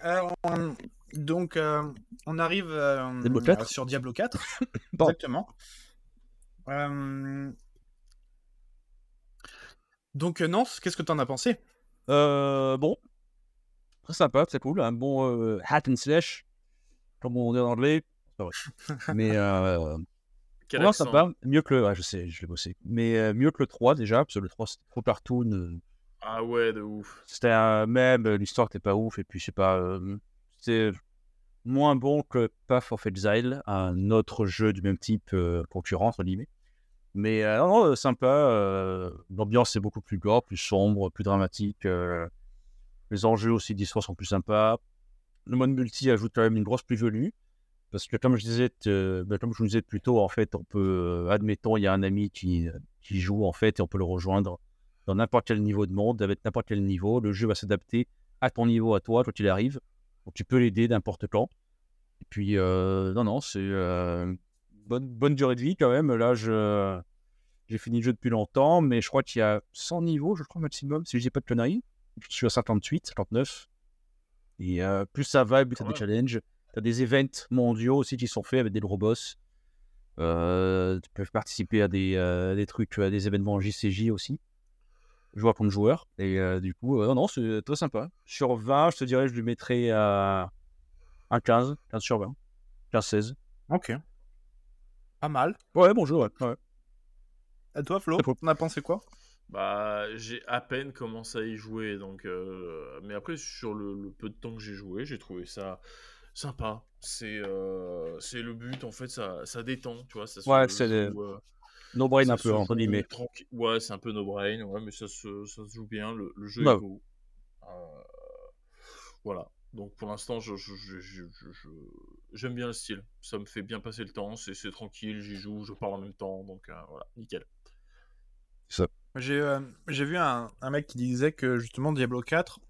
Speaker 5: Alors, on- donc, euh, on arrive euh,
Speaker 6: Diablo 4.
Speaker 5: euh, sur Diablo 4.
Speaker 6: Bon.
Speaker 5: Exactement. Euh, Donc, euh, Nance, qu'est-ce que t'en as pensé
Speaker 6: Euh, bon. Très sympa, c'est cool. Un bon euh, hat and slash, comme on dit en anglais. C'est pas vrai. Mais euh,
Speaker 7: Quel
Speaker 6: non,
Speaker 7: accent.
Speaker 6: sympa. Mieux que le. ouais, je sais, je l'ai bossé. Mais euh, mieux que le 3 déjà, parce que le 3 c'était trop cartoon. euh,
Speaker 7: Ah ouais, de ouf.
Speaker 6: C'était un même, l'histoire était pas ouf, et puis je sais pas. euh, c'était moins bon que Path of Exile, un autre jeu du même type euh, concurrent, entre guillemets. Mais euh, non, non, euh, sympa, euh, l'ambiance est beaucoup plus gore, plus sombre, plus dramatique. euh, les enjeux aussi d'histoire sont plus sympas. Le mode multi ajoute quand même une grosse plus-value. Parce que comme je disais, euh, ben, comme je vous disais plus tôt, en fait, on peut, euh, admettons, il y a un ami qui, qui joue, en fait, et on peut le rejoindre dans n'importe quel niveau de monde, avec n'importe quel niveau. Le jeu va s'adapter à ton niveau, à toi, quand il arrive. Donc tu peux l'aider n'importe quand. Et puis, euh, non, non, c'est euh, bonne, bonne durée de vie quand même. Là, je, j'ai fini le jeu depuis longtemps, mais je crois qu'il y a 100 niveaux, je crois, maximum, si je dis pas de conneries. Je suis à 58, 59. Et euh, plus ça va, plus t'as
Speaker 7: Ouais.
Speaker 6: des challenges. T'as des events mondiaux aussi qui sont faits avec des gros boss. Euh, tu peux participer à des, euh, des trucs, à des événements JCJ aussi joueur contre joueur. Et euh, du coup, euh, non, non, c'est très sympa. Sur 20, je te dirais, je lui mettrais euh, un 15, 15 sur 20, 15, 16.
Speaker 5: Ok. Pas mal.
Speaker 6: Ouais, bon jeu, ouais. ouais.
Speaker 5: À toi, Flo,
Speaker 6: C'est faux.
Speaker 5: t'en as pensé quoi
Speaker 7: Bah, j'ai à peine commencé à y jouer, donc. euh, Mais après, sur le, le peu de temps que j'ai joué, j'ai trouvé ça sympa. C'est euh, c'est le but, en fait, ça, ça détend, tu vois. Ça se
Speaker 6: Ouais, c'est le-
Speaker 7: joue, euh,
Speaker 6: No brain
Speaker 7: Ça
Speaker 6: un
Speaker 7: se
Speaker 6: peu, entre
Speaker 7: joue
Speaker 6: guillemets.
Speaker 7: tranqui- Ouais, c'est un peu no brain, ouais, mais ça se, ça se joue bien. Le, le jeu
Speaker 6: Ouais.
Speaker 7: est beau. Euh, voilà. Donc pour l'instant, je, je- je- je- je- je- j'aime bien le style. Ça me fait bien passer le temps. C'est, c'est tranquille, j'y joue, je parle en même temps. Donc euh, voilà, nickel.
Speaker 5: J'ai euh, j'ai vu un, un mec qui disait que justement Diablo 4,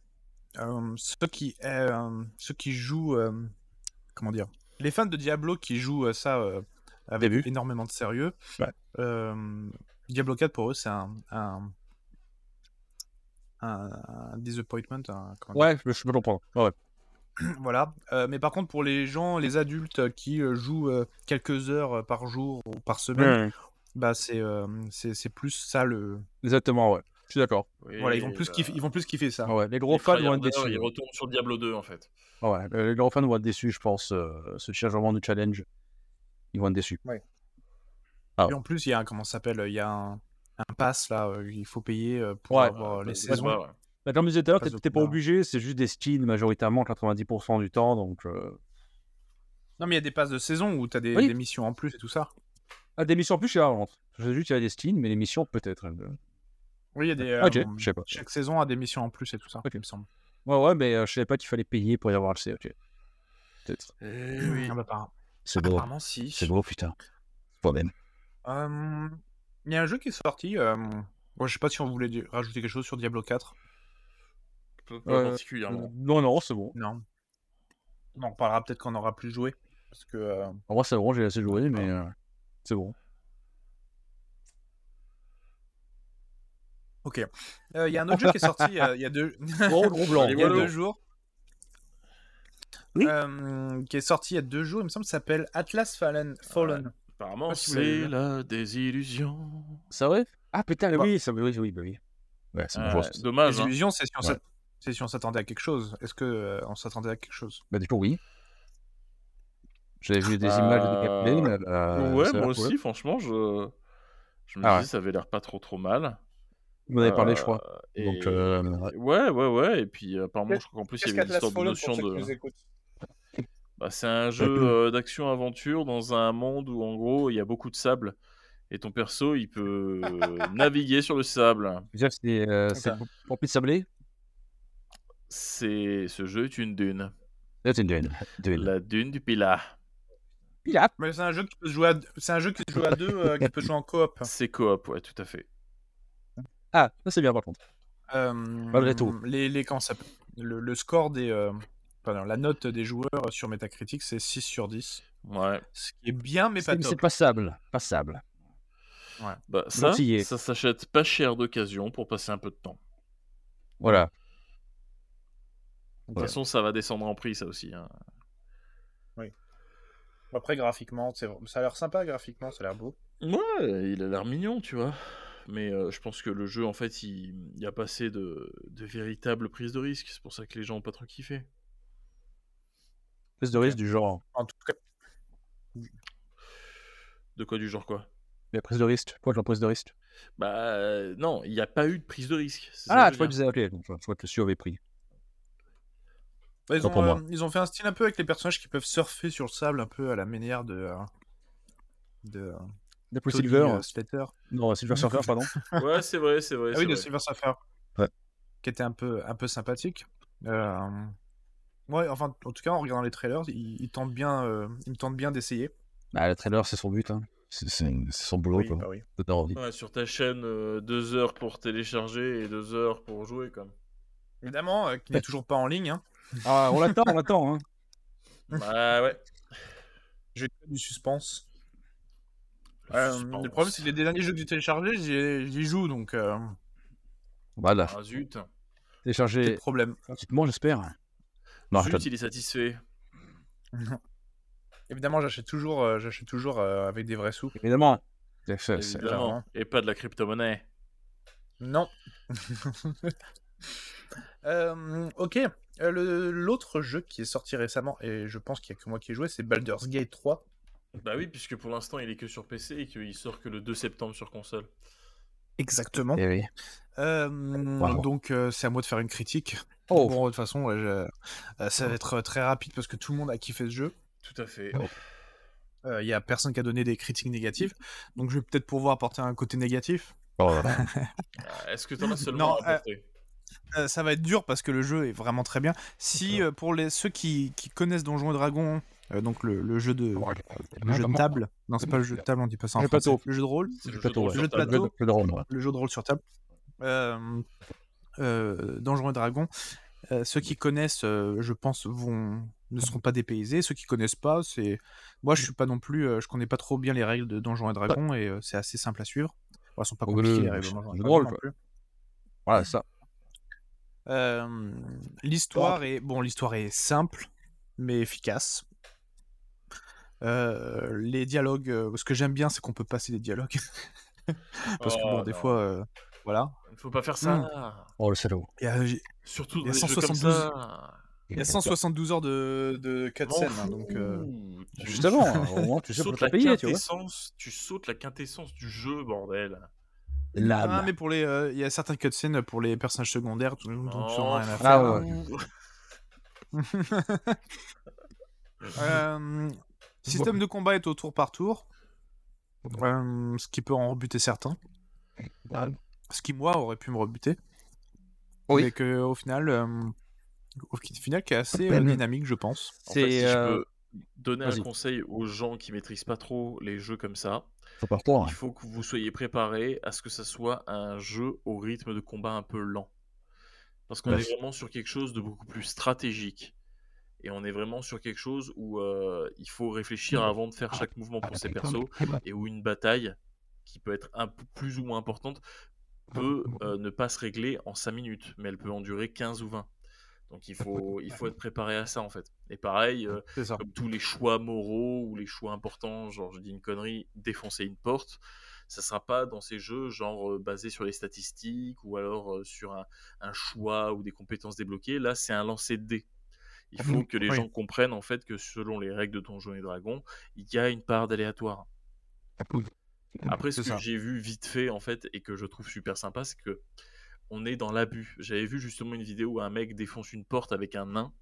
Speaker 5: euh, ceux, qui, euh, ceux qui jouent. euh, comment dire Les fans de Diablo qui jouent euh, ça euh, avec
Speaker 6: Début.
Speaker 5: énormément de sérieux.
Speaker 6: Ouais.
Speaker 5: euh, Diablo 4 pour eux, c'est un. un un, un disappointment, un- comment
Speaker 6: Ouais, je je peux comprendre. Ouais, ouais.
Speaker 5: voilà. Euh, mais par contre, pour les gens, les adultes euh, qui euh, jouent euh, quelques heures euh, par jour ou par semaine,
Speaker 6: Ouais, ouais.
Speaker 5: bah c'est euh, c'est c'est plus ça le.
Speaker 6: Exactement, ouais. Je suis d'accord.
Speaker 7: Oui,
Speaker 5: Voilà, ils vont plus
Speaker 7: bah,
Speaker 5: kiffer, ils vont plus kiffer ça.
Speaker 6: Ah ouais, Les
Speaker 7: les
Speaker 6: gros fans vont être
Speaker 7: tryharders,
Speaker 6: déçus.
Speaker 7: Ils retournent sur Diablo 2 en fait.
Speaker 6: Ah ouais, les gros fans vont être déçus, je pense. euh, ce changement du challenge, ils vont être déçus.
Speaker 5: Et en plus, il y a un, comment ça s'appelle Il y a un, un pass là, euh, il faut payer euh, pour
Speaker 6: Ouais.
Speaker 5: avoir
Speaker 7: Ouais,
Speaker 5: les
Speaker 7: ouais,
Speaker 5: saisons.
Speaker 7: ouais, ouais.
Speaker 6: Bah, comme je disais tout à l'heure,
Speaker 5: Passe
Speaker 6: t'es-
Speaker 5: au
Speaker 6: t'es pas
Speaker 5: combat.
Speaker 6: obligé, c'est juste des skins majoritairement 90% du temps. Donc, euh,
Speaker 5: Non, mais il y a des passes de saison où tu as des,
Speaker 6: Oui.
Speaker 5: des missions en plus et tout ça.
Speaker 6: Ah, des missions plus chères, par contre. J'ai juste il y a des skins, mais les missions peut-être. elles, euh,
Speaker 5: Oui, il y a des.
Speaker 6: Ok,
Speaker 5: euh,
Speaker 6: je sais pas.
Speaker 5: Chaque saison a des missions en plus et tout ça,
Speaker 6: Ok.
Speaker 5: il me semble.
Speaker 6: Ouais, ouais, mais euh, je savais pas qu'il fallait payer pour y avoir accès. Ok. Peut-être.
Speaker 5: Ah bah, par-
Speaker 1: C'est beau.
Speaker 5: apparemment, si.
Speaker 1: C'est beau, putain. Problème.
Speaker 5: Euh, Il y a un jeu qui est sorti. euh, bon, je sais pas si on voulait di- rajouter quelque chose sur Diablo 4.
Speaker 7: Peu- hein. pas
Speaker 6: Ouais.
Speaker 7: particulièrement.
Speaker 6: Non, non, c'est bon.
Speaker 5: Non. On en reparlera peut-être quand on aura plus joué. Parce que. euh,
Speaker 6: En moi, c'est bon, j'ai assez joué, mais euh, c'est bon.
Speaker 5: Ok. Euh, Il y a un autre jeu qui est sorti euh, il y a deux.
Speaker 6: Gros, gros blanc.
Speaker 5: il y a deux jours.
Speaker 6: Oui.
Speaker 5: Euh, qui est sorti il y a deux jours, il me semble, s'appelle Atlas Fallen. Fallen.
Speaker 7: Apparemment,
Speaker 5: Ah, si vous l'avez vu.
Speaker 7: c'est la désillusion.
Speaker 6: Ça ouais Ah, putain,
Speaker 5: Bah.
Speaker 6: oui, ça, oui, oui, bah Euh, oui.
Speaker 1: Ouais, c'est
Speaker 7: Ah,
Speaker 1: beau.
Speaker 7: dommage.
Speaker 5: Les
Speaker 7: hein.
Speaker 5: illusions, c'est si on
Speaker 1: Ouais.
Speaker 5: s'att- c'est si on s'attendait à quelque chose. Est-ce que euh, on s'attendait à quelque chose
Speaker 6: Bah, du coup, oui. J'avais vu des
Speaker 7: Euh,
Speaker 6: images de gameplay. mais, euh,
Speaker 7: ouais,
Speaker 6: ça a
Speaker 7: moi
Speaker 6: l'air
Speaker 7: aussi,
Speaker 6: cool.
Speaker 7: franchement, je, je me
Speaker 6: Ah
Speaker 7: disais, ça avait l'air pas trop trop mal.
Speaker 6: Vous en avez parlé, je
Speaker 7: Euh,
Speaker 6: crois.
Speaker 7: et-
Speaker 6: Donc, euh,
Speaker 7: Ouais, ouais, ouais. Et puis, euh, apparemment, je crois qu'en plus, il y avait l'histoire de notion
Speaker 9: pour ceux qui
Speaker 7: de.
Speaker 9: nous écoutent
Speaker 7: Bah, c'est un jeu euh, d'action-aventure dans un monde où, en gros, il y a beaucoup de sable. Et ton perso, il peut euh, naviguer sur le sable.
Speaker 6: Déjà, c'est euh, c'est rempli de sablé.
Speaker 7: C'est Ce jeu est une dune.
Speaker 6: Là, Ah, c'est une dune.
Speaker 7: La dune du Pila.
Speaker 6: Pilap.
Speaker 5: Mais c'est un jeu qui peut se jouer à deux, c'est un jeu qui se joue à deux, euh, qui peut se jouer en coop.
Speaker 7: C'est coop, ouais, tout à fait.
Speaker 6: Ah, ça, c'est bien, par contre.
Speaker 5: Euh,
Speaker 6: Malgré tout.
Speaker 5: Les, les, comment ça s'appelle le, le score des. euh, pardon, la note des joueurs sur Metacritic, c'est 6 sur 10.
Speaker 7: Ouais.
Speaker 5: Ce qui est bien, mais pas
Speaker 6: C'est c'est
Speaker 5: top.
Speaker 6: passable. Passable.
Speaker 7: Bah, ça,
Speaker 6: Gentillé.
Speaker 7: ça s'achète pas cher d'occasion pour passer un peu de temps.
Speaker 6: Voilà.
Speaker 7: De toute façon, ça va descendre en prix, ça aussi. hein.
Speaker 5: Après, graphiquement, c'est- ça a l'air sympa graphiquement, ça a l'air beau.
Speaker 7: Ouais, il a l'air mignon, tu vois. Mais euh, je pense que le jeu, en fait, il, il a passé de, de véritables prises de risque. C'est pour ça que les gens ont pas trop kiffé.
Speaker 6: Plus de risque du genre.
Speaker 5: En tout cas,
Speaker 7: De quoi du genre quoi
Speaker 6: La prise de risque. Quoi, la prise de risque
Speaker 7: Bah euh, non, il n'y a pas eu de prise de risque. c'est ça
Speaker 6: Ah,
Speaker 7: que
Speaker 6: je
Speaker 7: je
Speaker 6: crois
Speaker 7: veux
Speaker 6: que vous
Speaker 7: dire.
Speaker 6: avez. Ok, donc, je crois que le sur avait pris.
Speaker 5: bah, ils,
Speaker 1: Pas
Speaker 5: ont,
Speaker 1: pour
Speaker 5: euh,
Speaker 1: moi.
Speaker 5: ils ont fait un style un peu avec les personnages qui peuvent surfer sur le sable, un peu à la manière de. euh, de euh,
Speaker 6: La prise
Speaker 5: Tony,
Speaker 6: Silver.
Speaker 5: euh, Slater.
Speaker 6: Non, Silver Surfer, pardon.
Speaker 7: Ouais, c'est vrai, c'est vrai.
Speaker 5: Ah oui,
Speaker 7: c'est
Speaker 5: de
Speaker 7: vrai.
Speaker 5: Silver Surfer.
Speaker 1: Ouais.
Speaker 5: Qui était un peu, un peu sympathique. Euh, Ouais, enfin, en tout cas, en regardant les trailers, ils, ils tentent bien, euh, ils me tentent bien d'essayer.
Speaker 6: Bah, le trailer, c'est son but. Hein.
Speaker 1: C'est c'est- c'est son boulot, quoi. T'as pas envie.
Speaker 7: Ouais, sur ta chaîne, euh, deux heures pour télécharger et deux heures pour jouer, comme.
Speaker 5: Évidemment, euh, qui n'est toujours pas en ligne. hein.
Speaker 6: Ah, on l'attend, on l'attend. Hein.
Speaker 7: Bah ouais.
Speaker 5: J'ai que du suspense.
Speaker 7: Le
Speaker 5: Euh,
Speaker 7: suspense.
Speaker 5: le problème, c'est que les derniers jeux que j'ai téléchargés, j'y- j'y joue, donc euh,
Speaker 6: Voilà.
Speaker 7: Ah zut.
Speaker 5: c'est
Speaker 6: Téléchargé
Speaker 5: le problème.
Speaker 6: gratuitement, j'espère. Non, je
Speaker 7: zut, il est satisfait.
Speaker 5: Évidemment, j'achète toujours, euh, j'achète toujours euh, avec des vrais sous.
Speaker 6: Évidemment. C'est- Eh, c'est- c'est-
Speaker 7: Évidemment.
Speaker 5: clairement.
Speaker 7: Et pas de la crypto-monnaie.
Speaker 5: Non. Euh, ok. Euh, le- L'autre jeu qui est sorti récemment, et je pense qu'il n'y a que moi qui ai joué, c'est Baldur's Gate 3.
Speaker 7: Bah oui, puisque pour l'instant, il est que sur PC et qu'il sort que le 2 septembre sur console.
Speaker 5: Exactement.
Speaker 6: Eh oui.
Speaker 1: Wow.
Speaker 5: Donc, euh, c'est à moi de faire une critique.
Speaker 6: Oh,
Speaker 5: Bon, de toute façon, ouais, je- euh, ça va être euh, très rapide parce que tout le monde a kiffé ce jeu.
Speaker 7: Tout à fait.
Speaker 5: Il n'y a personne qui a donné des critiques négatives. Donc je vais peut-être pouvoir apporter un côté négatif.
Speaker 1: Oh, là.
Speaker 7: Ah, Est-ce que t'en as seulement
Speaker 5: Non,
Speaker 7: à apporter
Speaker 5: Euh, ça va être dur parce que le jeu est vraiment très bien. Si euh, pour les, ceux qui, qui connaissent Donjons et Dragons, euh, donc le, le jeu de, le jeu de table, non c'est pas le jeu de table, on dit pas ça en
Speaker 6: Le
Speaker 5: français.
Speaker 6: plateau.
Speaker 5: le jeu de rôle,
Speaker 7: C'est le
Speaker 6: plateau,
Speaker 7: jeu
Speaker 6: ouais.
Speaker 7: de
Speaker 5: Le jeu de
Speaker 7: table.
Speaker 5: plateau.
Speaker 6: Le drone, ouais.
Speaker 5: le jeu de rôle sur table, euh, euh, Donjons et Dragons Euh, ceux qui connaissent, euh, je pense, vont ne seront pas dépaysés. Ceux qui connaissent pas, c'est moi, je suis pas non plus, euh, je connais pas trop bien les règles de Donjons et Dragons et euh, c'est assez simple à suivre. Bon, elles sont pas
Speaker 6: Donc,
Speaker 5: compliquées
Speaker 6: le-
Speaker 5: les règles de Donjons et
Speaker 6: le
Speaker 5: Dragons
Speaker 6: drôle,
Speaker 5: non
Speaker 6: quoi.
Speaker 5: plus.
Speaker 6: Voilà, ça.
Speaker 5: Euh, l'histoire est bon, l'histoire est simple mais efficace. Euh, les dialogues, euh, ce que j'aime bien, c'est qu'on peut passer des dialogues parce que
Speaker 7: Oh,
Speaker 5: bon, des
Speaker 7: non.
Speaker 5: fois, hmm. euh, voilà.
Speaker 7: Il ne faut pas faire ça.
Speaker 6: Oh, le salaud.
Speaker 5: Il y a-
Speaker 7: Surtout
Speaker 5: Il
Speaker 7: dans
Speaker 5: y a
Speaker 7: des jeux comme
Speaker 5: 172.
Speaker 7: ça.
Speaker 5: il y a 172 heures de, de cutscene, hein, donc. euh,
Speaker 7: Ouh, tu-
Speaker 6: Justement, au moins, tu
Speaker 7: tu
Speaker 6: sais pour
Speaker 7: sautes
Speaker 6: te
Speaker 7: la
Speaker 6: payer, tu vois.
Speaker 7: quintessence, tu sautes la quintessence du jeu, bordel.
Speaker 5: Ah,
Speaker 6: L'âme.
Speaker 5: mais pour les, euh, il y a certaines cutscenes pour les personnages secondaires, tout le monde
Speaker 7: Oh,
Speaker 5: s'en a rien à faire.
Speaker 6: Ah ouais.
Speaker 5: Euh, système de combat est au tour par tour, Euh, ce qui peut en rebuter certains.
Speaker 6: Ah.
Speaker 5: Ce qui moi aurait pu me rebuter,
Speaker 6: Oui.
Speaker 5: mais que au final, euh, au fi- final, qui est assez
Speaker 6: Ben,
Speaker 5: euh,
Speaker 6: ben.
Speaker 5: dynamique, je pense.
Speaker 7: En fait, si
Speaker 1: euh,
Speaker 7: je
Speaker 6: euh,
Speaker 7: peux donner un
Speaker 6: vas-y.
Speaker 7: conseil aux gens qui maîtrisent pas trop les jeux comme ça,
Speaker 1: Faut pas croire,
Speaker 7: il faut que vous soyez préparés à ce que ça soit un jeu au rythme de combat un peu lent. Parce
Speaker 1: Bah,
Speaker 7: qu'on
Speaker 6: Ouais.
Speaker 7: est vraiment sur quelque chose de beaucoup plus stratégique. Et on est vraiment sur quelque chose où euh, il faut réfléchir avant de
Speaker 1: Ah,
Speaker 7: faire chaque
Speaker 5: Ah,
Speaker 7: mouvement pour ses persos et où une bataille qui peut être un peu plus ou moins importante peut
Speaker 5: Hum,
Speaker 7: euh, ne pas se régler en 5 minutes, mais elle peut en durer 15 ou 20. Donc il faut, il faut être préparé à ça en fait. Et pareil, euh,
Speaker 5: C'est ça.
Speaker 7: comme tous les choix moraux ou les choix importants, genre je dis une connerie, défoncer une porte, ça sera pas dans ces jeux genre euh, basés sur les statistiques ou alors euh, sur un, un choix ou des compétences débloquées. Là, c'est un lancer de dés. Il faut que les
Speaker 5: Ah Oui.
Speaker 7: gens comprennent en fait que selon les règles de Donjons et Dragons, il y a une part d'aléatoire. Après, ce
Speaker 5: C'est
Speaker 7: que
Speaker 5: ça.
Speaker 7: j'ai vu vite fait en fait et que je trouve super sympa, c'est que on est dans l'abus. J'avais vu justement une vidéo où un mec défonce une porte avec un nain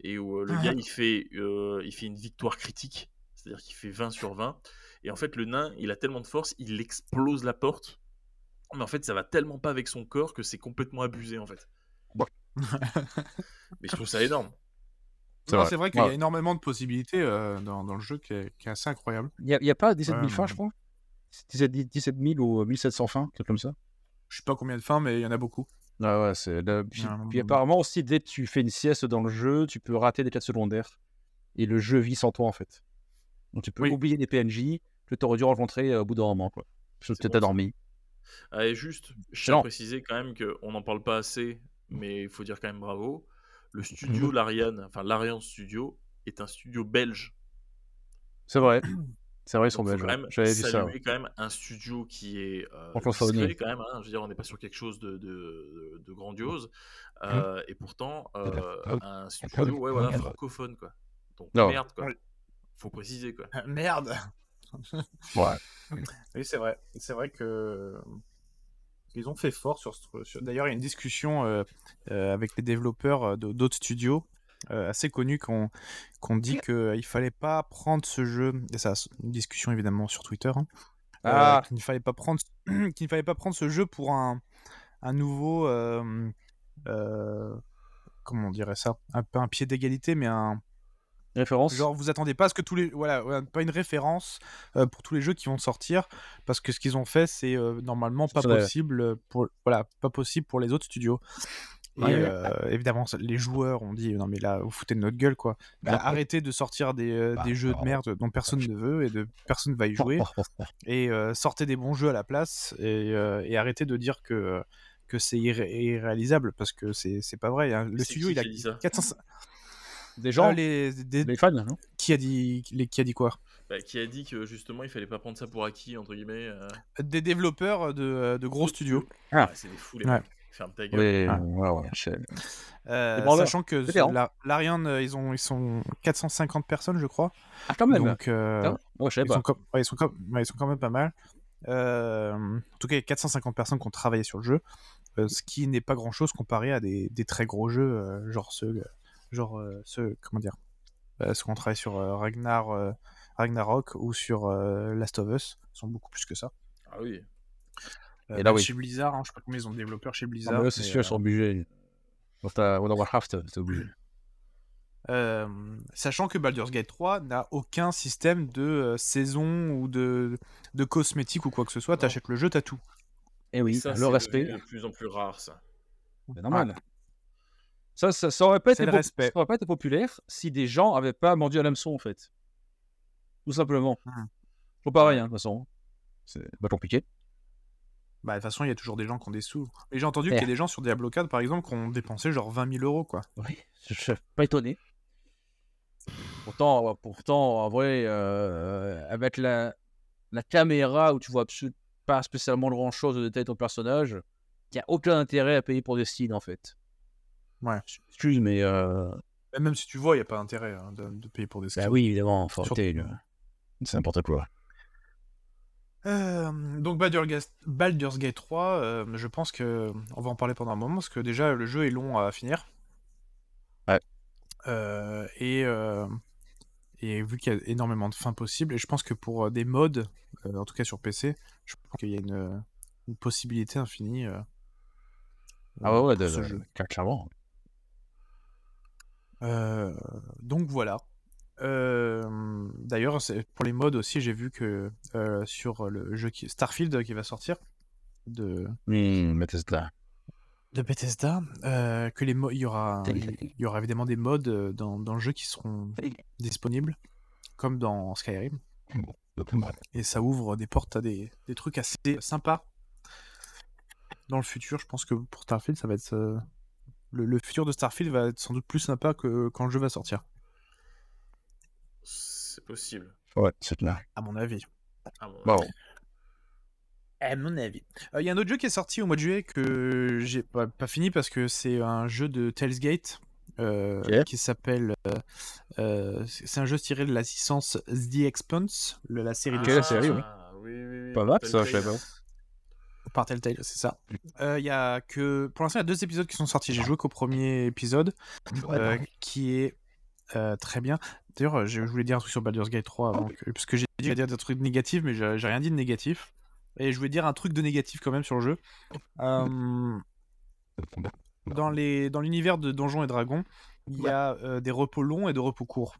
Speaker 7: et où euh, le
Speaker 5: Ah.
Speaker 7: gars il fait, euh, il fait une victoire critique, c'est-à-dire qu'il fait 20 sur 20. Et en fait, le nain il a tellement de force, il explose la porte. Mais en fait, ça va tellement pas avec son corps que c'est complètement abusé en fait. Mais je trouve ça énorme.
Speaker 6: C'est
Speaker 5: Non,
Speaker 6: vrai.
Speaker 5: C'est vrai, qu'il y a
Speaker 6: Ouais.
Speaker 5: énormément de possibilités euh, dans, dans le jeu qui est, qui est assez incroyable.
Speaker 6: Il n'y a, pas 17 000
Speaker 5: Ouais,
Speaker 6: fins,
Speaker 5: mais-
Speaker 6: je crois. C'est 17, 17 000 ou euh, 1700 fins, quelque chose comme ça.
Speaker 5: Je sais pas combien de fins, mais il y en a beaucoup.
Speaker 6: Ah ouais, c'est là- Puis,
Speaker 5: Ah,
Speaker 6: puis
Speaker 5: non.
Speaker 6: apparemment aussi, dès que tu fais une sieste dans le jeu, tu peux rater des quêtes secondaires. Et le jeu vit sans toi, en fait. Donc tu peux
Speaker 5: Oui.
Speaker 6: oublier des PNJ que tu aurais dû rencontrer euh, au bout d'un moment, quoi. Parce que
Speaker 7: C'est
Speaker 6: t'as
Speaker 7: bon, ça.
Speaker 6: dormi.
Speaker 7: Ah, et juste, je tiens
Speaker 6: Excellent. Mmh.
Speaker 7: à préciser quand même qu'on n'en parle pas assez, mais il faut dire quand même bravo. Le studio Larian, enfin l'Ariane Studio, est un studio belge.
Speaker 6: C'est vrai. C'est vrai, ils sont
Speaker 7: Donc, faut
Speaker 6: belges.
Speaker 7: quand
Speaker 6: ouais.
Speaker 7: même
Speaker 6: J'avais vu ça.
Speaker 7: saluer
Speaker 6: ouais.
Speaker 7: quand même un studio qui est euh,
Speaker 6: Franchement, ça
Speaker 7: discret
Speaker 6: honnête.
Speaker 7: quand même. hein. Je veux dire, on n'est pas sur quelque chose de, de- de grandiose.
Speaker 6: Mmh
Speaker 7: Euh, Et pourtant, euh, un studio, ouais, voilà, francophone quoi. Donc
Speaker 6: Non.
Speaker 7: merde quoi. Faut préciser quoi.
Speaker 5: Ah, Merde.
Speaker 6: Ouais.
Speaker 5: Oui, c'est vrai. C'est vrai que euh, ils ont fait fort sur ce. sur- D'ailleurs, il y a une discussion euh, euh, avec les développeurs euh, de- d'autres studios euh, assez connus qu'on qu'on dit qu'il fallait pas prendre ce jeu. Et ça, c'est une discussion évidemment sur Twitter. hein, euh,
Speaker 6: Ah.
Speaker 5: qu'il ne fallait pas prendre qu'il ne fallait pas prendre ce jeu pour un un nouveau. euh, euh, comment on dirait ça Un peu un pied d'égalité, mais un
Speaker 6: Référence
Speaker 5: Genre, vous attendez pas à ce que tous les. Voilà, voilà, pas une référence euh, pour tous les jeux qui vont sortir, parce que ce qu'ils ont fait, c'est euh, normalement pas
Speaker 6: Ça, ouais.
Speaker 5: possible, euh, pour, voilà, pas possible pour les autres studios. Et
Speaker 6: Ouais.
Speaker 5: euh, évidemment, ça- les joueurs ont dit non, mais là, vous foutez de notre gueule, quoi. Bah, arrêtez de sortir des, euh,
Speaker 1: Bah,
Speaker 5: des jeux de
Speaker 1: alors.
Speaker 5: merde dont personne ne veut et de personne va y jouer, et euh, sortez des bons jeux à la place, et, euh, et arrêtez de dire que. euh, que c'est irré- irréalisable parce que c'est c'est pas vrai. hein. Le
Speaker 7: C'est
Speaker 5: studio
Speaker 7: qui
Speaker 5: il a
Speaker 7: qui dit ça
Speaker 5: 400
Speaker 6: des gens,
Speaker 5: Ah, les, des-
Speaker 6: des fans, hein. non
Speaker 5: qui a dit les, qui a dit quoi
Speaker 7: Bah, qui a dit que justement, il fallait pas prendre ça pour acquis entre guillemets. euh,
Speaker 5: Des développeurs de, de gros studios,
Speaker 6: Ah.
Speaker 7: ouais, c'est des fous les
Speaker 5: Ouais.
Speaker 7: mecs. Ferme ta gueule.
Speaker 6: Oui,
Speaker 5: Ah.
Speaker 6: ouais, ouais, c'est-
Speaker 5: Euh,
Speaker 6: Des vendeurs.
Speaker 5: sachant que
Speaker 6: C'est bien.
Speaker 5: la- l'Ariane, euh, ils ont ils sont 450 personnes, je crois.
Speaker 6: Ah, quand même
Speaker 5: Donc euh,
Speaker 6: Ah, ouais, je savais
Speaker 5: ils, sont
Speaker 6: pas.
Speaker 5: comme- ouais, ils sont comme- ouais, ils sont quand même pas mal. Euh, en tout cas, il y a 450 personnes qui ont travaillé sur le jeu, euh, ce qui n'est pas grand chose comparé à des, des très gros jeux, euh, genre ceux, genre euh, ceux, comment dire, euh, ceux qu'on travaille sur euh, Ragnar, euh, Ragnarok ou sur euh, Last of Us, ils sont beaucoup plus que ça.
Speaker 7: Ah oui.
Speaker 5: Euh,
Speaker 6: Et là,
Speaker 5: même
Speaker 6: oui.
Speaker 5: Chez Blizzard, hein, je sais pas combien ils ont de développeurs chez
Speaker 6: Non,
Speaker 5: Blizzard.
Speaker 6: mais eux, c'est
Speaker 5: mais,
Speaker 6: sûr, ils sont obligés. Dans ta World of Warcraft, c'est obligé.
Speaker 5: Euh, sachant que Baldur's Gate 3 n'a aucun système de euh, saison ou de, de cosmétique ou quoi que ce soit.
Speaker 7: Non.
Speaker 5: T'achètes le jeu, t'as tout.
Speaker 6: Eh oui,
Speaker 7: ça, c'est
Speaker 6: le respect,
Speaker 5: Ah,
Speaker 7: devenu De plus en plus rare ça.
Speaker 6: Ah. c'est normal. Ça, ça, ça aurait pas
Speaker 5: C'est
Speaker 6: été
Speaker 5: le
Speaker 6: pop-
Speaker 5: respect.
Speaker 6: ça aurait pas été populaire si des gens avaient pas mordu à l'hameçon, en fait. Tout simplement.
Speaker 5: Ah.
Speaker 6: Faut pareil, hein, de toute façon. C'est pas compliqué.
Speaker 5: Bah, de toute façon, il y a toujours des gens qui ont des sous. Mais j'ai entendu qu'il y a
Speaker 6: Merde.
Speaker 5: des gens sur Diablo 4, par exemple, qui ont dépensé genre 20 000 euros, quoi.
Speaker 6: Oui, je suis pas étonné. Pourtant, euh, pourtant en vrai, euh, avec la, la caméra où tu vois absolu- pas spécialement grand chose de tête au personnage, il n'y a aucun intérêt à payer pour des skins en fait.
Speaker 5: Ouais.
Speaker 6: Excuse, mais. euh,
Speaker 5: Et Même si tu vois, il n'y a pas intérêt hein, de, de payer pour des skins.
Speaker 6: Bah oui, évidemment, faut
Speaker 5: Sur-
Speaker 6: arrêter, là. C'est n'importe quoi.
Speaker 5: Euh, donc Baldur's Gate, Baldur's Gate 3, euh, je pense que on va en parler pendant un moment parce que déjà le jeu est long à finir.
Speaker 6: Ouais.
Speaker 5: Euh, et, euh, et vu qu'il y a énormément de fins possibles, et je pense que pour euh, des mods, euh, en tout cas sur PC, je pense qu'il y a une, euh, une possibilité infinie. euh,
Speaker 6: Ah ouais, ouais,
Speaker 5: pour
Speaker 6: de,
Speaker 5: ce jeu.
Speaker 6: clairement.
Speaker 5: Euh, donc voilà. Euh, D'ailleurs, c'est- pour les mods aussi, j'ai vu que euh, sur le jeu qui, Starfield euh, qui va sortir de
Speaker 6: Hum, Bethesda.
Speaker 5: de Bethesda, euh, que les mo- il y aura il y aura évidemment des mods euh, dans, dans le jeu qui seront disponibles, comme dans Skyrim, et ça ouvre des portes à des, des trucs assez sympas dans le futur. Je pense que pour Starfield, ça va être euh, le, le futur de Starfield va être sans doute plus sympa que quand le jeu va sortir,
Speaker 7: C'est possible.
Speaker 6: Ouais, c'est là.
Speaker 5: à mon avis.
Speaker 7: Ah bon.
Speaker 6: Bon.
Speaker 5: À mon avis. Euh, Il y a un autre jeu qui est sorti au mois de juillet que j'ai pas, pas fini parce que c'est un jeu de Tellsgate euh,
Speaker 6: Ok.
Speaker 5: qui s'appelle. euh, euh, c'est c'est un jeu tiré de la licence The Expanse, le- la série
Speaker 7: Ah,
Speaker 5: de
Speaker 6: Quelle série, oui.
Speaker 7: oui, oui, oui,
Speaker 6: Pas mal,
Speaker 7: Telltale.
Speaker 6: ça, je sais pas.
Speaker 5: par Telltale, c'est ça. Euh, Il y a que. Pour l'instant, il y a deux épisodes qui sont sortis. J'ai joué qu'au premier épisode euh, qui est. euh, très bien. D'ailleurs, je je voulais dire un truc sur Baldur's Gate 3 avant que- parce que j'ai dit que j'allais dire des trucs négatifs, mais j'ai j'ai rien dit de négatif. Et je voulais dire un truc de négatif quand même sur le jeu. Euh, dans les dans l'univers de Donjons et Dragons, il y a euh, des repos longs et des repos courts.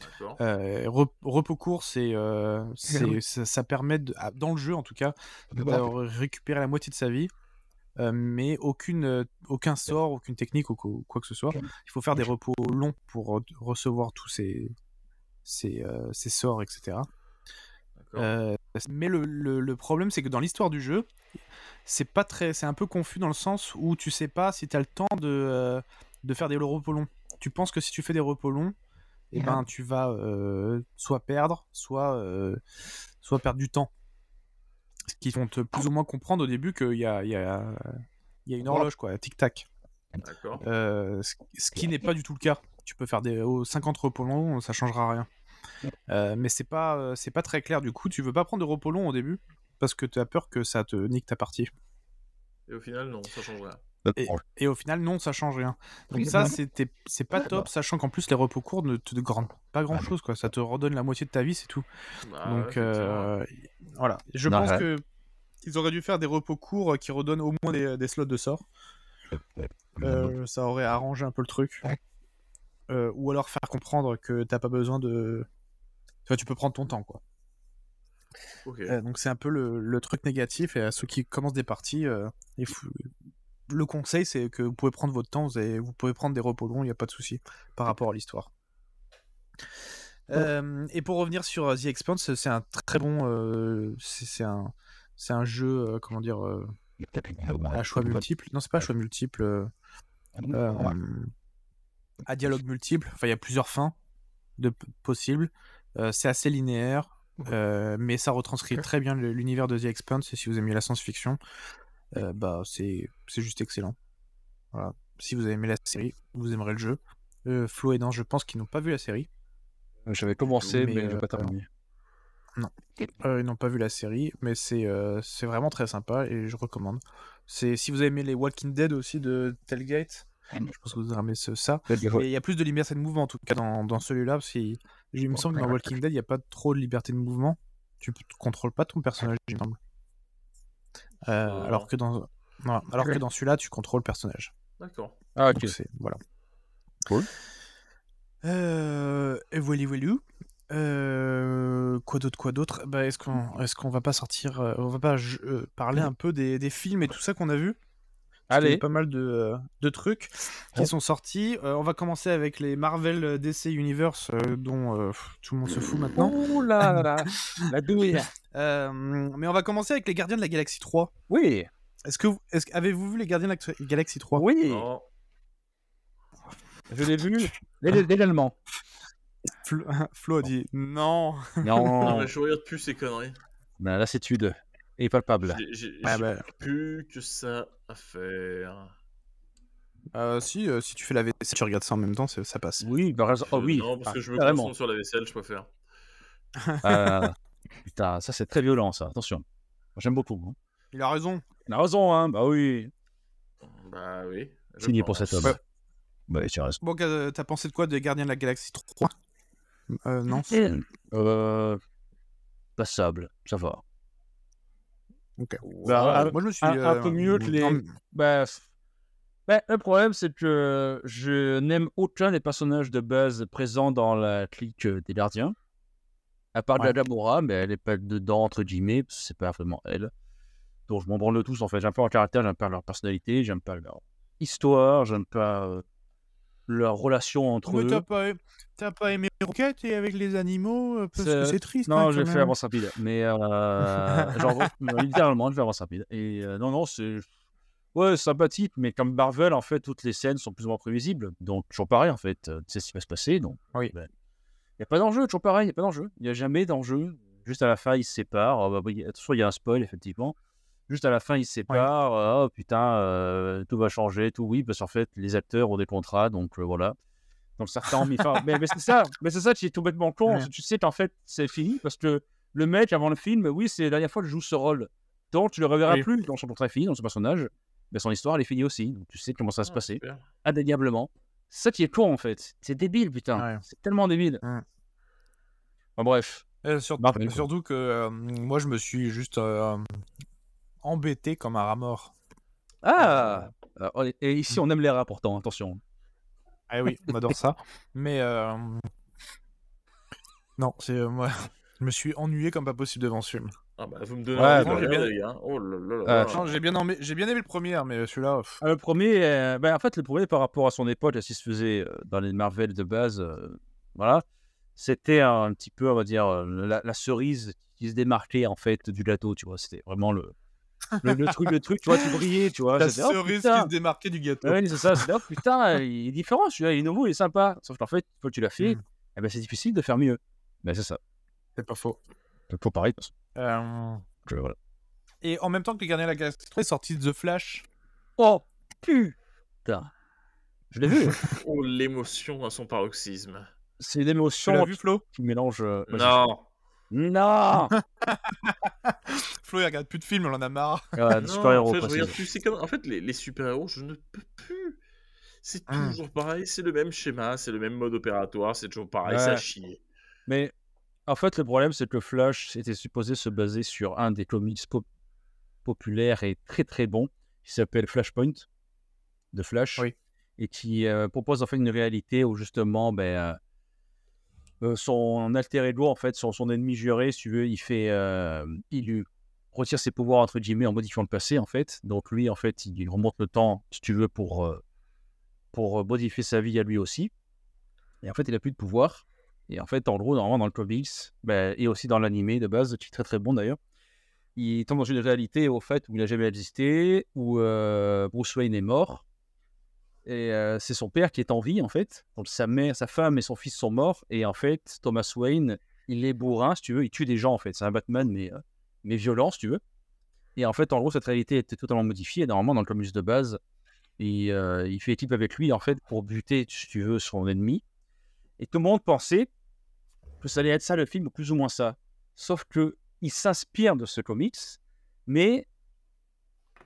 Speaker 7: D'accord.
Speaker 5: Euh, rep- repos courts, c'est euh, c'est- ça, ça permet de- ah, dans le jeu en tout cas de Bah, récupérer la moitié de sa vie, euh, mais aucune euh, aucun sort, aucune technique ou co- quoi que ce soit. Il faut faire des repos longs pour re- recevoir tous ces ces, euh, ces sorts, etc.
Speaker 7: D'accord.
Speaker 5: Euh, mais le, le- le problème, c'est que dans l'histoire du jeu, c'est pas très, c'est un peu confus dans le sens où tu sais pas si t'as le temps de, euh, de faire des repos longs. Tu penses que si tu fais des repos longs, eh ben tu vas euh, soit perdre, soit euh, soit perdre du temps. Ce qui font te plus ou moins comprendre au début qu'il y a, il y, a, il y a une horloge quoi, tic tac.
Speaker 6: Ah.
Speaker 7: D'accord.
Speaker 5: Euh, ce- ce qui n'est pas du tout le cas. Tu peux faire des oh, 50 repos longs, ça changera rien. Euh, mais c'est pas euh, c'est pas très clair du coup. Tu veux pas prendre de repos longs au début parce que tu as peur que ça te nique ta partie.
Speaker 7: Et au final, non, ça change rien.
Speaker 6: euh,
Speaker 5: Et au final, non, ça change rien. Donc ça, c'était c'est pas top, sachant qu'en plus les repos courts ne te rendent pas grand chose quoi. Ça te redonne la moitié de ta vie, c'est tout.
Speaker 7: Bah, ouais,
Speaker 5: Donc
Speaker 7: effectivement.
Speaker 5: euh, voilà. Je
Speaker 6: Non,
Speaker 5: pense
Speaker 6: ouais.
Speaker 5: que ils auraient dû faire des repos courts euh, qui redonnent au moins des, des slots de sort. Euh, ça aurait arrangé un peu le truc. Euh, ou alors faire comprendre que t'as pas besoin de. Tu vois, tu peux prendre ton temps, quoi.
Speaker 7: Ok.
Speaker 5: Euh, donc c'est un peu le, le truc négatif. Et à ceux qui commencent des parties, euh, il faut- le conseil c'est que vous pouvez prendre votre temps, vous, avez- vous pouvez prendre des repos longs, il n'y a pas de souci par rapport à l'histoire. Euh, et pour revenir sur euh, The Expanse, c'est un très bon, euh, c'est c'est un, c'est un jeu, euh, comment dire, euh, à choix multiple. Non, c'est pas à choix multiple. euh, euh, à dialogue multiple. Enfin, il y a plusieurs fins de p- possibles. Euh, c'est assez linéaire, euh, mais ça retranscrit très bien le- l'univers de The Expanse. Et si vous aimez la science-fiction, euh, bah c'est c'est juste excellent. Voilà. Si vous aimez la série, vous aimerez le jeu. Euh, Flo et Dan, je pense qu'ils n'ont pas vu la série.
Speaker 6: J'avais commencé,
Speaker 5: Mais,
Speaker 6: mais, j'ai
Speaker 5: euh,
Speaker 6: pas terminé.
Speaker 5: Euh, ils n'ont pas vu la série, mais c'est euh, c'est vraiment très sympa et je recommande. C'est si vous aimez les Walking Dead aussi de Telgate, je pense que vous aimez ce, ça. Et il y a plus de liberté de mouvement en tout cas dans, dans celui-là, parce qu'il il me semble que dans Walking Dead, il n'y a pas trop de liberté de mouvement. Tu p- contrôles pas ton personnage, il me semble. Euh,
Speaker 7: Oh.
Speaker 5: alors que dans non, alors que dans celui-là, tu contrôles le personnage.
Speaker 7: D'accord.
Speaker 6: Ah,
Speaker 5: Donc
Speaker 6: ok.
Speaker 5: c'est- voilà.
Speaker 6: Cool.
Speaker 5: Euh, et voilà, voilà. Euh, quoi d'autre, quoi d'autre bah, Est-ce qu'on est qu'on va pas sortir, euh, on va pas je- euh, parler un peu des, des films et tout ça qu'on a vu Allez.
Speaker 6: Mm. Allez. Oh.
Speaker 5: pas mal de, euh, de trucs qui sont sortis. Euh, on va commencer avec les Marvel DC Universe, euh, dont euh, pff, tout le monde se fout maintenant.
Speaker 6: Oh là là là, la douille.
Speaker 5: Euh, mais on va commencer avec les Gardiens de la Galaxie 3.
Speaker 6: Oui,
Speaker 5: Est-ce que vous, est-ce, que- avez-vous vu les Gardiens de la Galaxie 3
Speaker 6: oui,
Speaker 7: Non.
Speaker 6: je l'ai vu. Dès dès l'allemand.
Speaker 5: Flo, Flo a dit non.
Speaker 7: Non,
Speaker 6: Non,
Speaker 7: mais je regarde plus ces conneries.
Speaker 6: Ben, la lassitude est palpable.
Speaker 7: J'ai- J'ai
Speaker 5: Ah
Speaker 7: j'ai
Speaker 5: bah.
Speaker 7: plus que ça à faire.
Speaker 5: Euh, si, euh, si tu fais la vaisselle, tu regardes ça en même temps, c'est- ça passe.
Speaker 6: Oui, ben, raison- oh,
Speaker 7: Je-
Speaker 6: oui.
Speaker 7: Non, parce que je me
Speaker 6: vraiment.
Speaker 7: concentre sur la vaisselle, je préfère.
Speaker 6: Ah, putain, ça c'est très violent, ça. Attention. Moi, J'aime beaucoup. hein.
Speaker 5: Il a raison.
Speaker 6: La raison, hein. Bah oui.
Speaker 7: Bah oui. je
Speaker 6: Signé pour
Speaker 7: pense.
Speaker 6: cet homme.
Speaker 5: Ouais.
Speaker 6: Bah, tu as raison.
Speaker 5: Bon, qu'est- t'as pensé de quoi des Gardiens de la Galaxie 3 Euh, Non.
Speaker 6: Euh, passable, ça va.
Speaker 5: Ok.
Speaker 6: Bah, un-
Speaker 5: Moi, je me suis.
Speaker 6: un- un peu mieux que les-
Speaker 5: non, mais-
Speaker 6: Bah, f- bah, le problème, c'est que je n'aime aucun des personnages de base présents dans la clique euh, des gardiens. À part
Speaker 5: Ouais.
Speaker 6: Gadamora, mais elle n'est pas dedans, entre guillemets, parce que c'est pas vraiment elle. Donc je m'en branle de tous, en fait. J'aime pas leur caractère, j'aime pas leur personnalité, j'aime pas leur histoire, j'aime pas euh, leur relation entre
Speaker 5: Mais
Speaker 6: eux.
Speaker 5: t'as pas, t'as pas aimé Rocket et avec les animaux euh, Parce
Speaker 6: C'est-
Speaker 5: que c'est triste. hein,
Speaker 6: Non,
Speaker 5: quand
Speaker 6: j'ai fait
Speaker 5: même.
Speaker 6: avance rapide, mais euh, genre non, littéralement, je fais avance rapide. Et euh, non, non, c'est ouais sympathique, mais comme Marvel, en fait, toutes les scènes sont plus ou moins prévisibles, donc toujours pareil, en fait, euh, tu sais ce qui va se passer, donc
Speaker 5: Oui.
Speaker 6: ben, y a pas d'enjeu, toujours pareil, y a pas d'enjeu, y a jamais d'enjeu. Juste à la fin, ils se séparent. Ah bah, oui, attention, il y a un spoil effectivement. Juste à la fin, ils se séparent. Ah, Oh putain, euh, tout va changer, tout oui, parce qu'en fait, les acteurs ont des contrats, donc euh, voilà. Donc certains ont mis fin. Mais, mais c'est ça, mais c'est ça qui est tout bêtement con.
Speaker 5: Ouais.
Speaker 6: Tu sais qu'en fait, c'est fini parce que le mec, avant le film, oui, c'est la dernière fois que je joue ce rôle. Donc tu le reverras
Speaker 5: Oui.
Speaker 6: plus dans son contrat est fini, dans son personnage. Mais son histoire, elle est finie aussi. Donc tu sais comment ça va se
Speaker 7: Ah,
Speaker 6: passer.
Speaker 7: super.
Speaker 6: Indéniablement. C'est ça qui est con en fait. C'est débile, putain.
Speaker 5: Ouais.
Speaker 6: C'est tellement débile.
Speaker 5: Ouais.
Speaker 6: Enfin, bref.
Speaker 5: Euh, sur-
Speaker 6: Marvel, quoi.
Speaker 5: surtout que euh, moi, je me suis juste euh, embêté comme un rat mort.
Speaker 6: Ah Euh, on est- Et ici, on aime les rats pourtant, attention.
Speaker 5: Ah oui, on adore ça. Mais. euh, Non, c'est. euh, moi, je me suis ennuyé comme pas possible devant ce film.
Speaker 7: Ah bah vous me donnez
Speaker 6: Ouais,
Speaker 7: envie de
Speaker 5: bah,
Speaker 7: regarder,
Speaker 5: j'ai bien-
Speaker 7: les gars. Oh là là là.
Speaker 6: Ah,
Speaker 5: Non,
Speaker 7: là.
Speaker 5: j'ai bien, aimé, j'ai bien aimé le premier, hein, mais celui-là. pff,
Speaker 6: Ah, le premier, euh, ben, en fait, le premier par rapport à son époque, à ce qui se faisait euh, dans les Marvel de base, euh, voilà, c'était un, un petit peu, on va dire, euh, la, la cerise qui se démarquait en fait du gâteau, tu vois. C'était vraiment le, le, le truc, le truc, tu vois, tu brillais, tu vois.
Speaker 5: la
Speaker 6: c'était, oh,
Speaker 5: cerise qui
Speaker 6: putain.
Speaker 5: se démarquait du gâteau.
Speaker 6: Ouais, c'est ça, c'est là, putain, il est différent celui-là, il est nouveau, il est sympa. Sauf qu'en fait, une fois que tu l'as fait,
Speaker 5: Mm.
Speaker 6: eh ben, c'est difficile de faire mieux. Ben, c'est ça,
Speaker 5: C'est pas faux.
Speaker 6: pour pareil. Parce
Speaker 5: Euh,
Speaker 6: que, voilà.
Speaker 5: Et en même temps que les Gardiens de la Galaxie 3 est sorti The Flash.
Speaker 6: Oh putain, je l'ai vu,
Speaker 7: Oh l'émotion à son paroxysme.
Speaker 6: c'est une
Speaker 5: Tu
Speaker 6: émotion
Speaker 5: l'as vu, Flo
Speaker 6: qui mélange. euh, moi, j'ai-
Speaker 7: Non.
Speaker 6: Non Ah,
Speaker 5: Flo, il regarde plus de films, on en a marre.
Speaker 6: Ouais,
Speaker 7: Non,
Speaker 6: super héros.
Speaker 7: en fait, je regarde plus. C'est comme... En fait, les, les super-héros, je ne peux plus. C'est
Speaker 5: Hum.
Speaker 7: toujours pareil, c'est le même schéma, c'est le même mode opératoire, c'est toujours pareil,
Speaker 6: Ouais.
Speaker 7: ça chie.
Speaker 6: Mais en fait, le problème, c'est que Flash était supposé se baser sur un des comics pop- populaires et très très bon, qui s'appelle Flashpoint, de Flash,
Speaker 5: Oui.
Speaker 6: et qui euh, propose en fait une réalité où justement, ben, euh, euh, son alter ego, en fait, son, son ennemi juré, si tu veux, il fait, euh, il lui retire ses pouvoirs entre guillemets en modifiant le passé, en fait. Donc lui, en fait, il remonte le temps, si tu veux, pour euh, pour euh, modifier sa vie à lui aussi. Et en fait, il a plus de pouvoir. Et en fait, en gros, normalement, dans le comics, ben, et aussi dans l'animé de base, qui est très très bon d'ailleurs, il tombe dans une réalité au fait où il n'a jamais existé, où euh, Bruce Wayne est mort. Et euh, c'est son père qui est en vie, en fait. Donc sa mère, sa femme et son fils sont morts. Et en fait, Thomas Wayne, il est bourrin, si tu veux. Il tue des gens, en fait. C'est un Batman, mais, euh, mais violent, si tu veux. Et en fait, en gros, cette réalité était totalement modifiée. Et normalement, dans le comics de base, il, euh, il fait équipe avec lui, en fait, pour buter, si tu veux, son ennemi. Et tout le monde pensait que ça allait être ça le film, ou plus ou moins ça. Sauf que il s'inspire de ce comics, mais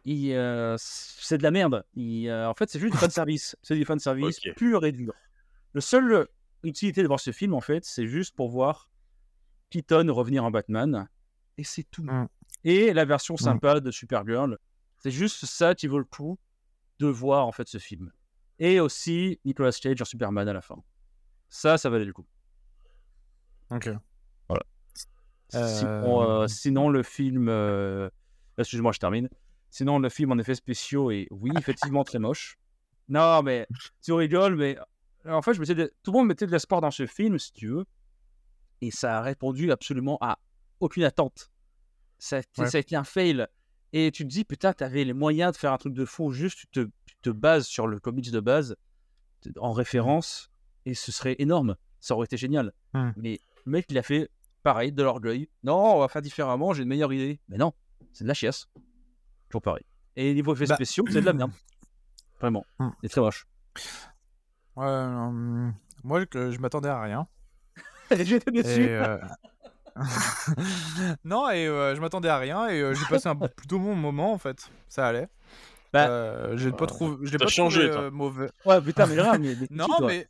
Speaker 6: il, euh, c'est de la merde. Il, euh, en fait, c'est juste du fan service. C'est du fan service
Speaker 7: Ok.
Speaker 6: pur et dur. Le seul utilité de voir ce film, en fait, c'est juste pour voir Keaton revenir en Batman, et c'est tout.
Speaker 5: Mm.
Speaker 6: Et la version sympa de Supergirl, c'est juste ça qui vaut le coup de voir en fait ce film. Et aussi Nicolas Cage en Superman à la fin. Ça, ça valait le coup.
Speaker 5: Ok. Euh,
Speaker 6: Sinon, euh, sinon, le film. euh, Excuse-moi, je termine. Sinon, le film en effets spéciaux est, oui, effectivement très moche. Non, mais tu rigoles, mais euh, en fait, je mettais de- tout le monde mettait de l'espoir dans ce film, si tu veux, et ça a répondu absolument à aucune attente. Ça, a été-
Speaker 5: Ouais.
Speaker 6: ça a été un fail. Et tu te dis, putain, t'avais les moyens de faire un truc de fou, juste tu te, tu te bases sur le comics de base t-
Speaker 5: Mmh.
Speaker 6: en référence, et ce serait énorme. Ça aurait été génial.
Speaker 5: Hmm.
Speaker 6: Mais le mec, il a fait pareil, de l'orgueil. Non, on va faire différemment, j'ai une meilleure idée. Mais non, c'est de la chiasse. Toujours pareil. Et niveau effets
Speaker 5: Bah.
Speaker 6: spéciaux, c'est de la merde. Vraiment.
Speaker 5: Hmm.
Speaker 6: C'est très moche.
Speaker 5: Ouais, non, hum, moi, que je m'attendais à rien.
Speaker 6: J'étais
Speaker 5: Et, euh, non, et euh, je m'attendais à rien et euh, j'ai passé un plutôt bon moment en fait. Ça allait.
Speaker 6: Bah,
Speaker 5: Euh, je l'ai pas trouvé, je l'ai
Speaker 7: t'as
Speaker 5: pas
Speaker 7: changé,
Speaker 5: trouvé,
Speaker 7: toi.
Speaker 5: euh, mauvais.
Speaker 6: Ouais, putain, mais grave, mais. mais
Speaker 5: Non,
Speaker 6: qui, toi
Speaker 5: mais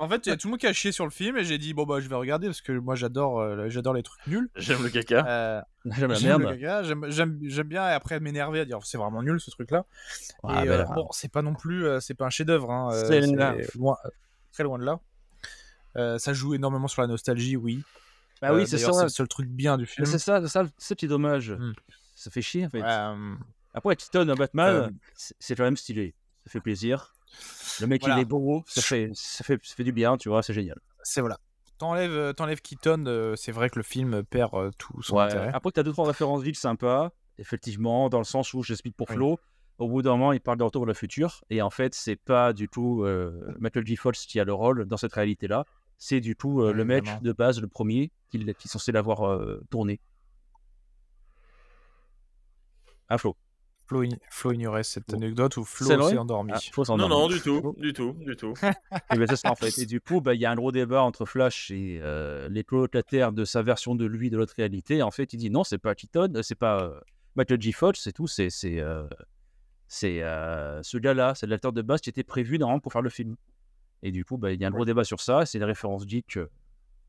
Speaker 5: en fait, il y a tout le monde qui a chié sur le film et j'ai dit bon bah je vais regarder parce que moi j'adore, euh, j'adore les trucs nuls.
Speaker 7: J'aime le caca.
Speaker 5: Euh,
Speaker 6: J'aime la
Speaker 5: j'aime le
Speaker 6: merde.
Speaker 5: gaga, j'aime- j'aime j'aime bien et après m'énerver à dire c'est vraiment nul ce truc là.
Speaker 6: Ah,
Speaker 5: et
Speaker 6: bah,
Speaker 5: euh,
Speaker 6: là.
Speaker 5: bon, c'est pas non plus, euh, c'est pas un chef-d'œuvre. hein, euh,
Speaker 6: C'est là.
Speaker 5: loin- euh, très loin de là. Euh, ça joue énormément sur la nostalgie, oui.
Speaker 6: Bah oui,
Speaker 5: Euh,
Speaker 6: c'est
Speaker 5: d'ailleurs, Mmh.
Speaker 6: ça.
Speaker 5: le seul truc bien du film.
Speaker 6: Mais C'est ça, c'est ça, ce petit dommage.
Speaker 5: Hmm.
Speaker 6: Ça fait chier, en fait.
Speaker 5: Euh,
Speaker 6: Après, Titan en Batman,
Speaker 5: Euh,
Speaker 6: c'est- c'est quand même stylé. Ça fait plaisir. Le mec,
Speaker 5: Voilà.
Speaker 6: il est beau. Ça fait, ça, fait, ça fait du bien, tu vois, c'est génial.
Speaker 5: c'est voilà. T'enlèves, euh, t'enlèves Keaton, euh, c'est vrai que le film perd euh, tout son
Speaker 6: Ouais.
Speaker 5: intérêt.
Speaker 6: Après, t'as deux, trois références villes sympas, effectivement, dans le sens où j'explique pour
Speaker 5: Oui.
Speaker 6: Flo. Au bout d'un moment, il parle de retour vers le futur. Et en fait, c'est pas du tout euh, Michael G. Fox qui a le rôle dans cette réalité-là. C'est du tout euh,
Speaker 5: Ouais,
Speaker 6: le mec
Speaker 5: évidemment.
Speaker 6: de base, le premier, qui, l'a- qui est censé l'avoir euh, tourné. Ah, Flo.
Speaker 5: Flo, ign- Flo ignorait cette
Speaker 6: Bon.
Speaker 5: anecdote où Flo
Speaker 6: C'est vrai
Speaker 5: s'est endormi.
Speaker 6: Ah, Flo s'en
Speaker 7: Non,
Speaker 6: endormit.
Speaker 7: non, du tout, du tout, du tout.
Speaker 6: Et ben, c'est ça, en fait. Et du coup, bah, il y a un gros débat entre Flash et euh, les colocataires de sa version de lui de l'autre réalité. En fait, il dit non, c'est pas Keaton, euh, c'est pas euh, Michael G. Fox, c'est tout, c'est c'est euh, c'est, euh, ce gars-là, c'est l'acteur de base qui était prévu normalement pour faire le film. Et du coup, bah, il y a un gros débat sur ça. C'est des références geek euh,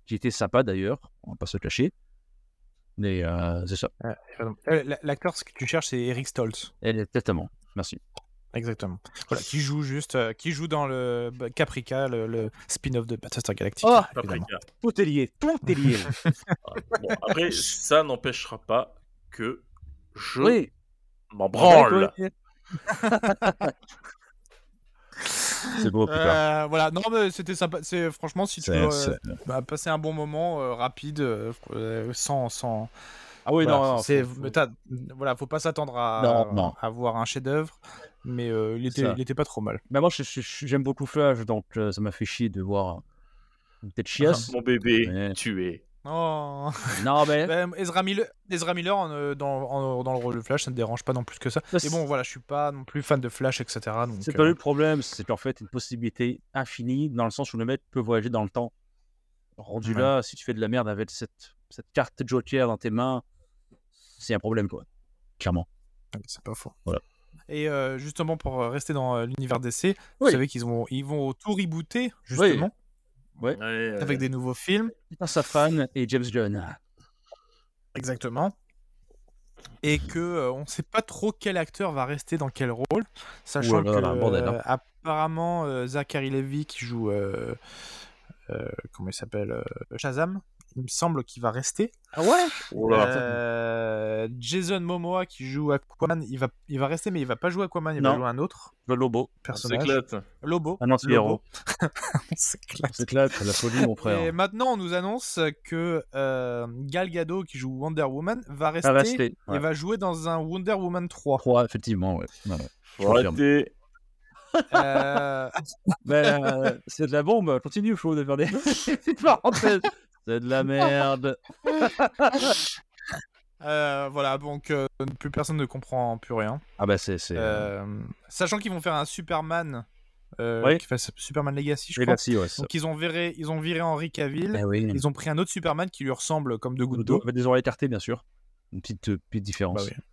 Speaker 6: qui étaient sympas d'ailleurs, on va pas se le cacher. Mais euh, c'est ça.
Speaker 5: Pardon. Euh, la- L'acteur ce que tu cherches, c'est Eric Stoltz.
Speaker 6: Elle est totalement. Merci.
Speaker 5: Exactement. Voilà, qui joue juste, euh, qui joue dans le bah, Caprica, le, le spin-off de Battlestar Galactica.
Speaker 6: Oh,
Speaker 5: évidemment.
Speaker 7: Paprika.
Speaker 6: Tout est lié, tout est lié.
Speaker 7: Ah, bon, après, ça n'empêchera pas que je
Speaker 6: oui.
Speaker 7: m'en branle.
Speaker 6: C'est beau, putain.
Speaker 5: Euh, voilà, non, mais c'était sympa. C'est franchement, si tu
Speaker 1: C'est-
Speaker 5: veux euh,
Speaker 1: c'est-
Speaker 5: bah, passer un bon moment euh, rapide, euh, euh, sans, sans.
Speaker 6: Ah oui,
Speaker 5: voilà,
Speaker 6: non, non,
Speaker 5: c'est,
Speaker 6: faut- faut-
Speaker 5: mais t'as- voilà, faut pas s'attendre à,
Speaker 6: Non, non.
Speaker 5: à voir un chef-d'œuvre, mais euh, il était,
Speaker 6: Ça.
Speaker 5: il était pas trop mal.
Speaker 6: Bah moi, je- je- je- j'aime beaucoup Flash, donc euh, ça m'a fait chier de voir euh, une tête chiasse.
Speaker 7: Mon bébé,
Speaker 6: Ouais.
Speaker 7: tu es.
Speaker 5: Oh.
Speaker 6: euh, non, mais
Speaker 5: Ben, Ezra Miller, Ezra Miller en, euh, dans, en- dans le rôle de Flash, ça ne dérange pas non plus que ça.
Speaker 6: Ça,
Speaker 5: Et bon, voilà, je suis pas non plus fan de Flash, etc. Donc,
Speaker 6: c'est
Speaker 5: euh,
Speaker 6: pas le problème, c'est qu'en fait, une possibilité infinie, dans le sens où le mec peut voyager dans le temps. Rendu
Speaker 5: Ouais.
Speaker 6: là, si tu fais de la merde avec cette, cette carte Joker dans tes mains, c'est un problème, quoi. Clairement.
Speaker 5: C'est pas faux.
Speaker 6: Voilà.
Speaker 5: Et euh, justement, pour euh, rester dans euh, l'univers DC, vous
Speaker 6: Oui.
Speaker 5: savez qu'ils vont, ils vont tout rebooter, justement,
Speaker 7: Ouais, euh,
Speaker 5: avec des nouveaux films.
Speaker 6: Putain, Safran et James Gunn.
Speaker 5: Exactement. Et que euh, on ne sait pas trop quel acteur va rester dans quel rôle, sachant
Speaker 6: Ouh là
Speaker 5: que
Speaker 6: là, bordel, hein.
Speaker 5: euh, apparemment euh, Zachary Levy qui joue euh, euh, comment il s'appelle euh, Shazam, il me semble qu'il va rester.
Speaker 6: Ah ouais
Speaker 7: oh là là.
Speaker 5: Euh, Jason Momoa qui joue Aquaman, il va, il va rester mais il va pas jouer Aquaman, il va
Speaker 6: Non.
Speaker 5: jouer un autre
Speaker 6: Le Lobo.
Speaker 7: on
Speaker 5: personnage.
Speaker 7: s'éclate.
Speaker 5: Lobo.
Speaker 6: Un anti-héros.
Speaker 5: Lobo. On s'éclate.
Speaker 6: C'est clair, c'est la folie, mon
Speaker 5: Et
Speaker 6: frère.
Speaker 5: maintenant, on nous annonce que euh, Gal Gadot, qui joue Wonder Woman, va rester,
Speaker 6: Ça va rester.
Speaker 5: et va jouer dans un Wonder Woman 3.
Speaker 6: Trois, effectivement, ouais. Ouais, ouais. Je
Speaker 7: Faut
Speaker 6: confirme.
Speaker 7: arrêter.
Speaker 5: Euh,
Speaker 6: Mais euh, c'est de la bombe, continue Flo de faire des petites parenthèses. C'est de la merde.
Speaker 5: euh, voilà, donc euh, plus personne ne comprend plus rien.
Speaker 6: Ah bah c'est... c'est euh,
Speaker 5: Euh, sachant qu'ils vont faire un Superman, euh,
Speaker 6: Oui.
Speaker 5: qui fait Superman Legacy, je crois.
Speaker 6: Legacy, ouais. ça.
Speaker 5: Donc ils ont, viré, ils ont viré Henry Cavill,
Speaker 6: Eh oui.
Speaker 5: ils ont pris un autre Superman qui lui ressemble comme deux gouttes d'eau.
Speaker 6: Avec des oreilles écartées, bien sûr. Une petite, euh, petite différence.
Speaker 5: Bah oui.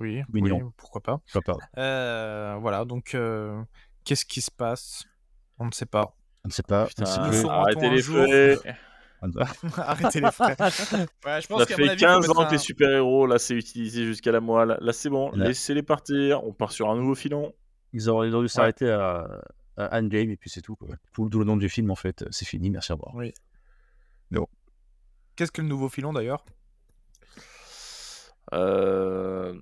Speaker 5: Oui,
Speaker 6: Mignon.
Speaker 5: oui, pourquoi pas.
Speaker 6: Je vois pas.
Speaker 5: Euh, voilà, donc euh, qu'est-ce qui se passe On ne sait pas.
Speaker 6: On ne sait pas.
Speaker 7: Putain,
Speaker 5: si nous serons
Speaker 7: arrêtez
Speaker 5: un
Speaker 7: les
Speaker 5: jour-
Speaker 7: feux.
Speaker 5: Arrêtez les frères. Ouais, je pense
Speaker 7: Ça
Speaker 5: qu'à mon
Speaker 7: fait
Speaker 5: avis, faut
Speaker 7: 15 ans
Speaker 5: mettre
Speaker 7: que les super-héros, là, c'est utilisé jusqu'à la moelle. Là, c'est bon,
Speaker 6: Ouais.
Speaker 7: laissez-les partir. On part sur un nouveau filon.
Speaker 6: Ils auraient ils auraient dû s'arrêter à, à Endgame et puis c'est tout. quoi. D'où d'où le nom du film en fait. C'est fini, merci à revoir.
Speaker 5: Oui. un- Qu'est-ce que le nouveau filon d'ailleurs
Speaker 7: Euh,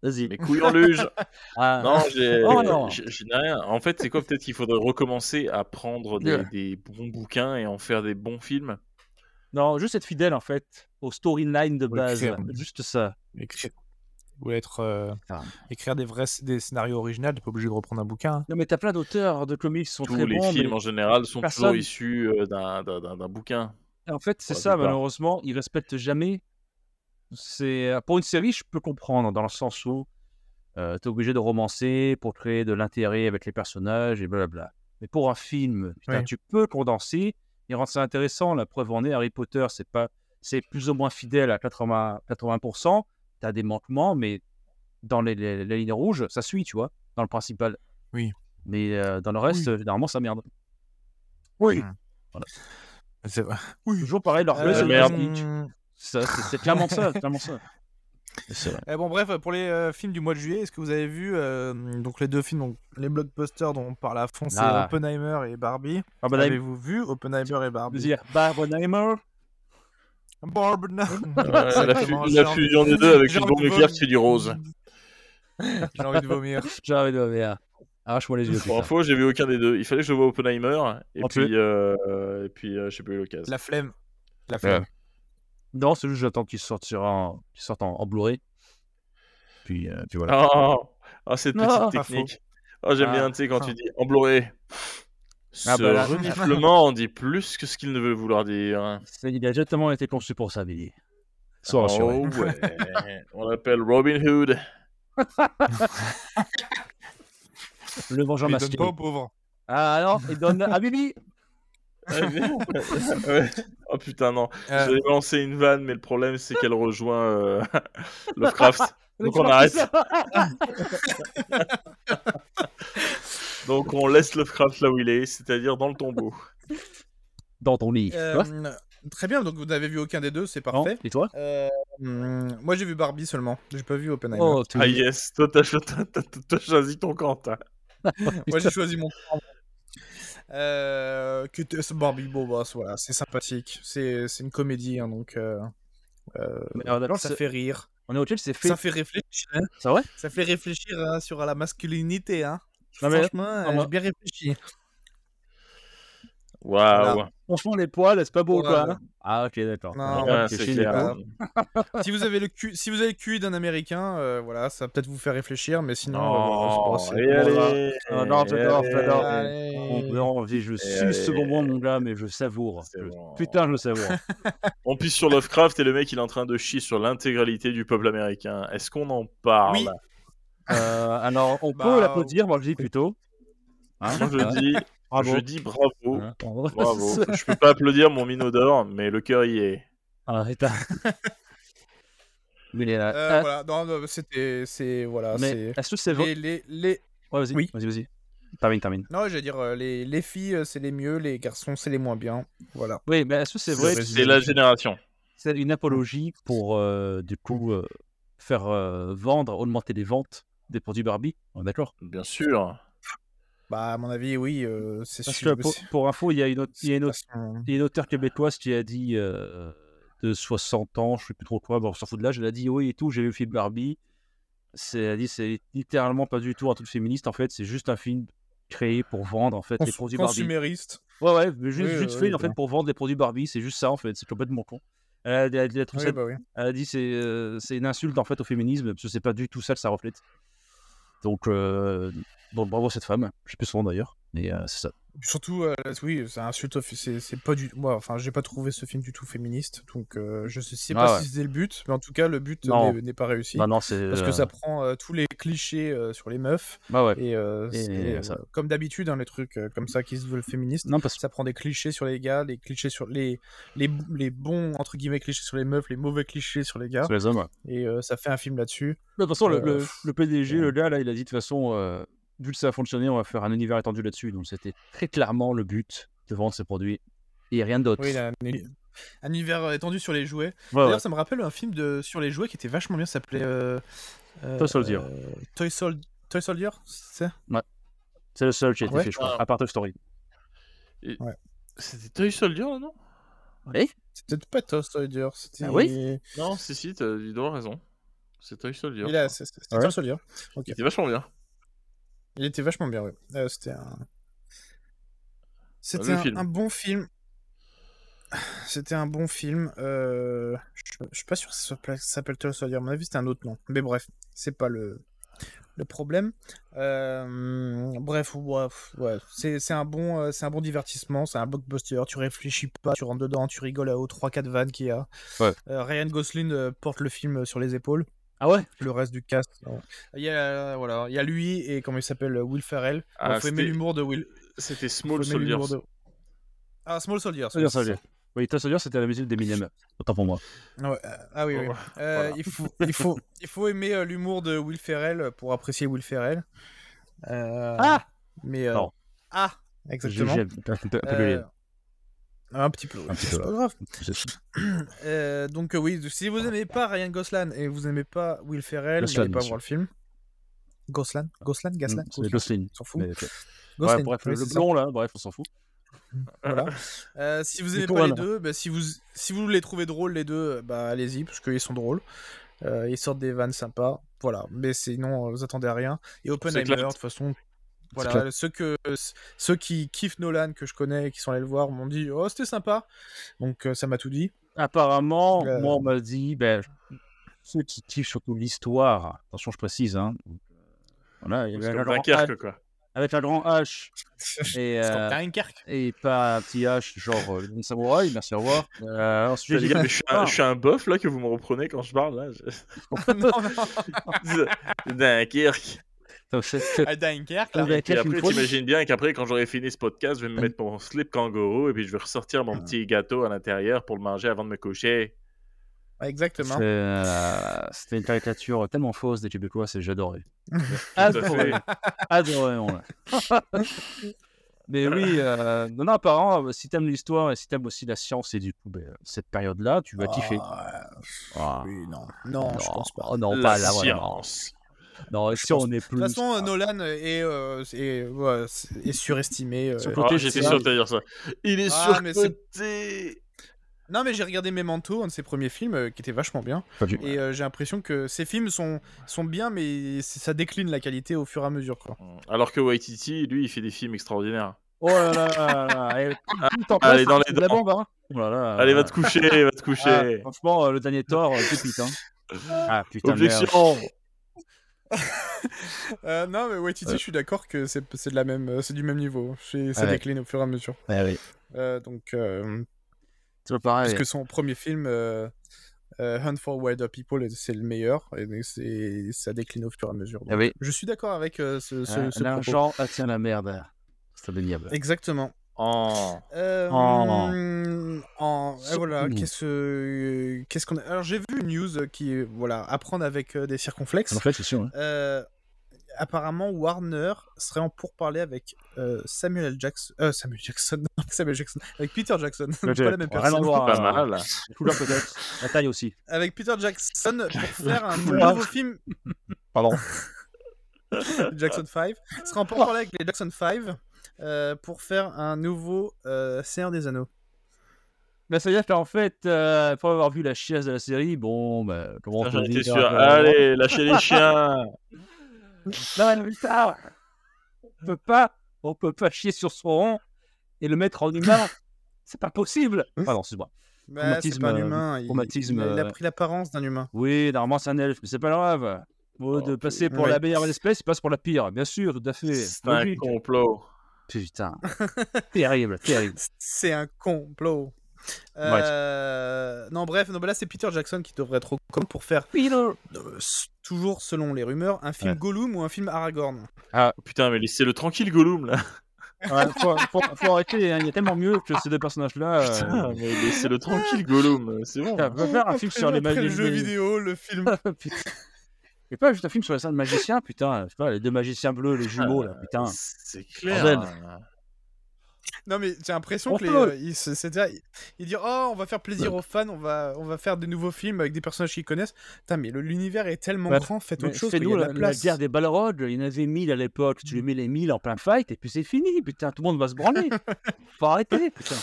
Speaker 6: Vas-y.
Speaker 7: Mais couilles en luge
Speaker 6: Ah,
Speaker 7: Non, j'ai
Speaker 6: Oh, non.
Speaker 7: j'ai- j'ai rien. En fait, c'est quoi Peut-être qu'il faudrait recommencer à prendre des,
Speaker 6: Yeah.
Speaker 7: des bons bouquins et en faire des bons films.
Speaker 6: non, juste être fidèle en fait au storyline de
Speaker 5: Ouais,
Speaker 6: base.
Speaker 5: clair.
Speaker 6: Juste ça.
Speaker 5: Écrire. Vous voulez être, euh,
Speaker 6: Ah.
Speaker 5: écrire des vrais sc- des scénarios originaux, t'es pas obligé de reprendre un bouquin. hein.
Speaker 6: Non, mais t'as plein d'auteurs de comics qui sont
Speaker 7: Tous
Speaker 6: très
Speaker 7: les
Speaker 6: bons.
Speaker 7: films
Speaker 6: mais-
Speaker 7: en général sont toujours
Speaker 6: personne-
Speaker 7: issus euh, d'un- d'un d'un- d'un bouquin.
Speaker 6: Et En fait, c'est
Speaker 7: Pour la
Speaker 6: ça,
Speaker 7: plupart.
Speaker 6: malheureusement, ils respectent jamais. C'est euh, pour une série, je peux comprendre dans le sens où tu es obligé de romancer pour créer de l'intérêt avec les personnages et blablabla. Mais pour un film, putain,
Speaker 5: Oui.
Speaker 6: tu peux condenser et rendre ça intéressant. La preuve en est, Harry Potter, c'est pas, c'est plus ou moins fidèle à 80, 80%. Tu as des manquements, mais dans les, les- les lignes rouges, ça suit, tu vois, dans le principal.
Speaker 5: Oui.
Speaker 6: Mais euh, dans le reste, euh, généralement, ça merde.
Speaker 5: Oui.
Speaker 6: Voilà.
Speaker 5: C'est vrai.
Speaker 6: Toujours pareil, leur
Speaker 7: Euh,
Speaker 6: c'est
Speaker 7: merde.
Speaker 5: hmm.
Speaker 6: merdique. Ça, c'est c'est clairement ça, c'est clairement ça.
Speaker 5: Eh bon, bref, pour les euh, films du mois de juillet, est-ce que vous avez vu euh, donc les deux films, donc, les blockbusters dont on parle à fond, c'est
Speaker 6: Ah.
Speaker 5: Oppenheimer et Barbie.
Speaker 6: Ah bah,
Speaker 5: Avez-vous vu Oppenheimer et Barbie
Speaker 6: dire Barbenheimer.
Speaker 5: Barb, non.
Speaker 7: Ouais, la, fu-
Speaker 5: Exactement,
Speaker 7: la
Speaker 5: j'ai envie-
Speaker 7: fusion des deux avec
Speaker 5: j'ai
Speaker 7: une
Speaker 5: envie
Speaker 7: bombe
Speaker 5: de
Speaker 7: nucléaire
Speaker 5: vom-
Speaker 7: qui fait du rose.
Speaker 5: J'ai envie de vomir.
Speaker 6: J'ai envie de merde. Arrache-moi les yeux.
Speaker 7: Pour
Speaker 6: putain.
Speaker 7: info, j'ai vu aucun des deux. Il fallait que je voie Oppenheimer et
Speaker 6: En
Speaker 7: puis,
Speaker 6: plus.
Speaker 7: euh, euh, et puis euh, j'ai pas eu l'occasion.
Speaker 5: La flemme. La flemme.
Speaker 6: Non, c'est juste j'attends qu'il sorte, sur un... qu'il sorte en, en Blu-ray. Puis, euh, puis voilà.
Speaker 7: Oh, oh, cette petite
Speaker 5: pas
Speaker 6: Non,
Speaker 7: technique. Oh, j'aime
Speaker 6: Ah.
Speaker 7: bien, tu sais, quand
Speaker 5: Ah.
Speaker 7: tu dis embloré. Ce
Speaker 6: Ah bah là.
Speaker 7: reniflement en dit plus que ce qu'il ne veut vouloir dire.
Speaker 6: C'est- Il a exactement été conçu pour ça, Billy. Sois rassuré.
Speaker 7: Oh ouais. On l'appelle Robin Hood.
Speaker 6: Le vengeur
Speaker 5: Mais donne
Speaker 6: masqué.
Speaker 5: pas aux pauvres.
Speaker 6: Ah non, il donne à Billy.
Speaker 7: Ouais. oh putain, non.
Speaker 6: Ah.
Speaker 5: Euh,
Speaker 7: J'allais lancer une vanne, mais le problème, c'est qu'elle rejoint euh, Lovecraft. Donc on arrête. Donc on laisse Lovecraft là où il est, c'est-à-dire dans le tombeau.
Speaker 6: Dans ton lit.
Speaker 5: euh, très bien, donc vous n'avez vu aucun des deux, c'est
Speaker 6: Non,
Speaker 5: parfait.
Speaker 6: Et toi
Speaker 5: Euh, hum, moi j'ai vu Barbie seulement, j'ai pas vu Oppenheimer.
Speaker 6: Oh, tu
Speaker 7: Ah yes, toi t'as cho- t'as- t'as- t'as choisi ton camp. toi.
Speaker 5: Moi, j'ai choisi mon camp. Euh, que t- ce Barbie bon, bah, voilà, c'est sympathique. C'est c'est une comédie, hein, donc euh, euh,
Speaker 6: Mais alors, d'accord,
Speaker 5: ça
Speaker 6: c'est-
Speaker 5: fait rire.
Speaker 6: On est au chill, c'est fait.
Speaker 5: Ça fait réfléchir. hein.
Speaker 6: Ça ouais
Speaker 5: Ça fait réfléchir hein, sur la masculinité. Hein.
Speaker 6: Non, mais-
Speaker 5: Franchement, euh,
Speaker 6: moi-
Speaker 5: j'ai bien réfléchi.
Speaker 7: Waouh.
Speaker 5: Voilà.
Speaker 6: Franchement, les poils, c'est pas beau,
Speaker 5: Ouais,
Speaker 6: quoi.
Speaker 5: ouais.
Speaker 6: Ah, ok, d'accord.
Speaker 5: Non,
Speaker 6: Ah,
Speaker 7: Ouais,
Speaker 6: ok,
Speaker 7: c'est
Speaker 6: chez
Speaker 7: clair.
Speaker 6: Nico.
Speaker 5: Nicolas. si vous avez le cul, si vous avez le QI d'un Américain, euh, voilà, ça va peut-être vous faire réfléchir, mais sinon.
Speaker 7: Oh,
Speaker 5: euh,
Speaker 7: et
Speaker 5: voilà, c'est-
Speaker 7: allez,
Speaker 6: Ah, non,
Speaker 7: et
Speaker 6: j'adore,
Speaker 7: allez.
Speaker 6: j'adore.
Speaker 5: Allez.
Speaker 6: On verra, je- je suis
Speaker 7: allez.
Speaker 6: le second mois, mon gars, mais je savoure.
Speaker 7: C'est
Speaker 6: Je-
Speaker 7: bon.
Speaker 6: Putain, je le savoure.
Speaker 7: On pisse sur Lovecraft et le mec il est en train de chier sur l'intégralité du peuple américain. Est-ce qu'on en parle
Speaker 5: Oui.
Speaker 6: Euh, alors, on
Speaker 5: Bah,
Speaker 6: peut l'applaudir, moi je dis plutôt. Hein,
Speaker 7: Moi
Speaker 6: hein,
Speaker 7: je dis,
Speaker 6: bravo.
Speaker 7: je dis bravo.
Speaker 6: Hein, bravo.
Speaker 7: Bravo. je peux pas applaudir mon minot d'or, mais le cœur y est.
Speaker 6: Ah, et t'as- Oui, il est là.
Speaker 5: Euh,
Speaker 6: Ah,
Speaker 5: voilà, non, non, c'était, c'est voilà,
Speaker 6: mais est-ce que c'est
Speaker 5: Ah, c'est les,
Speaker 6: vrai
Speaker 5: les, les-
Speaker 6: Ouais, vas-y,
Speaker 5: Oui.
Speaker 6: vas-y, vas-y. Termine, termine.
Speaker 5: Non, j'allais dire euh, les, les filles, euh, c'est les mieux, les garçons, c'est les moins bien. Voilà.
Speaker 6: Oui, mais est-ce que c'est
Speaker 5: C'est
Speaker 6: vrai
Speaker 5: vrai.
Speaker 6: que
Speaker 7: C'est la génération.
Speaker 6: c'est une apologie pour, euh, du coup, euh, faire euh, vendre, augmenter les ventes des produits Barbie On est d'accord
Speaker 7: Bien sûr.
Speaker 5: Bah, à mon avis, oui, euh, c'est
Speaker 6: Parce
Speaker 5: sûr.
Speaker 6: que pour, pour info, il y a une autre, il y a une autre
Speaker 5: façon-
Speaker 6: Il y a une auteure québécoise qui a dit euh, de 60 ans, je sais plus trop quoi, bon, on s'en fout de l'âge, elle a dit oui et tout, j'ai vu le film Barbie. C'est- Elle a dit c'est littéralement pas du tout un truc féministe, en fait, c'est juste un film créé pour vendre en fait les
Speaker 5: Cons-
Speaker 6: produits Barbie.
Speaker 5: consumériste.
Speaker 6: Ouais, ouais, mais juste,
Speaker 5: Oui,
Speaker 6: juste
Speaker 5: oui,
Speaker 6: fait
Speaker 5: oui,
Speaker 6: en fait
Speaker 5: bah.
Speaker 6: pour vendre les produits Barbie, c'est juste ça en fait, c'est complètement con. Elle a, elle a- elle a trouvé
Speaker 5: Oui,
Speaker 6: ça-
Speaker 5: bah oui.
Speaker 6: elle a dit c'est euh, c'est une insulte en fait au féminisme, parce que c'est pas du tout ça que ça reflète. Donc, euh, donc bravo à cette femme, je sais plus son nom d'ailleurs, mais euh, c'est ça.
Speaker 5: Surtout, euh, oui, c'est un insulte. au- C'est, c'est pas du. Moi, enfin, j'ai pas trouvé ce film du tout féministe, donc euh, je sais, sais
Speaker 6: Ah
Speaker 5: pas
Speaker 6: ouais.
Speaker 5: si c'était le but, mais en tout cas, le but
Speaker 6: Non.
Speaker 5: n'est, n'est pas réussi.
Speaker 6: Non, non, c'est.
Speaker 5: Parce que
Speaker 6: euh,
Speaker 5: ça prend euh, tous les clichés euh, sur les meufs
Speaker 6: bah ouais.
Speaker 5: et, euh,
Speaker 6: Et
Speaker 5: c'est,
Speaker 6: ça.
Speaker 5: euh, comme d'habitude hein, les trucs euh, comme ça qui se veulent féministes.
Speaker 6: Non, parce
Speaker 5: ça prend des clichés sur les gars, les clichés sur les, les, les bons entre guillemets clichés sur les meufs, les mauvais clichés sur les gars,
Speaker 6: sur les hommes, ouais.
Speaker 5: et euh, ça fait un film là-dessus.
Speaker 6: De toute façon, le,
Speaker 5: Euh,
Speaker 6: le- le PDG,
Speaker 5: ouais.
Speaker 6: le gars, là, il a dit de toute façon, euh, vu que ça a fonctionné, on va faire un univers étendu là-dessus. Donc, c'était très clairement le but de vendre ces produits et rien d'autre.
Speaker 5: Oui, il a un, un univers euh, étendu sur les jouets.
Speaker 6: Ah Ouais, ouais.
Speaker 5: D'ailleurs, ça me rappelle un film de sur les jouets qui était vachement bien, ça s'appelait euh, euh,
Speaker 6: Toy Soldier.
Speaker 5: euh, Toy, Sol- Toy Soldier, c'est ça
Speaker 6: C'est le seul qui a été
Speaker 5: ah Ouais.
Speaker 6: fait, je crois, à part Toy Story.
Speaker 7: C'était Toy Soldier, non
Speaker 6: Oui
Speaker 5: C'était pas Toy Soldier, c'était.
Speaker 6: Ah oui
Speaker 7: Non, si, si, t'as- il doit avoir raison. C'est Toy Soldier.
Speaker 5: Il a, c'est, c'est- c'est
Speaker 9: Ouais.
Speaker 5: Tom Sawyer.
Speaker 7: Il était vachement bien.
Speaker 5: Il était vachement bien, ouais. Euh, c'était un. C'était
Speaker 7: le
Speaker 5: un,
Speaker 7: film.
Speaker 5: un bon film. C'était un bon film. euh, Je je suis pas sûr que ça soit pla- ça s'appelle Toy Soldier. À mon avis, c'était un autre nom. Mais bref, c'est pas le, le problème. Euh, Bref, bref, ouais. c'est c'est un, bon, euh, c'est un bon divertissement. C'est un blockbuster. Tu réfléchis pas, tu rentres dedans, tu rigoles aux 3-4 vannes qu'il y a.
Speaker 6: Ouais.
Speaker 5: Euh, Ryan Gosling euh, porte le film sur les épaules
Speaker 6: Ah ouais
Speaker 5: le reste du cast. Il y a, voilà, il y a lui et comment il s'appelle euh, Will Ferrell.
Speaker 7: Ah,
Speaker 5: il faut aimer
Speaker 7: c'était-
Speaker 5: l'humour de Will.
Speaker 7: C'était
Speaker 5: faut
Speaker 7: Small
Speaker 5: aimer
Speaker 7: Soldiers.
Speaker 5: l'humour de- Ah, Small Soldier.
Speaker 6: Toy Soldier. Oui, Toy Soldier, c'était la musique d'Eminem. Autant pour moi.
Speaker 5: ah oui, oui.
Speaker 7: Oh,
Speaker 5: Euh,
Speaker 7: voilà.
Speaker 5: il, faut, il, faut, il faut aimer euh, l'humour de Will Ferrell pour apprécier Will Ferrell. Euh,
Speaker 6: Ah
Speaker 5: mais, euh,
Speaker 6: Pardon.
Speaker 5: Ah Exactement.
Speaker 6: J'ai- j'ai un peu- un peu de
Speaker 5: Euh,
Speaker 6: lien.
Speaker 5: Un petit peu, oui.
Speaker 6: Un petit peu,
Speaker 5: c'est
Speaker 6: ouais.
Speaker 5: pas grave.
Speaker 6: C'est-
Speaker 5: Euh, donc euh, oui, si vous aimez pas Ryan Goslan et vous aimez pas Will Ferrell,
Speaker 6: Goslan,
Speaker 5: n'allez pas
Speaker 6: bien Mm,
Speaker 5: voir le film. Goslan, Goslan, Gaslan,
Speaker 6: C'est Gosling.
Speaker 5: on s'en fout.
Speaker 6: Mais, ok.
Speaker 5: Gosling,
Speaker 6: Ouais, bref,
Speaker 5: oui,
Speaker 6: le
Speaker 5: c'est ça.
Speaker 6: blond là, bref, on s'en fout.
Speaker 5: Voilà. Euh, si vous aimez
Speaker 6: Nico
Speaker 5: pas les
Speaker 6: Anna.
Speaker 5: deux, bah, si, vous, si vous les trouvez drôles les deux, euh, bah allez-y, parce qu'ils sont drôles. Euh, ils sortent des vannes sympas. Voilà, mais sinon, euh, vous attendez à rien. Et Oppenheimer, de
Speaker 7: s'éclate.
Speaker 5: toute façon. Voilà,
Speaker 6: s'éclate.
Speaker 5: ceux, que, ceux qui kiffent Nolan, que je connais, qui sont allés le voir, m'ont dit Oh, c'était sympa. Donc, euh, ça m'a tout dit.
Speaker 6: Apparemment,
Speaker 5: Euh.
Speaker 6: moi, on m'a dit, ben, ceux qui kiffent surtout l'histoire, attention, je précise, hein. Voilà, il y avait
Speaker 7: C'est
Speaker 6: un
Speaker 7: comme
Speaker 6: grand
Speaker 7: Dunkerque,
Speaker 6: H-
Speaker 7: quoi.
Speaker 6: avec un grand H
Speaker 5: C'est
Speaker 6: et,
Speaker 5: comme
Speaker 6: euh,
Speaker 5: Dunkerque.
Speaker 6: et pas un petit H, genre euh, le Bon Samouraï, merci, au revoir. Euh, ensuite,
Speaker 7: Je,
Speaker 6: j'ai dit,
Speaker 7: je, suis un, je suis un bof là que vous me reprenez quand je parle là.
Speaker 5: Non, non,
Speaker 7: Je... Dunkerque.
Speaker 6: Donc, c'est- c'est-
Speaker 5: à Dunkerque, là.
Speaker 6: Ah, mais
Speaker 7: Et
Speaker 6: quel film
Speaker 7: après,
Speaker 6: drôle.
Speaker 7: t'imagines bien qu'après, quand j'aurai fini ce podcast, je vais me mettre mon slip kangourou et puis je vais ressortir
Speaker 6: Ah.
Speaker 7: mon petit gâteau à l'intérieur pour le manger avant de me coucher.
Speaker 5: Exactement.
Speaker 6: C'est, euh, C'était une caricature tellement fausse des Québécois, c'est j'adorais.
Speaker 7: à
Speaker 6: adoré, adoré, on l'a. Mais oui, euh, non, non, apparemment, euh, si t'aimes l'histoire et si t'aimes aussi la science et du coup, ben, cette période-là, tu vas kiffer.
Speaker 5: Ah,
Speaker 6: Ah.
Speaker 5: oui, non. non, je pense pas.
Speaker 6: Oh non,
Speaker 7: La
Speaker 6: pas là, ouais, non.
Speaker 7: science.
Speaker 6: Non, si on est plus. Ah,
Speaker 5: De toute façon, euh, Nolan est, euh, est, ouais, c'est- est surestimé. euh,
Speaker 6: Son
Speaker 7: Ah,
Speaker 6: Côté
Speaker 7: J'étais
Speaker 6: science.
Speaker 7: sûr de te dire ça. Il est
Speaker 5: Ah, mais c'est-
Speaker 7: surcoté.
Speaker 5: Non, mais j'ai regardé Memento, un de ses premiers films, euh, qui était vachement bien.
Speaker 6: Pas du-
Speaker 5: Et euh, j'ai l'impression que ces films sont, sont bien, mais c'est- ça décline la qualité au fur et à mesure. Quoi.
Speaker 7: Alors que Waititi, lui, il fait des films extraordinaires.
Speaker 6: Oh là là là là, elle est tout en place,
Speaker 7: allez, dans
Speaker 6: hein,
Speaker 7: les
Speaker 6: de la
Speaker 7: dents.
Speaker 6: bombe, hein. Oh là là,
Speaker 7: Allez,
Speaker 6: là.
Speaker 7: va te coucher, va te
Speaker 6: Ah,
Speaker 7: coucher.
Speaker 6: franchement, euh, le dernier tort, euh, pépite. Hein. Ah putain, merde.
Speaker 7: Objection.
Speaker 5: Euh, non, mais Waititi, je suis d'accord que c'est c'est de la même, euh, c'est du même niveau. C'est- Ça
Speaker 6: Ouais. Ah,
Speaker 5: décline au fur et à mesure.
Speaker 6: Eh
Speaker 1: Ouais, ouais.
Speaker 5: Euh, donc, euh,
Speaker 6: C'est pas pareil.
Speaker 5: parce que son premier film, euh, euh, Hunt for Wilder People, est- c'est le meilleur. Et c'est- ça décline au fur et à mesure. Donc,
Speaker 6: Ah oui.
Speaker 5: Je suis d'accord avec euh, ce, ce,
Speaker 6: Ah,
Speaker 5: ce propos.
Speaker 6: L'argent attire la merde. C'est indéniable.
Speaker 5: Exactement.
Speaker 6: Ah.
Speaker 7: Oh.
Speaker 5: Euh,
Speaker 6: En-
Speaker 5: mm, en- euh, voilà,
Speaker 6: Surtout.
Speaker 5: qu'est-ce euh, qu'est-ce qu'on a Alors j'ai vu une news euh, qui euh, voilà, apprendre avec euh, des circonflexes.
Speaker 6: En fait, c'est sûr. hein.
Speaker 5: Euh, apparemment Warner serait en pourparler avec euh, Samuel L. Jackson, euh, Samuel Jackson, non, Samuel Jackson, avec Peter Jackson,
Speaker 6: Ok,
Speaker 5: pas la même
Speaker 6: rien à
Speaker 5: personne.
Speaker 6: voir.
Speaker 7: Pas
Speaker 6: Ah.
Speaker 7: mal.
Speaker 6: La couleur peut-être. La taille aussi.
Speaker 5: Avec Peter Jackson pour faire un
Speaker 6: Couleur.
Speaker 5: nouveau film
Speaker 6: Pardon.
Speaker 5: Jackson 5 serait en pourparler avec les Jackson 5 euh, pour faire un nouveau euh, Seigneur des Anneaux.
Speaker 6: Mais Bah, ça veut dire qu'en fait, euh, après avoir vu la chiasse de la série, bon, bah, comment on
Speaker 7: J'en
Speaker 6: peut
Speaker 7: étais
Speaker 6: dire euh,
Speaker 7: sûr.
Speaker 6: que-
Speaker 7: Allez, lâchez les chiens.
Speaker 6: Non, mais putain, on peut pas, on peut pas chier sur son rang et le mettre en humain. C'est pas possible. Pardon, excuse-moi.
Speaker 5: Bah, c'est pas un
Speaker 6: Traumatisme, euh,
Speaker 5: humain, il-
Speaker 6: traumatisme,
Speaker 5: il- il a
Speaker 6: euh,
Speaker 5: pris l'apparence d'un humain.
Speaker 6: Oui, normalement c'est un elfe, mais c'est pas grave. Au lieu de passer pour
Speaker 5: ouais.
Speaker 6: la meilleure espèce, il passe pour la pire. Bien sûr, tout à fait.
Speaker 7: C'est un
Speaker 6: Logique.
Speaker 7: complot.
Speaker 6: Putain. terrible, terrible.
Speaker 5: C'est un complot. Euh, Non, bref, non, mais là c'est Peter Jackson qui devrait être au com pour faire,
Speaker 6: Peter.
Speaker 5: euh, s- toujours selon les rumeurs, un film
Speaker 6: Ouais.
Speaker 5: Gollum ou un film Aragorn.
Speaker 7: Oh, Putain, mais laissez-le tranquille, Gollum, là.
Speaker 6: Ouais, faut, faut, faut arrêter, hein. il y a tellement mieux que ces deux personnages-là. euh,
Speaker 7: Putain, mais laissez-le tranquille, Gollum. C'est bon.
Speaker 6: putain, va faire un film sur les Ah.
Speaker 5: Après
Speaker 6: magies.
Speaker 5: le jeu vidéo, le film.
Speaker 6: Putain. Et pas juste un film sur les scènes de magiciens, putain. Je sais pas, les deux magiciens bleus, les jumeaux, là, putain.
Speaker 7: C'est clair.
Speaker 6: Bordel.
Speaker 5: Non, mais j'ai l'impression
Speaker 6: On
Speaker 5: que les,
Speaker 6: peut.
Speaker 5: euh, ils, se- c'est déjà- ils- ils disent Oh, on va faire plaisir aux fans, on va, on va faire des nouveaux films avec des personnages qu'ils connaissent. Putain, mais le- l'univers est tellement
Speaker 6: Ouais.
Speaker 5: grand, faites
Speaker 6: Mais
Speaker 5: autre chose.
Speaker 6: Fais-nous
Speaker 5: il y a de
Speaker 6: la,
Speaker 5: la
Speaker 6: la
Speaker 5: place.
Speaker 6: guerre des Balrogs, il y en avait 1000 à l'époque, tu lui mets les 1000 en plein fight et puis c'est fini, putain, tout le monde va se branler. Faut arrêter, putain.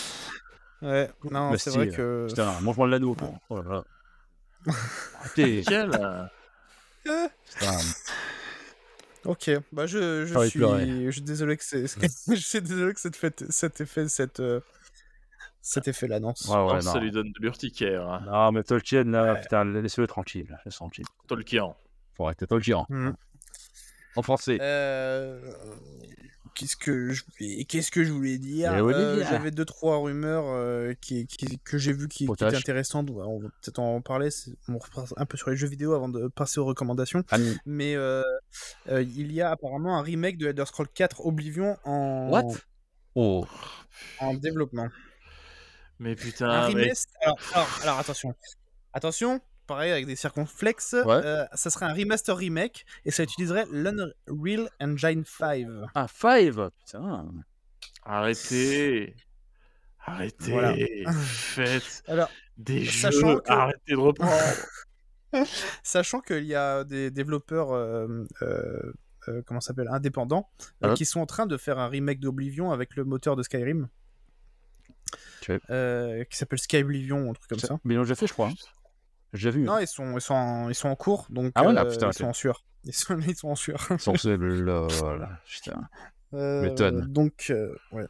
Speaker 5: Ouais, non,
Speaker 6: Bah,
Speaker 5: c'est
Speaker 6: si,
Speaker 5: vrai que.
Speaker 6: euh, Putain, mange-moi de l'anneau. quoi. Oh là là. Arrêtez.
Speaker 7: Nickel.
Speaker 6: Putain.
Speaker 5: Ok, bah je, je
Speaker 6: J'aurais
Speaker 5: suis,
Speaker 6: pleuré.
Speaker 5: je suis désolé que c'est, je suis désolé que cette fête, cet effet, cette, euh, cet effet l'annonce.
Speaker 6: Ouais, ouais,
Speaker 7: Oh, ça
Speaker 6: non.
Speaker 7: lui donne de l'urticaire. hein.
Speaker 6: Non, mais Tolkien, là, putain, laissez-le tranquille. Laissez-le tranquille.
Speaker 7: Tolkien.
Speaker 6: Faut arrêter Tolkien. hein.
Speaker 5: Mhm.
Speaker 6: En français.
Speaker 5: Euh, qu'est-ce que je, voulais- qu'est-ce que je voulais dire
Speaker 6: Eh, Olivier.
Speaker 5: Euh, J'avais deux trois rumeurs euh, qui, qui- que j'ai vues qui, qui étaient
Speaker 6: Potache.
Speaker 5: intéressantes. Ouais, On va peut-être en parler. c'est- On repasse un peu sur les jeux vidéo avant de passer aux recommandations.
Speaker 6: Ami.
Speaker 5: Mais euh, euh, il y a apparemment un remake de Elder Scrolls 4 Oblivion en,
Speaker 6: What Oh.
Speaker 5: en développement.
Speaker 7: Mais
Speaker 5: Un
Speaker 6: Ah,
Speaker 7: putain, mais
Speaker 5: remaster- Alors, alors- alors, attention. Attention, pareil avec des circonflexes, euh, ça serait un remaster remake et ça utiliserait l'Unreal Engine 5.
Speaker 6: Ah, Five Putain.
Speaker 7: arrêtez. Arrêtez.
Speaker 5: Voilà.
Speaker 7: Faites
Speaker 5: Alors,
Speaker 7: des
Speaker 5: sachant
Speaker 7: jeux.
Speaker 5: que-
Speaker 7: Arrêtez de reprendre.
Speaker 5: Sachant qu'il y a des développeurs euh, euh, euh, comment ça s'appelle indépendants euh,
Speaker 6: Ah.
Speaker 5: qui sont en train de faire un remake d'Oblivion avec le moteur de Skyrim.
Speaker 6: Ok.
Speaker 5: Euh, qui s'appelle Skyblivion, un truc comme ça.
Speaker 6: Mais ils l'ont déjà fait, je crois. hein. J'ai déjà vu.
Speaker 5: Non, ils sont, ils sont, en, ils sont en cours, donc
Speaker 6: Ah ouais, ah,
Speaker 5: euh,
Speaker 6: putain,
Speaker 5: ils
Speaker 6: ok.
Speaker 5: sont en sueur. Ils sont, ils sont en sueur.
Speaker 6: Sans ce lol. Putain.
Speaker 5: Euh,
Speaker 6: M'étonne.
Speaker 5: Donc, euh, ouais.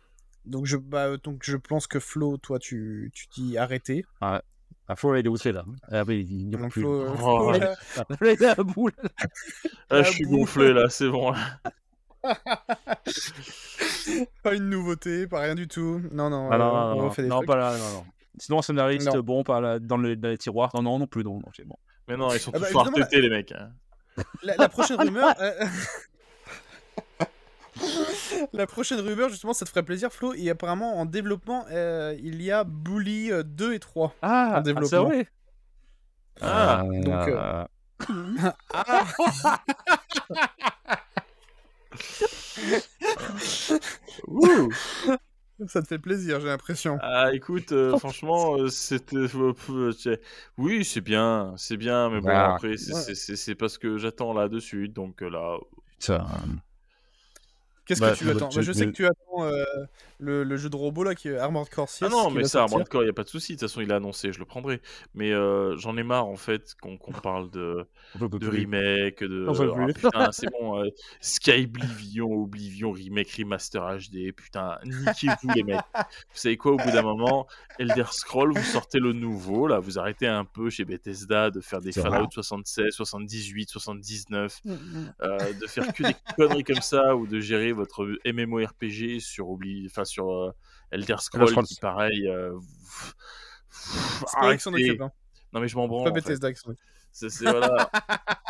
Speaker 5: Donc je, bah, euh, donc, je pense que Flo, toi, tu, tu dis arrêter.
Speaker 6: Ah, Flo, là, il est outré, là. Ah, oui, il n'y a
Speaker 5: Donc,
Speaker 6: plus.
Speaker 5: Flo, euh,
Speaker 7: Oh,
Speaker 5: Flo,
Speaker 7: ouais.
Speaker 5: là,
Speaker 6: Ah, Flo, il est à bout, là.
Speaker 7: Ah, je suis
Speaker 5: bouffe.
Speaker 7: gonflé là, c'est bon.
Speaker 5: pas une nouveauté, pas rien du tout. Non, non,
Speaker 6: Ah,
Speaker 5: euh,
Speaker 6: non,
Speaker 5: on
Speaker 6: non, non,
Speaker 5: refait
Speaker 6: non,
Speaker 5: des
Speaker 6: non
Speaker 5: trucs.
Speaker 6: pas là, non, non. Sinon, scénariste,
Speaker 5: Non.
Speaker 6: bon, pas là, dans, le- dans les tiroirs. Non, non, non plus, non, non, c'est bon.
Speaker 7: Mais non, ils sont
Speaker 5: Ah bah,
Speaker 7: tous en
Speaker 5: évidemment,
Speaker 7: RTT, les mecs. hein.
Speaker 5: La, la prochaine rumeur... euh, la prochaine rumeur, justement, ça te ferait plaisir, Flo. Et apparemment, en développement, euh, il y a Bully euh, 2 et 3.
Speaker 6: Ah,
Speaker 5: développement.
Speaker 6: ah, c'est vrai.
Speaker 7: Ah,
Speaker 5: donc,
Speaker 6: euh,
Speaker 5: Ça te fait plaisir, j'ai l'impression.
Speaker 7: Ah, écoute, euh, franchement, euh, c'était. euh, pff, euh, c'est- Oui, c'est bien, c'est bien, mais bon,
Speaker 6: Bah,
Speaker 7: après, c'est-
Speaker 5: ouais.
Speaker 7: c'est- c'est c'est parce que j'attends là-dessus, donc euh, là.
Speaker 6: putain.
Speaker 5: Qu'est-ce
Speaker 6: Bah,
Speaker 5: que tu attends
Speaker 6: tu-
Speaker 5: Bah, Je sais
Speaker 6: mais-
Speaker 5: que tu attends euh, le, le jeu de robot, là, qui est Armored Core 6.
Speaker 7: Ah non,
Speaker 5: qui
Speaker 7: mais
Speaker 5: va
Speaker 7: ça,
Speaker 5: sortir.
Speaker 7: Armored Core, il n'y a pas de souci, de toute façon, il a annoncé, je le prendrai. Mais euh, j'en ai marre, en fait, qu'on qu'on parle de,
Speaker 6: On peut- peut
Speaker 7: de
Speaker 6: plus.
Speaker 7: remake, de.
Speaker 6: On peut
Speaker 7: Ah,
Speaker 6: plus.
Speaker 7: putain, c'est bon, euh, Sky Oblivion, Oblivion, remake, remaster HD, putain, niquez-vous, les mecs. Vous savez quoi, au bout d'un moment, Elder Scroll, vous sortez le nouveau, là, vous arrêtez un peu chez Bethesda de faire des
Speaker 6: C'est Mm,
Speaker 7: Fallout 76, 78, 79, euh, de faire que des conneries comme ça, ou de gérer votre MMORPG sur, Obli... enfin, sur euh, Elder Scroll,
Speaker 6: Scrolls.
Speaker 7: qui pareil... euh, pff, pff,
Speaker 5: C'est pas eux qui s'en
Speaker 7: arrêtez.
Speaker 5: occupent, hein.
Speaker 7: Non mais je m'en branle.
Speaker 5: Pas
Speaker 7: en fait.
Speaker 5: Bethesda qui s'en occupe.
Speaker 7: C'est- c'est- voilà.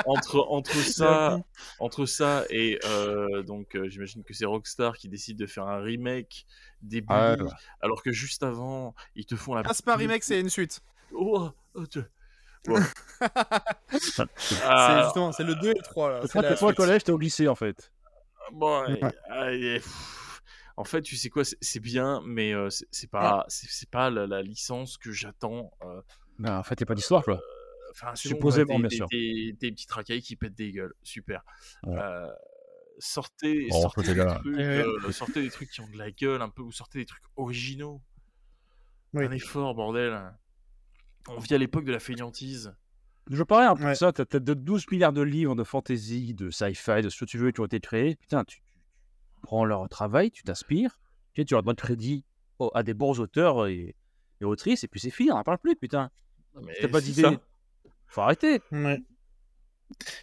Speaker 7: entre, entre, ça, entre ça et euh, donc euh, j'imagine que c'est Rockstar qui décide de faire un remake des Bully,
Speaker 6: Ah, ouais.
Speaker 7: alors que juste avant ils te font la.
Speaker 5: bah. Ah, c'est pas un remake, c'est une suite.
Speaker 7: Oh, oh, tu- oh.
Speaker 5: C'est
Speaker 7: Ah,
Speaker 5: justement, c'est le 2 et le 3 là.
Speaker 6: Toi,
Speaker 5: C'est la
Speaker 6: t'es- toi, au
Speaker 5: suite.
Speaker 6: collège, t'es au lycée, en fait.
Speaker 7: bon, et- ah, et- pff. en fait, tu sais quoi, c'est- c'est bien, mais euh, c'est c'est pas,
Speaker 5: Ah.
Speaker 7: c'est c'est pas la, la licence que j'attends. euh,
Speaker 6: Non, en fait, t'es pas d'histoire, quoi.
Speaker 7: Enfin, c'est
Speaker 6: Supposément,
Speaker 7: bon,
Speaker 6: bien
Speaker 7: des, des-
Speaker 6: sûr.
Speaker 7: Des, des petits racailles qui pètent des gueules. Super.
Speaker 6: Voilà.
Speaker 7: Euh, sortez,
Speaker 6: Bon,
Speaker 7: sortez,
Speaker 6: côté
Speaker 7: des
Speaker 6: gars.
Speaker 7: trucs,
Speaker 5: Ouais.
Speaker 7: euh, sortez des trucs qui ont de la gueule un peu, ou sortez des trucs originaux.
Speaker 5: Oui.
Speaker 7: Un effort, bordel. On vit à l'époque de la fainéantise.
Speaker 6: Je parlais un peu de
Speaker 5: Ouais.
Speaker 6: ça. T'as t'as de 12 milliards de livres de fantasy, de sci-fi, de ce que tu veux qui ont été créés. Putain, tu, tu prends leur travail, tu t'inspires. Tu sais, tu leur donnes crédit au- à des bons auteurs et, et autrices, et puis c'est fini, on n'en parle plus, putain. T'as pas d'idée. Faut arrêter.
Speaker 5: Ouais.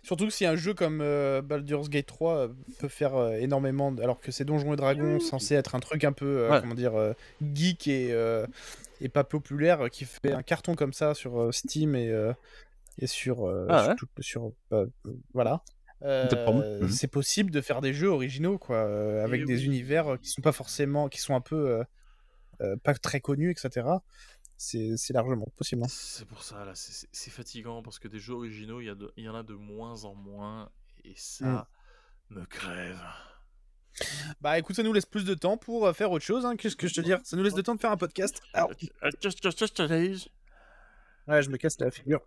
Speaker 5: Surtout que si un jeu comme euh, Baldur's Gate 3 euh, peut faire euh, énormément, de- alors que c'est Donjons et Dragons censé être un truc un peu, euh,
Speaker 6: Ouais.
Speaker 5: comment dire, euh, geek et, euh, et pas populaire, euh, qui fait un carton comme ça sur euh, Steam et, euh, et sur, euh,
Speaker 6: Ah
Speaker 5: sur
Speaker 6: ouais.
Speaker 5: tout- sur, euh, euh, voilà. Euh,
Speaker 6: Peut-être pour moi. Mhm.
Speaker 5: c'est possible de faire des jeux originaux quoi, euh, avec
Speaker 7: Eh
Speaker 5: des
Speaker 7: oui.
Speaker 5: univers euh, qui sont pas forcément, qui sont un peu euh, euh, pas très connus, etc. C'est c'est largement possible. hein.
Speaker 7: C'est pour ça, là, c'est- c'est c'est fatigant parce que des jeux originaux, il y, a de- il y en a de moins en moins, et ça me crève.
Speaker 5: Bah écoute, ça nous laisse plus de temps pour euh, faire autre chose. Hein. Qu'est-ce que je te dire Ça nous laisse de temps de faire un podcast. Ah,
Speaker 7: Qu'est-ce que c'est, Thalys
Speaker 5: ouais, je me casse la figure.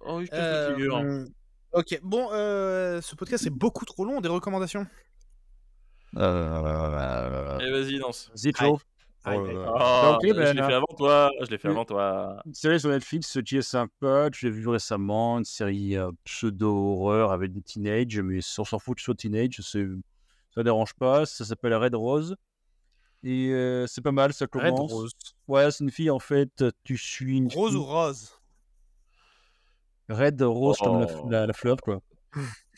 Speaker 7: Oh, oui, je casse la
Speaker 5: Euh,
Speaker 7: figure.
Speaker 5: ok, bon, euh, ce podcast est beaucoup trop long. Des recommandations
Speaker 1: Euh,
Speaker 7: Allez, vas-y, danse.
Speaker 6: Zitro.
Speaker 5: Aïe, aïe.
Speaker 9: là là.
Speaker 7: Oh,
Speaker 6: ok,
Speaker 7: je
Speaker 6: ben,
Speaker 7: l'ai
Speaker 6: hein.
Speaker 7: fait avant toi, je l'ai fait
Speaker 6: Oui.
Speaker 7: avant toi.
Speaker 6: Une série sur Netflix, euh, GS5 Coach, j'ai vu récemment une série euh, pseudo-horreur avec des teenage, mais on s'en fout que ce soit teenage, c'est- ça dérange pas. Ça s'appelle Red Rose. Et euh, c'est pas mal, ça
Speaker 5: Red
Speaker 6: commence.
Speaker 5: Rose.
Speaker 6: Ouais, c'est une fille en fait, tu suis une.
Speaker 5: Rose
Speaker 6: fille-
Speaker 5: ou rose
Speaker 6: Red Rose comme la,
Speaker 7: Oh.
Speaker 6: la, la fleuve, quoi.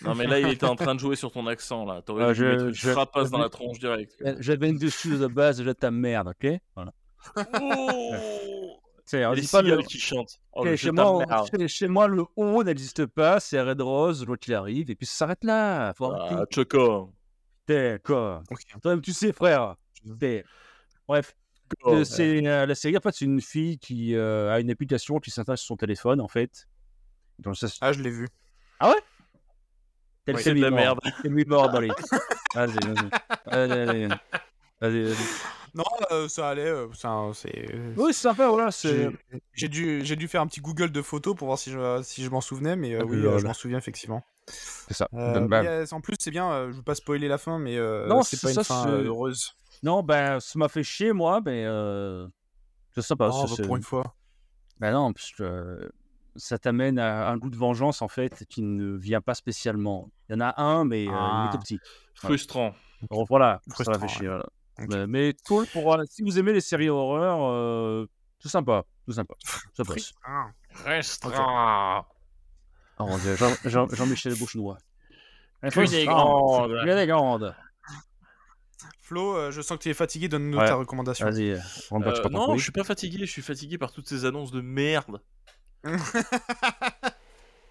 Speaker 7: Non, mais là, il était en train de jouer sur ton accent, là. T'aurais
Speaker 6: Ah,
Speaker 7: dû
Speaker 6: je-
Speaker 7: mettre une
Speaker 6: je-
Speaker 7: frappasse dans
Speaker 6: je-
Speaker 7: la tronche direct.
Speaker 6: Euh, J'avais une dessus de base, déjà ta merde, ok Voilà.
Speaker 7: Oh
Speaker 6: C'est, on
Speaker 7: Les
Speaker 6: dit pas le-
Speaker 7: cigales qui chantent. Oh,
Speaker 6: Ok,
Speaker 7: le
Speaker 6: chez,
Speaker 7: je t'emmerde.
Speaker 6: moi, chez, chez moi, le on n'existe pas, c'est Red Rose, l'autre il arrive, et puis ça s'arrête là. Faut arrêter.
Speaker 7: Ah, Choco.
Speaker 6: T'es quoi
Speaker 5: Ok.
Speaker 6: Toi-même, tu sais, frère. T'es- Bref,
Speaker 7: Choco.
Speaker 6: Euh, c'est euh, la série. En fait, c'est une fille qui euh, a une application qui s'installe sur son téléphone, en fait. Donc, ça,
Speaker 5: Ah, je l'ai vu.
Speaker 6: Tel
Speaker 7: Oui, c'est de la merde.
Speaker 6: lui mort dans les. Vas-y, vas-y. Vas-y, vas-y. Vas-y, vas-y.
Speaker 5: Non, euh, ça allait. euh, ça, euh, c'est. euh,
Speaker 6: Oui, c'est sympa, voilà. C'est...
Speaker 5: j'ai- J'ai dû, j'ai dû faire un petit Google de photos pour voir si je, si je m'en souvenais, mais euh,
Speaker 6: Ah,
Speaker 5: oui,
Speaker 6: lol.
Speaker 5: euh, je m'en souviens effectivement.
Speaker 6: c'est ça.
Speaker 5: Euh,
Speaker 6: Donc,
Speaker 5: mais,
Speaker 6: bah,
Speaker 5: euh, en plus, c'est bien, euh, je veux pas spoiler la fin, mais euh,
Speaker 6: Non,
Speaker 5: c'est
Speaker 6: c'est
Speaker 5: pas une
Speaker 6: ça,
Speaker 5: fin
Speaker 6: c'est-
Speaker 5: euh, heureuse.
Speaker 6: Non, ben, ça m'a fait chier, moi, mais. Euh... C'est sympa.
Speaker 5: Oh,
Speaker 6: c'est-
Speaker 5: bah,
Speaker 6: c'est-
Speaker 5: pour une fois.
Speaker 6: Ben non, parce que euh, ça t'amène à un goût de vengeance, en fait, qui ne vient pas spécialement. Il y en a un, mais euh,
Speaker 5: Ah.
Speaker 6: il est tout petit.
Speaker 7: Frustrant.
Speaker 6: Alors, voilà, ça
Speaker 5: Frustrant,
Speaker 6: m'a fait chier. voilà.
Speaker 5: Ok.
Speaker 6: Mais, mais cool pour. voilà, si vous aimez les séries horreurs, euh, tout sympa. Tout sympa. Ça passe.
Speaker 5: Ah.
Speaker 7: Frustrant.
Speaker 6: Oh, mon Dieu, Jean- Jean- Jean-Michel Bouchenois. Oh,
Speaker 7: Cunégonde.
Speaker 6: Cunégonde.
Speaker 5: Flo, euh, je sens que tu es fatigué, donne-nous
Speaker 6: Ouais.
Speaker 5: ta recommandation.
Speaker 6: Vas-y, rentre
Speaker 7: Euh, non, je suis pas fatigué, je suis fatigué par toutes ces annonces de merde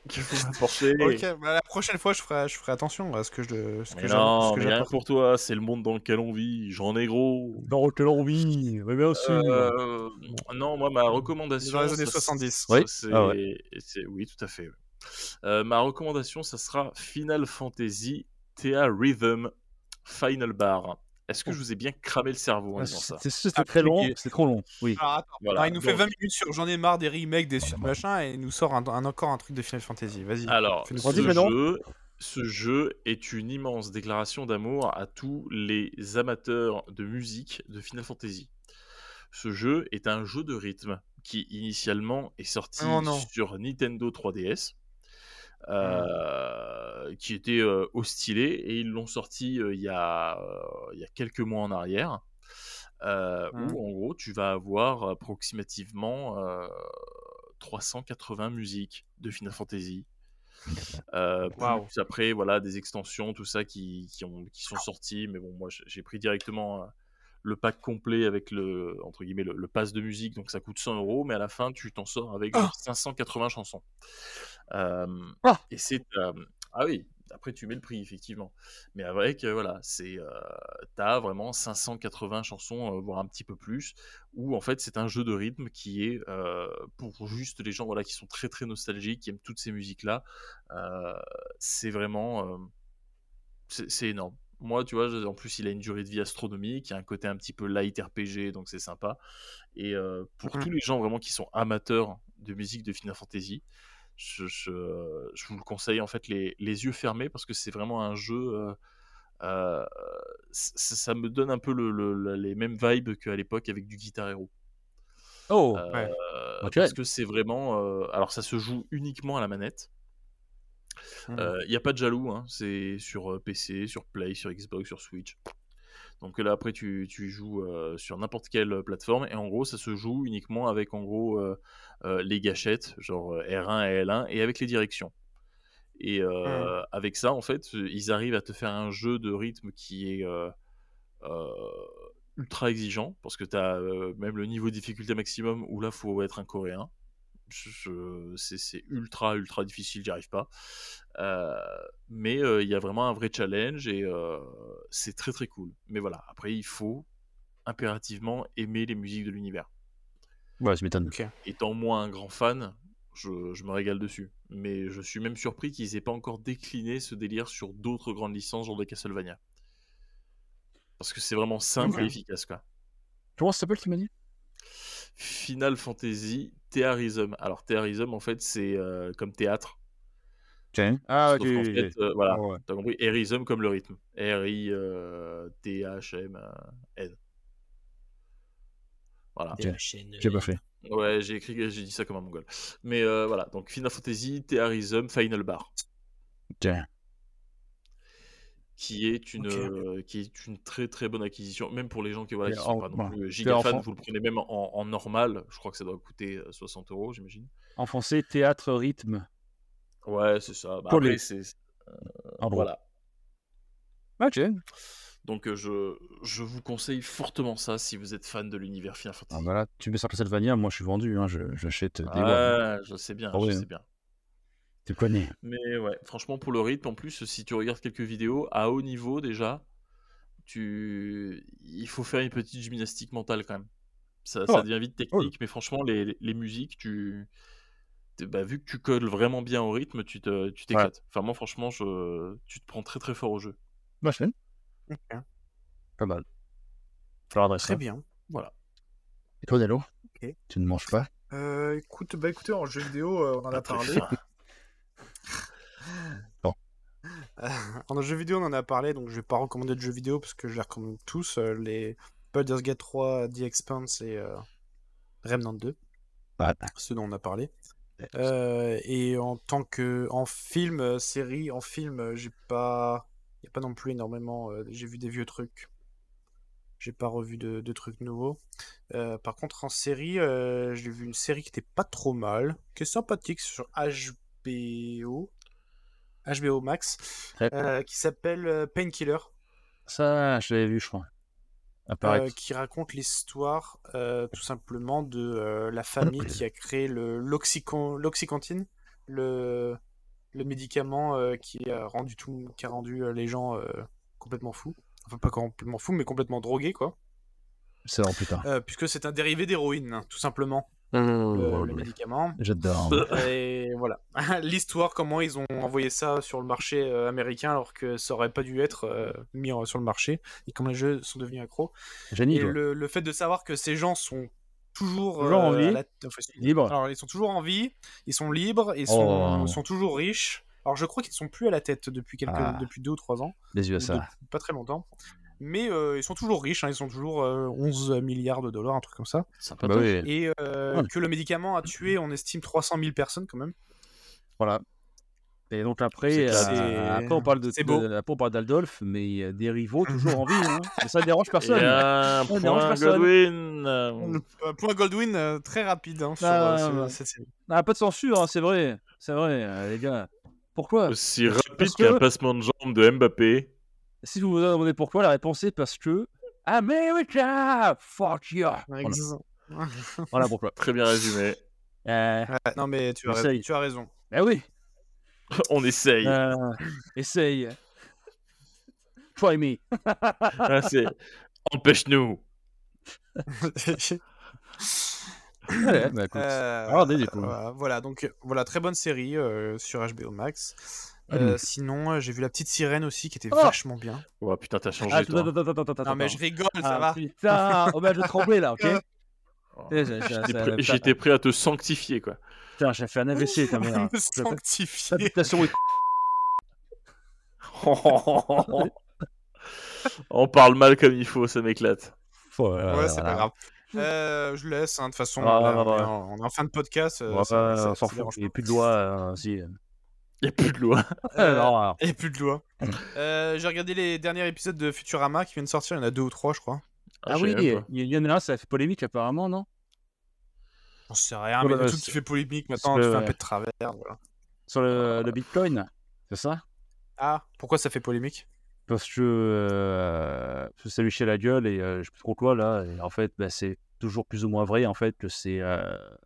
Speaker 7: qu'il faut m'apporter.
Speaker 5: Ok, bah, la prochaine fois, je ferai, je ferai attention à ce que je. Ce que
Speaker 7: Mais
Speaker 5: j'a-
Speaker 7: non,
Speaker 5: ce que
Speaker 7: mais rien
Speaker 5: j'apporte.
Speaker 7: que pour toi, c'est le monde dans lequel on vit, j'en ai gros.
Speaker 6: Dans quelle envie Mais bien sûr.
Speaker 7: Euh, non, moi, ma recommandation.
Speaker 5: Dans les années
Speaker 7: ça-
Speaker 5: 70.
Speaker 7: ça,
Speaker 6: Oui.
Speaker 7: c'est-
Speaker 6: Ah
Speaker 7: c'est- oui, tout à fait. ouais. Euh, ma recommandation, ça sera Final Fantasy Thea Rhythm Final Bar. Est-ce que je vous ai bien cramé le cerveau en
Speaker 6: Oh. Ah,
Speaker 7: disant ça
Speaker 6: c'est- C'est c'est très long,
Speaker 5: Appliqué.
Speaker 6: c'est trop long. Oui.
Speaker 5: Alors, attends,
Speaker 7: Voilà,
Speaker 5: non, il nous fait
Speaker 7: donc-
Speaker 5: 20 minutes sur J'en ai marre des remakes, des suites, machin, et il nous sort un, un- encore un truc de Final Fantasy. Vas-y.
Speaker 7: Alors,
Speaker 5: fais-nous
Speaker 7: ce
Speaker 6: redis,
Speaker 5: plaisir.
Speaker 6: Manon.
Speaker 7: jeu, ce jeu est une immense déclaration d'amour à tous les amateurs de musique de Final Fantasy. Ce jeu est un jeu de rythme qui initialement est sorti
Speaker 5: Oh non.
Speaker 7: sur Nintendo 3DS,
Speaker 5: Hmm.
Speaker 7: euh, qui était euh, au stylet, et ils l'ont sorti euh, il y, a, euh, il y a quelques mois en arrière, euh,
Speaker 5: Mm.
Speaker 7: où en gros tu vas avoir approximativement euh, 380 musiques de Final Fantasy. Euh, plus
Speaker 5: Waouh.
Speaker 7: Après, voilà, des extensions, tout ça qui, qui, ont, qui sont sorties. Mais bon, moi, j- j'ai pris directement euh, le pack complet avec le, entre guillemets, le, le pass de musique. Donc, ça coûte 100 euros. Mais à la fin, tu t'en sors avec genre 580 chansons. Euh,
Speaker 6: Ah.
Speaker 7: Et c'est. euh, ah oui, après, tu mets le prix, effectivement. Mais avec, euh, voilà, c'est. euh, T'as vraiment 580 chansons, euh, voire un petit peu plus où en fait c'est un jeu de rythme qui est euh, pour juste les gens voilà qui sont très très nostalgiques, qui aiment toutes ces musiques là. c'est vraiment euh, c'est c'est énorme. Moi, tu vois, je- en plus, il a une durée de vie astronomique, il y a un côté un petit peu light RPG, donc c'est sympa. Et euh, pour
Speaker 5: Mhm.
Speaker 7: tous les gens vraiment qui sont amateurs de musique de Final Fantasy, je, je- je vous le conseille en fait les, les yeux fermés parce que c'est vraiment un jeu. euh, euh, c- ça, me donne un peu le- le- le- les mêmes vibes qu'à l'époque avec du Guitar Hero.
Speaker 6: Oh,
Speaker 7: Euh,
Speaker 5: Ouais.
Speaker 7: euh,
Speaker 6: Ok.
Speaker 7: Parce que c'est vraiment. euh, alors, ça se joue uniquement à la manette. Il
Speaker 5: Mhm.
Speaker 7: n'y a pas de jaloux, hein. c'est sur euh, PC, sur Play, sur Xbox, sur Switch. Donc euh, là, après, tu, tu y joues euh, sur n'importe quelle euh, plateforme. Et en gros, ça se joue uniquement avec en gros euh, euh, les gâchettes, genre euh, R1 et L1, et avec les directions. Et euh, avec ça, en fait, euh, ils arrivent à te faire un jeu de rythme qui est euh, euh, ultra exigeant, parce que tu as même le niveau de difficulté maximum où là, faut être un Coréen. Je- je- c'est- c'est ultra, ultra difficile, j'y arrive pas. Euh, mais euh, il y a vraiment un vrai challenge et euh, c'est très, très cool. Mais voilà, après, il faut impérativement aimer les musiques de l'univers
Speaker 6: ouais, je m'étonne.
Speaker 7: étant moi un grand fan, je, je me régale dessus. Mais je suis même surpris qu'ils aient pas encore décliné ce délire sur d'autres grandes licences, genre des Castlevania. Parce que c'est vraiment simple
Speaker 5: Ok.
Speaker 7: et efficace, quoi.
Speaker 6: Comment ça s'appelle, tu m'as dit
Speaker 7: Final Fantasy Thearism. Alors, Thearism, en fait, c'est euh, comme théâtre.
Speaker 6: Ah,
Speaker 7: sauf qu'en
Speaker 6: ok.
Speaker 7: fait, euh, voilà,
Speaker 6: Ah ouais.
Speaker 7: t'as compris. Erism euh, comme le rythme. R-I-T-H-M-N. Voilà.
Speaker 6: J'ai-
Speaker 8: de la chaîne.
Speaker 6: J'ai pas fait.
Speaker 7: Ouais, j'ai écrit, j'ai dit ça comme un mongol. Mais euh, voilà, donc Final Fantasy Thearism Final Bar,
Speaker 6: Tiens.
Speaker 7: qui est une,
Speaker 8: Ok.
Speaker 7: euh, qui est une très très bonne acquisition, même pour les gens qui voilà,
Speaker 6: Et
Speaker 7: qui
Speaker 6: en-
Speaker 7: sont pas non
Speaker 6: voilà.
Speaker 7: plus euh,
Speaker 6: en
Speaker 7: giga fans,
Speaker 6: fran-
Speaker 7: vous le prenez même en, en normal. Je crois que ça doit coûter euh, 60 euros, j'imagine.
Speaker 6: En français, théâtre, rythme.
Speaker 7: Ouais, c'est ça. Bah,
Speaker 6: Collé.
Speaker 7: après, c'est
Speaker 6: En gros.
Speaker 7: voilà.
Speaker 6: Ok.
Speaker 7: Donc euh, je, je vous conseille fortement ça si vous êtes fan de l'univers Final
Speaker 6: Ah
Speaker 7: Fantasy.
Speaker 6: bah là, tu mets ça Castlevania, moi je suis vendu, hein, je- j'achète des boîtes.
Speaker 7: Ah, je sais bien,
Speaker 6: Ah ouais,
Speaker 7: je
Speaker 6: hein.
Speaker 7: sais bien.
Speaker 6: Tu connais.
Speaker 7: Mais ouais, franchement, pour le rythme, en plus, si tu regardes quelques vidéos à haut niveau déjà, tu... il faut faire une petite gymnastique mentale quand même. Ça, ça
Speaker 6: ouais.
Speaker 7: devient vite technique,
Speaker 6: Ah, Cool.
Speaker 7: mais franchement, les, les- les musiques, tu... t'es- Bah, vu que tu colles vraiment bien au rythme, tu te- tu t'éclates. Enfin, moi, franchement, je... tu te prends très très fort au jeu.
Speaker 6: Ma chaîne.
Speaker 5: Ok.
Speaker 6: Pas mal. Faudra adresser.
Speaker 5: Très bien.
Speaker 6: Et toi, Nello
Speaker 5: Ok.
Speaker 6: Tu ne manges pas
Speaker 9: Euh, écoute, bah écoutez, en jeu vidéo, euh, on en a
Speaker 7: Très
Speaker 9: parlé.
Speaker 7: fin.
Speaker 5: en jeu vidéo, on en a parlé, donc je vais pas recommander de jeux vidéo parce que je les recommande tous. euh, les Baldur's Gate 3, The Expanse et euh, Remnant 2,
Speaker 1: Voilà.
Speaker 5: ceux dont on a parlé. Euh, et en tant que en film, euh, série, en film, euh, j'ai pas, y a pas non plus énormément. euh, j'ai vu des vieux trucs. J'ai pas revu de, de trucs nouveaux. Euh, par contre, en série, euh, j'ai vu une série qui était pas trop mal, qui est sympathique sur HBO, HBO Max,
Speaker 6: Ouais.
Speaker 5: euh, qui s'appelle euh, Painkiller,
Speaker 6: Ça, je l'avais vu, je crois. Apparaître.
Speaker 5: euh, qui raconte l'histoire euh, tout simplement de euh, la famille qui a créé le l'oxycon- l'oxycontine, le, le médicament euh, qui a rendu tout, qui a rendu euh, les gens euh, complètement fous. Enfin, pas complètement fous, mais complètement drogués, quoi.
Speaker 6: C'est en putain.
Speaker 5: Euh, puisque c'est un dérivé d'héroïne, hein, tout simplement,
Speaker 7: Oh,
Speaker 5: euh, le, le médicament.
Speaker 6: J'adore.
Speaker 5: Et voilà. L'histoire, comment ils ont envoyé ça sur le marché euh, américain alors que ça aurait pas dû être euh, mis en- sur le marché, et comment les jeux sont devenus accros.
Speaker 6: Génie,
Speaker 5: et
Speaker 6: toi.
Speaker 5: le, le fait de savoir que ces gens sont toujours euh,
Speaker 6: Toujours en
Speaker 5: à
Speaker 6: vie,
Speaker 5: la- enfin, ils-
Speaker 6: libre.
Speaker 5: Alors, ils sont toujours en vie, ils sont libres, ils sont,
Speaker 6: Oh.
Speaker 5: sont toujours riches. Alors, je crois qu'ils sont plus à la tête depuis, quelques,
Speaker 1: Ah.
Speaker 5: depuis deux ou trois ans,
Speaker 6: Les Bah
Speaker 5: ou
Speaker 6: USA.
Speaker 5: depuis pas très longtemps. Mais euh, ils sont toujours riches, hein, ils sont toujours euh, 11 milliards de dollars, un truc comme ça.
Speaker 7: Sympa,
Speaker 6: Bah
Speaker 7: toi.
Speaker 6: oui, Ah.
Speaker 5: Et euh,
Speaker 6: Ouais.
Speaker 5: que le médicament a tué, on estime 300 000 personnes quand même.
Speaker 6: voilà. Et donc
Speaker 5: C'est
Speaker 6: après,
Speaker 5: classe.
Speaker 6: euh,
Speaker 5: C'est-
Speaker 6: après on parle de,
Speaker 5: c'est beau.
Speaker 6: de- après, on parle d'Aldolf, mais il y a des rivaux toujours en vie. Hein. Et ça ne dérange personne.
Speaker 7: Et un
Speaker 6: Ça dérange
Speaker 7: point
Speaker 6: personne.
Speaker 7: Godwin.
Speaker 5: Euh, Point Goldwyn, euh, très rapide hein, sur
Speaker 6: Ah,
Speaker 5: euh,
Speaker 6: ouais,
Speaker 5: ce-
Speaker 6: ouais.
Speaker 5: cette série.
Speaker 6: Ah, pas de censure, hein, c'est vrai. C'est vrai, euh, les gars. Pourquoi
Speaker 7: Aussi
Speaker 6: Parce
Speaker 7: rapide
Speaker 6: que-
Speaker 7: qu'un passement de jambe de Mbappé.
Speaker 6: Si vous vous demandez pourquoi, la réponse est parce que. Ah, America! Fuck yeah! Voilà,
Speaker 5: Ex-
Speaker 6: voilà pourquoi.
Speaker 7: Très bien résumé.
Speaker 6: Euh,
Speaker 5: Ouais, non mais tu as,
Speaker 6: Essaye.
Speaker 5: raison, tu as raison.
Speaker 6: bah oui!
Speaker 7: On essaye.
Speaker 6: Euh, essaye! Try me!
Speaker 7: Ah, c'est- Empêche-nous.
Speaker 6: Allez, bah écoute.
Speaker 5: Euh,
Speaker 6: regardez, du coup.
Speaker 5: Voilà, voilà, donc euh, voilà, très bonne série euh, sur HBO Max. Euh, sinon, euh, j'ai vu La Petite Sirène aussi qui était
Speaker 6: Ah, Oh
Speaker 5: vachement bien.
Speaker 7: Oh putain, t'as changé
Speaker 6: Ah,
Speaker 7: toi.
Speaker 6: attends, attends, attends, attends, attends,
Speaker 5: Non mais
Speaker 6: attends.
Speaker 5: je rigole, ça
Speaker 6: Ah,
Speaker 5: va.
Speaker 6: Putain, Oh, hommage de ben, trembler là, ok? Eh, j'ai- j'ai-
Speaker 7: J'étais
Speaker 6: ça-
Speaker 7: prêt-
Speaker 6: ça-
Speaker 7: J'étais prêt à te sanctifier quoi.
Speaker 6: Putain, j'ai fait un AVC ta mère.
Speaker 5: me
Speaker 6: Ah, Je-
Speaker 5: sanctifier.
Speaker 6: Salutation et-
Speaker 7: On parle mal comme il faut, ça m'éclate.
Speaker 5: Ouais,
Speaker 6: Voilà,
Speaker 5: c'est
Speaker 6: Ah, voilà.
Speaker 5: pas grave. Euh, je laisse, hein, de toute façon,
Speaker 6: Ah,
Speaker 5: là,
Speaker 6: ouais,
Speaker 5: on, est
Speaker 6: ouais.
Speaker 5: en, on est en fin de podcast. euh,
Speaker 6: On va
Speaker 5: ça-
Speaker 6: pas-
Speaker 5: ça-
Speaker 6: on s'en
Speaker 5: ça
Speaker 6: fout,
Speaker 5: dérange
Speaker 6: il n'y a
Speaker 5: pas.
Speaker 6: plus de doigts. euh, si. Ah,
Speaker 7: Il a plus de loi.
Speaker 5: Euh,
Speaker 6: Non, Mm. alors,
Speaker 5: Et plus de loi. Euh, j'ai regardé les derniers épisodes de Futurama qui viennent de sortir, il y en a deux ou trois, je crois.
Speaker 6: Ah
Speaker 7: je
Speaker 6: oui,
Speaker 7: savais même pas.
Speaker 6: il y en a un, ça a fait polémique apparemment, non?
Speaker 5: J'en sais rien,
Speaker 6: Ouais,
Speaker 5: mais il y a
Speaker 6: bah,
Speaker 5: tout qui
Speaker 6: c'est-
Speaker 5: fait polémique
Speaker 6: parce
Speaker 5: maintenant, tu
Speaker 6: que-
Speaker 5: fais un peu de travers. voilà.
Speaker 6: Sur le, le Bitcoin, c'est ça?
Speaker 5: Ah, pourquoi ça fait polémique
Speaker 6: Parce que, euh, parce que ça lui chie la gueule et euh, je sais plus trop quoi là. Et en fait, bah, c'est toujours plus ou moins vrai en fait que c'est euh,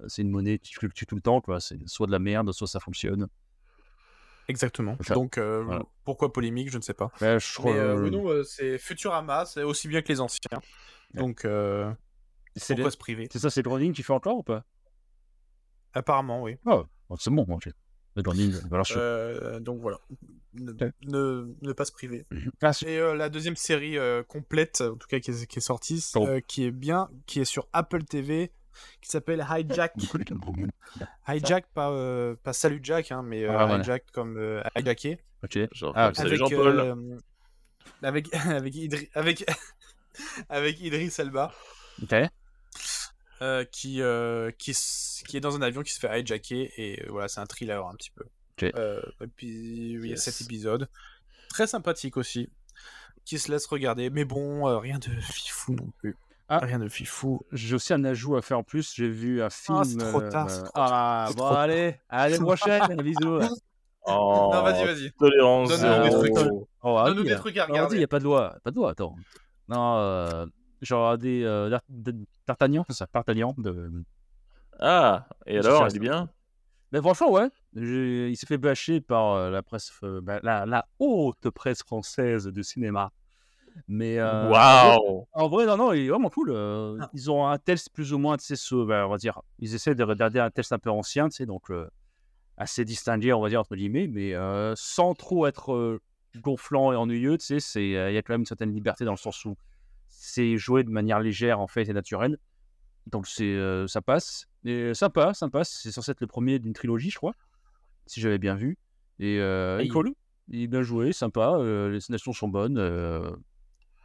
Speaker 6: c'est une monnaie qui fluctue tout le temps, quoi. C'est soit de la merde, soit ça fonctionne.
Speaker 5: Exactement.
Speaker 6: Ça-
Speaker 5: Donc, euh,
Speaker 6: voilà.
Speaker 5: pourquoi polémique, je ne sais pas.
Speaker 6: Ouais, je crois.
Speaker 5: Mais euh, oui,
Speaker 6: euh,
Speaker 5: non, euh, c'est Futurama, c'est aussi bien que les anciens. Donc, euh,
Speaker 6: c'est
Speaker 5: pourquoi
Speaker 6: les-
Speaker 5: se priver
Speaker 6: c'est ça, c'est Browning qui fait encore ou pas?
Speaker 5: Apparemment, oui.
Speaker 6: Oh, bon, c'est bon, ok. Le Browning, voilà, je-
Speaker 5: Euh, donc voilà. Ne,
Speaker 6: Ok.
Speaker 5: ne- ne pas se priver.
Speaker 6: Ah, c'est-
Speaker 5: Et euh, la deuxième série euh, complète, en tout cas qui est, qui est sortie, c'est,
Speaker 6: Oh.
Speaker 5: euh, qui est bien, qui est sur Apple TV, qui s'appelle Hijack. Hijack, pas, euh, pas Salut Jack, hein, mais euh,
Speaker 6: Ah, voilà.
Speaker 5: Hijack comme euh, hijacké.
Speaker 6: ok.
Speaker 7: Genre,
Speaker 6: Ah,
Speaker 7: comme ça,
Speaker 5: avec
Speaker 7: Jean-Paul.
Speaker 5: euh, avec avec Idri- avec avec Idriss Elba
Speaker 6: Ok.
Speaker 5: euh, qui, euh, qui, s- qui est dans un avion qui se fait hijacker. Et euh, voilà, c'est un thriller un petit peu.
Speaker 6: Ok.
Speaker 5: Euh, et puis, il y a
Speaker 7: Yes.
Speaker 5: cet épisode. Très sympathique aussi. Qui se laisse regarder. Mais bon, euh, rien de fifou non plus.
Speaker 6: Ah.
Speaker 5: Rien de fifou.
Speaker 6: J'ai aussi un ajout à faire en plus. J'ai vu un film.
Speaker 5: c'est trop tard,
Speaker 6: euh,
Speaker 5: c'est trop
Speaker 6: Ah,
Speaker 5: c'est
Speaker 6: bon,
Speaker 5: trop
Speaker 6: allez, à la prochaine. bisous.
Speaker 7: Oh,
Speaker 5: non, vas-y, vas-y.
Speaker 7: Tolérance
Speaker 5: Donne-nous
Speaker 6: des
Speaker 7: zéro.
Speaker 6: Ah, Oh, ah
Speaker 5: Donne-nous
Speaker 6: oui,
Speaker 5: des
Speaker 6: hein.
Speaker 5: trucs à
Speaker 6: Alors, on dit, il
Speaker 5: regarder.
Speaker 6: n'y a pas de loi. Pas de loi, attends. Non, euh, j'ai regardé euh, D'Art- D- D'Artagnan, c'est ça, D'Artagnan. De...
Speaker 7: Ah, et
Speaker 6: Je
Speaker 7: alors,
Speaker 6: cherche.
Speaker 7: elle est bien
Speaker 6: Mais franchement, ouais. j'ai- Il s'est fait bâcher par euh, la presse, euh, bah, la, la haute presse française de cinéma. Mais euh,
Speaker 7: Waouh
Speaker 6: en vrai, non, non, il est vraiment cool. euh, Ils ont un test plus ou moins, tu sais, ce, bah, on va dire, ils essaient de regarder un test un peu ancien, tu sais, donc euh, assez distingué, on va dire, entre guillemets, mais euh, sans trop être euh, gonflant et ennuyeux, tu sais, c'est- euh, il y a quand même une certaine liberté dans le sens où c'est joué de manière légère, en fait, et naturelle. Donc, c'est, euh, ça passe. Et sympa, sympa. C'est censé être le premier d'une trilogie, je crois, si j'avais bien vu. Et euh,
Speaker 5: Aïe.
Speaker 6: il est cool. Il est bien joué, sympa. euh, les scénarios sont bonnes. euh,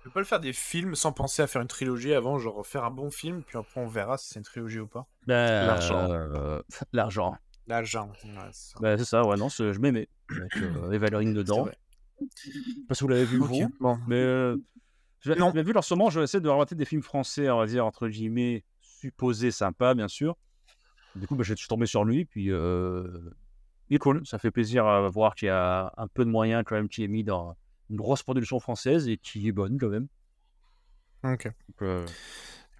Speaker 5: Je peux pas le faire des films sans penser à faire une trilogie avant, genre faire un bon film, puis après on verra si c'est une trilogie ou pas.
Speaker 6: ben,
Speaker 7: L'argent.
Speaker 6: euh, L'argent.
Speaker 5: Là, genre. ouais, c'est ça.
Speaker 6: Bah, c'est ça, ouais, non, c'est- je m'aimais. Avec euh, les Valérines dedans.
Speaker 5: vrai.
Speaker 6: Je sais pas si vous l'avez vu,
Speaker 5: Ok,
Speaker 6: vous,
Speaker 5: bon.
Speaker 6: mais. Euh, je l'ai-
Speaker 5: Non.
Speaker 6: je l'ai vu leur moment, je vais essayer de rater des films français, on va dire, entre guillemets, supposés sympas, bien sûr. Du coup, bah, je suis tombé sur lui, puis. euh, il est cool, ça fait plaisir à voir qu'il y a un peu de moyens, quand même, qui est mis dans une grosse production française et qui est bonne, quand même.
Speaker 5: Ok.
Speaker 6: Donc, euh,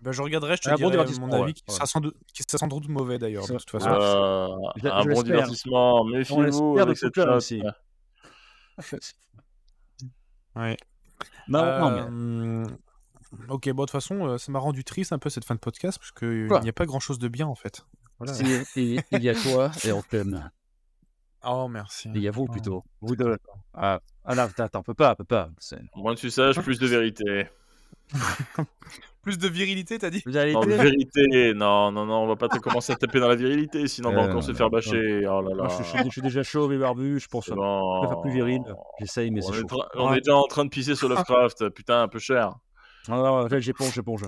Speaker 5: Bah, je regarderai, je te
Speaker 6: Un bon
Speaker 5: dirai
Speaker 6: divertissement,
Speaker 5: mon avis,
Speaker 6: ouais,
Speaker 5: qui,
Speaker 6: ouais.
Speaker 5: Sera sans doute, qui sera sans doute mauvais d'ailleurs, de
Speaker 6: Ça-
Speaker 5: toute façon.
Speaker 7: Euh,
Speaker 6: Ah, je l'a-
Speaker 7: Un
Speaker 6: je
Speaker 7: bon
Speaker 6: l'espère.
Speaker 7: divertissement,
Speaker 6: On
Speaker 7: méfiez-vous
Speaker 6: l'espère de
Speaker 7: avec
Speaker 6: tout
Speaker 7: cette
Speaker 6: cœur
Speaker 7: chatte.
Speaker 6: aussi.
Speaker 5: Ouais.
Speaker 6: Non, non, mais-
Speaker 5: Euh, Ok, bon, de toute façon, euh, ça m'a rendu triste un peu cette fin de podcast, parce qu'il
Speaker 6: Quoi
Speaker 5: n'y a pas grand chose de bien en fait. Voilà.
Speaker 6: C'est- il il y a toi et on t'aime.
Speaker 5: Oh, merci.
Speaker 6: Il y a vous plutôt. Vous deux. Ah, ah non, attends, attends, on peut pas, on peut pas. C'est-
Speaker 7: Moins de suçage, plus de vérité.
Speaker 5: Plus de virilité, t'as dit
Speaker 6: Vous allez
Speaker 7: Non, de vérité, non, non, non, on va pas te commencer à taper dans la virilité, sinon on va
Speaker 6: Euh,
Speaker 7: encore se
Speaker 6: non,
Speaker 7: faire
Speaker 6: non.
Speaker 7: bâcher. Oh là là.
Speaker 6: Moi, je, suis- je suis- je suis déjà chauve et barbu, je pense.
Speaker 7: C'est
Speaker 6: que
Speaker 7: bon.
Speaker 6: Je préfère plus viril. J'essaye, mais
Speaker 7: On,
Speaker 6: c'est
Speaker 7: est,
Speaker 6: chaud. Ah.
Speaker 7: tra- on est déjà en train de pisser sur Lovecraft, putain, un peu cher.
Speaker 6: Non, non, Ah, là, j'éponge, j'éponge.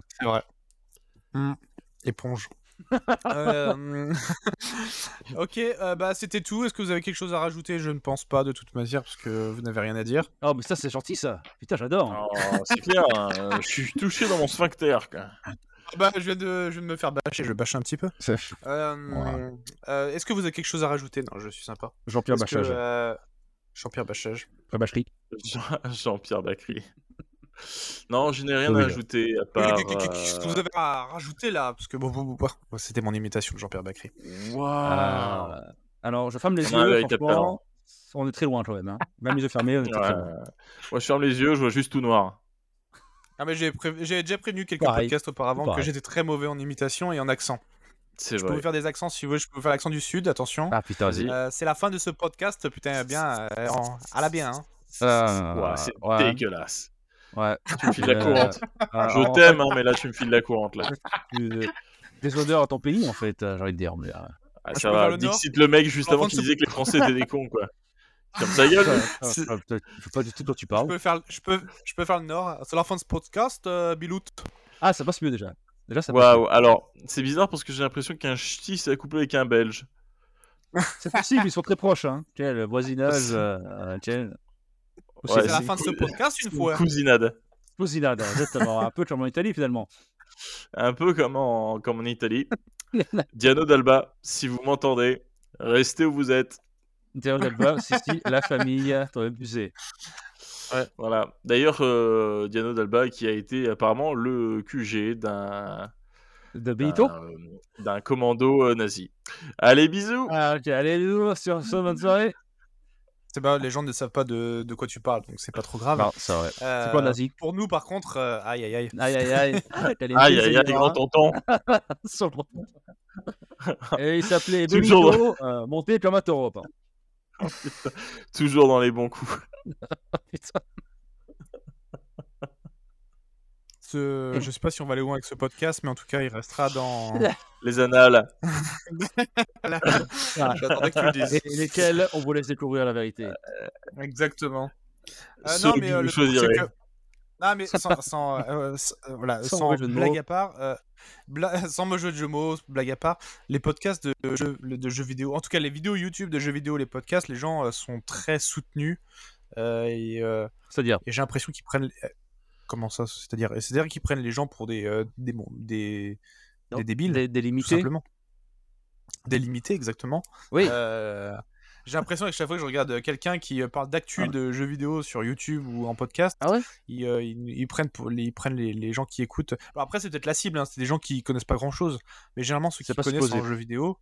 Speaker 5: Éponge. Euh, ok, euh, bah c'était tout. Est-ce que vous avez quelque chose à rajouter Je ne pense pas de toute manière parce que vous n'avez rien à dire.
Speaker 6: Oh, mais ça, c'est gentil, ça. Putain, j'adore.
Speaker 7: Oh, c'est clair, hein, je suis touché dans mon sphincter. quoi.
Speaker 5: Ah Bah, je, viens de, je viens de me faire bâcher, je vais bâcher un petit peu. Euh, euh, Est-ce que vous avez quelque chose à rajouter Non, je suis sympa.
Speaker 6: Jean-Pierre
Speaker 5: Est-ce que,
Speaker 6: Bachage.
Speaker 5: euh, Jean-Pierre Bachage.
Speaker 7: euh,
Speaker 6: Après Bacherie.
Speaker 7: Jean- Jean-Pierre Bacry. Non, je n'ai rien
Speaker 6: Oui,
Speaker 7: à ajouter à part.
Speaker 5: Qu'est-ce que vous
Speaker 6: euh,
Speaker 5: avez à rajouter là Parce que bon, bon, bon, bon, bon, c'était mon imitation de Jean-Pierre Bacry.
Speaker 7: euh, Waouh
Speaker 6: Ah, Alors, je ferme les
Speaker 7: On a un
Speaker 6: yeux.
Speaker 7: véritable
Speaker 6: franchement. On est très loin quand même. Hein. Même les yeux fermés, on est
Speaker 7: Ouais.
Speaker 6: très loin.
Speaker 7: Moi, je ferme les yeux, je vois juste tout noir.
Speaker 5: Ah mais j'ai pré- j'ai déjà prévenu quelques
Speaker 6: Pareil.
Speaker 5: podcasts auparavant
Speaker 6: Pareil.
Speaker 5: que j'étais très mauvais en imitation et en accent.
Speaker 7: C'est
Speaker 5: Je peux
Speaker 7: vrai.
Speaker 5: vous faire des accents si vous voulez, je peux vous faire l'accent du sud, attention.
Speaker 6: Ah putain, vas-y.
Speaker 7: Vas-y.
Speaker 5: Euh, c'est la fin de ce podcast, putain, bien, euh, en- à la bien. hein.
Speaker 6: Ah,
Speaker 7: Ouah, c'est
Speaker 6: ouais,
Speaker 7: dégueulasse.
Speaker 6: ouais.
Speaker 7: Tu me files la
Speaker 6: Euh,
Speaker 7: courante.
Speaker 6: Ah, en-
Speaker 7: Je t'aime, hein, mais là, tu me files la courante. Là.
Speaker 6: euh, Des odeurs à ton pays, en fait, euh, j'ai envie de dire. mais, euh,
Speaker 7: Ah,
Speaker 5: Moi, je
Speaker 7: ça
Speaker 5: peux faire
Speaker 7: va,
Speaker 5: le Nord.
Speaker 7: Dixit le mec juste
Speaker 5: Enfin,
Speaker 7: avant qu'il
Speaker 5: c'est-
Speaker 7: disait que les Français étaient des cons, quoi. Comme ça gueule.
Speaker 6: putain,
Speaker 7: lui.
Speaker 6: putain, putain, putain, Je sais pas du tout de quoi tu
Speaker 5: Je
Speaker 6: parles.
Speaker 5: peux faire, je peux, je peux faire le nord. C'est la fin de ce podcast, euh, Bilout.
Speaker 6: Ah, ça passe mieux déjà. Déjà, ça passe
Speaker 7: Waouh, alors, c'est bizarre parce que j'ai l'impression qu'un ch'ti s'est couplé avec un belge.
Speaker 6: C'est possible, ils sont très proches. Hein. Quel voisinage. euh, euh, quel...
Speaker 7: Ouais,
Speaker 5: c'est la
Speaker 7: une
Speaker 5: fin de ce
Speaker 7: cou-
Speaker 5: podcast une
Speaker 7: une
Speaker 5: fois.
Speaker 7: cousinade.
Speaker 6: Cousinade, euh, exactement. un peu comme en Italie, finalement.
Speaker 7: Un peu comme en, comme en Italie. Diano Dalba, si vous m'entendez, restez où vous êtes.
Speaker 6: Diallo d'Alba, si, si, la famille, euh, ton abusé.
Speaker 7: Voilà. D'ailleurs, euh, Diano Dalba qui a été apparemment le QG d'un
Speaker 6: De Benito
Speaker 7: d'un, euh, d'un commando euh, nazi. Allez, bisous.
Speaker 6: ah, ok, Allez, nous, sur ce, bonne soirée.
Speaker 5: C'est pas, les gens ne savent pas de, de quoi tu parles, donc c'est pas trop grave.
Speaker 6: Non, c'est vrai.
Speaker 5: Euh,
Speaker 6: C'est quoi, nazi
Speaker 5: Pour nous, par contre, euh, aïe aïe aïe.
Speaker 6: Aïe, aïe, aïe. T'as les
Speaker 7: Aïe,
Speaker 6: petits
Speaker 7: aïe, aïe, grand
Speaker 6: éléments,
Speaker 7: tonton.
Speaker 6: hein, sur le front. Et il s'appelait
Speaker 7: Toujours.
Speaker 6: Benito, euh, monté comme un taureau. pardon.
Speaker 7: Toujours dans les bons coups.
Speaker 6: Putain.
Speaker 5: Ce-
Speaker 6: Mm.
Speaker 5: Je sais pas si on va aller loin avec ce podcast, mais en tout cas, il restera dans.
Speaker 7: Les annales.
Speaker 5: J'attendais que tu le dises.
Speaker 6: Et lesquels on vous laisse découvrir la vérité.
Speaker 5: Exactement. Euh,
Speaker 7: Ceux
Speaker 5: non,
Speaker 7: que
Speaker 5: mais euh,
Speaker 7: vous
Speaker 5: le truc, c'est
Speaker 7: choisirez.
Speaker 5: que- Non, mais sans, sans, euh, sans- euh, voilà,
Speaker 6: Sans
Speaker 5: sans,
Speaker 6: mauvais jeu de
Speaker 5: blague
Speaker 6: mots.
Speaker 5: à part, euh, bla- sans mauvais jeu de jeux mots, blague à part, les podcasts de jeux, de jeux vidéo, en tout cas les vidéos YouTube de jeux vidéo, les podcasts, les gens euh, sont très soutenus. euh, et euh,
Speaker 6: C'est-à-dire,
Speaker 5: et j'ai l'impression qu'ils prennent. euh, Comment ça C'est-à-dire c'est-à-dire qu'ils prennent les gens pour des, euh, des, mon- des,
Speaker 6: Non,
Speaker 5: Euh, des débiles,
Speaker 6: dé-
Speaker 5: tout
Speaker 6: délimité.
Speaker 5: simplement. Délimités, exactement.
Speaker 6: Oui.
Speaker 5: Euh, J'ai l'impression que chaque fois que je regarde quelqu'un qui euh, parle d'actu
Speaker 6: Ah.
Speaker 5: de jeux vidéo sur YouTube ou en podcast,
Speaker 6: Ah ouais
Speaker 5: ils, euh, ils- ils prennent, pour, les- ils prennent les, les gens qui écoutent. Alors après, c'est peut-être la cible, hein, c'est des gens qui connaissent pas grand-chose. Mais généralement, ceux
Speaker 6: C'est
Speaker 5: qui
Speaker 6: pas
Speaker 5: connaissent
Speaker 6: supposé.
Speaker 5: en jeux vidéo,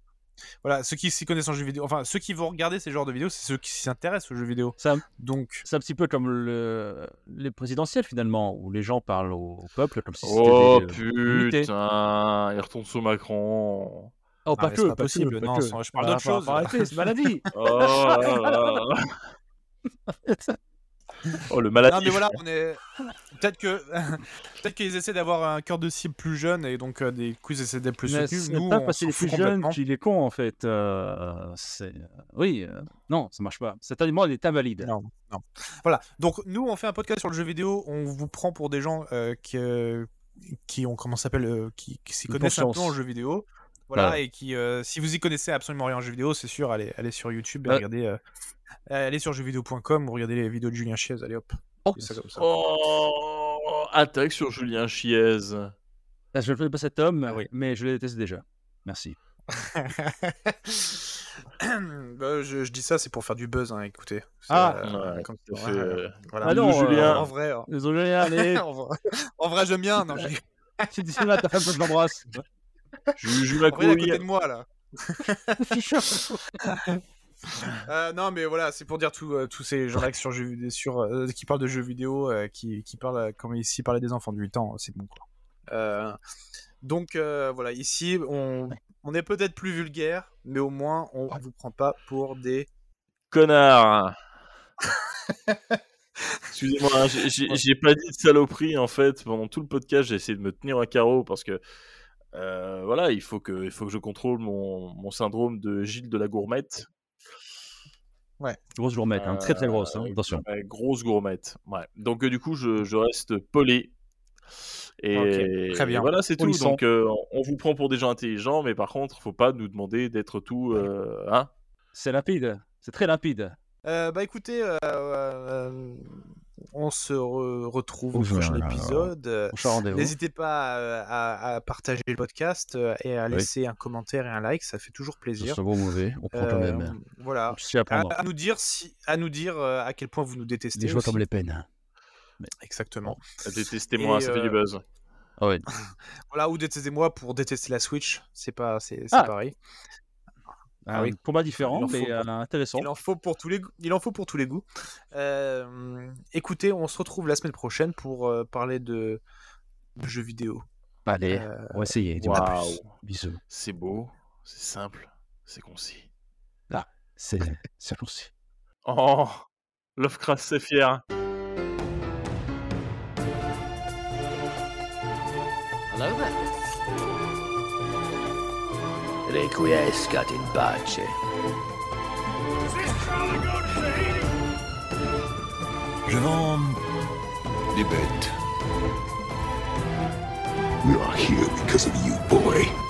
Speaker 5: voilà, ceux qui s'y connaissent en jeux vidéo, enfin, ceux qui vont regarder ces genres de vidéos, c'est ceux qui s'intéressent aux jeux vidéo.
Speaker 6: Ça-
Speaker 5: Donc,
Speaker 6: C'est un petit peu comme le... les présidentielles, finalement, où les gens parlent au, au peuple comme si c'était
Speaker 7: Oh
Speaker 5: euh,
Speaker 6: des- des- limités.
Speaker 7: putain, il retourne sous
Speaker 6: Oh,
Speaker 7: Macron.
Speaker 5: Ah,
Speaker 6: pas
Speaker 5: mais
Speaker 6: que,
Speaker 5: c'est
Speaker 6: pas
Speaker 5: pas
Speaker 6: possible.
Speaker 5: possible.
Speaker 6: Pas
Speaker 5: Non,
Speaker 6: que.
Speaker 5: sans- je parle
Speaker 6: Bah,
Speaker 5: d'autre
Speaker 6: faut-
Speaker 5: chose.
Speaker 6: faut arrêter, c'est maladie.
Speaker 7: Oh, là là. Oh, le malade.
Speaker 5: non, mais voilà, on est. Peut-être que peut-être qu'ils essaient d'avoir un cœur de cible plus jeune et donc euh, des coups essaient d'être plus
Speaker 6: Mais
Speaker 5: soutenus.
Speaker 6: c'est
Speaker 5: Nous,
Speaker 6: pas
Speaker 5: on s'en
Speaker 6: parce qu'il est
Speaker 5: fout
Speaker 6: plus jeune
Speaker 5: complètement.
Speaker 6: qu'il est con, en fait. Euh, c'est... Oui, euh, non, ça marche pas. Cet aliment, il est invalide.
Speaker 5: Non. Voilà. Donc nous, on fait un podcast sur le jeu vidéo. On vous prend pour des gens euh, qui, euh, qui ont comment ça s'appelle, euh, qui, qui s'y
Speaker 6: Une
Speaker 5: connaissent un peu
Speaker 6: conscience.
Speaker 5: en jeu vidéo. Voilà,
Speaker 6: Voilà.
Speaker 5: et qui, euh, si vous y connaissez absolument rien en jeu vidéo, c'est sûr, allez, allez sur YouTube et
Speaker 6: Euh.
Speaker 5: regardez, euh, allez sur jeuxvideo.com ou regardez les vidéos de Julien Chiez, allez hop.
Speaker 6: Oh,
Speaker 5: C'est ça comme ça.
Speaker 7: Oh, attaque sur Julien Chiez.
Speaker 6: Ah, Je ne connais pas cet homme,
Speaker 5: Ah oui.
Speaker 6: mais je le déteste déjà. Merci.
Speaker 5: Bah, je, je dis ça, c'est pour faire du buzz, hein, écoutez. C'est,
Speaker 6: Ah.
Speaker 5: euh,
Speaker 7: Ouais,
Speaker 5: comme
Speaker 7: tout à
Speaker 5: ça,
Speaker 7: fait,
Speaker 5: ouais,
Speaker 7: euh,
Speaker 5: voilà.
Speaker 6: Ah non,
Speaker 5: En-
Speaker 6: Julien.
Speaker 5: En vrai, en,
Speaker 6: Désolé, allez,
Speaker 5: en vrai, en vrai, j'aime bien. Non, j'ai-
Speaker 6: tu dis là, ta femme, je l'embrasse.
Speaker 7: Juju
Speaker 5: en vrai, il est à
Speaker 7: Macron,
Speaker 5: côté
Speaker 7: il-
Speaker 5: de moi là. Euh, non, mais voilà, c'est pour dire tout, euh, tous ces gens-là qui sur, jeux vidéo- sur, euh, qui parlent de jeux vidéo, euh, qui, qui parlent euh, comme ici parlait des enfants de 8 ans, c'est bon quoi. Euh, donc euh, voilà, ici on, on est peut-être plus vulgaire, mais au moins on vous prend pas pour des
Speaker 7: connard. Excusez-moi, hein, j'ai- j'ai j'ai pas dit de saloperie en fait. Pendant tout le podcast, j'ai essayé de me tenir à carreau parce que euh, voilà, il faut que, il faut que je contrôle mon, mon syndrome de Gilles de la gourmette.
Speaker 6: Grosse gourmette, hein, très très grosse, hein,
Speaker 7: Euh,
Speaker 6: attention.
Speaker 7: ouais, grosse gourmette. Ouais. Donc euh, du coup, je, je reste polé. Et,
Speaker 5: Ok, très bien.
Speaker 7: et voilà, c'est tout.
Speaker 6: Polisson.
Speaker 7: Donc euh, on vous prend pour des gens intelligents, mais par contre, faut pas nous demander d'être tout. euh, hein
Speaker 6: C'est limpide, c'est très limpide.
Speaker 5: Euh, bah écoutez, euh, euh, on se re- retrouve au
Speaker 1: Ouf,
Speaker 5: prochain
Speaker 1: là, là, là.
Speaker 5: épisode. Euh,
Speaker 6: Prochain rendez-vous.
Speaker 5: N'hésitez pas à, à- à partager le podcast euh, et à
Speaker 6: Oui.
Speaker 5: laisser un commentaire et un like, ça fait toujours plaisir.
Speaker 6: bon mauvais, on prend
Speaker 5: Euh, ah, voilà.
Speaker 6: Je sais
Speaker 5: À,
Speaker 6: apprendre.
Speaker 5: à nous dire si, à nous dire euh, à quel point vous nous détestez.
Speaker 1: Des joies
Speaker 5: aussi.
Speaker 1: comme les peines.
Speaker 5: Exactement.
Speaker 7: Détestez-moi,
Speaker 5: Et,
Speaker 7: ça fait du
Speaker 5: euh,
Speaker 7: buzz.
Speaker 5: Voilà, ou détestez-moi pour détester la Switch, c'est pas, c'est c'est
Speaker 6: Ah.
Speaker 5: pareil.
Speaker 6: Un
Speaker 5: Ah oui.
Speaker 6: combat différent,
Speaker 5: Il en faut
Speaker 6: mais euh, intéressant.
Speaker 5: Il en faut pour tous les, goûts- il en faut pour tous les goûts. Euh, écoutez, on se retrouve la semaine prochaine pour euh, parler de, de jeux vidéo.
Speaker 1: Allez,
Speaker 5: Euh,
Speaker 1: on va essayer. dis-moi plus.
Speaker 7: Waouh,
Speaker 1: Bisous.
Speaker 7: c'est beau, c'est simple, c'est concis.
Speaker 1: C'est circoncis.
Speaker 7: Oh, Lovecraft, c'est fier.
Speaker 2: Requiescat in pace.
Speaker 3: Je vends des bêtes.
Speaker 4: We are here because of you, boy.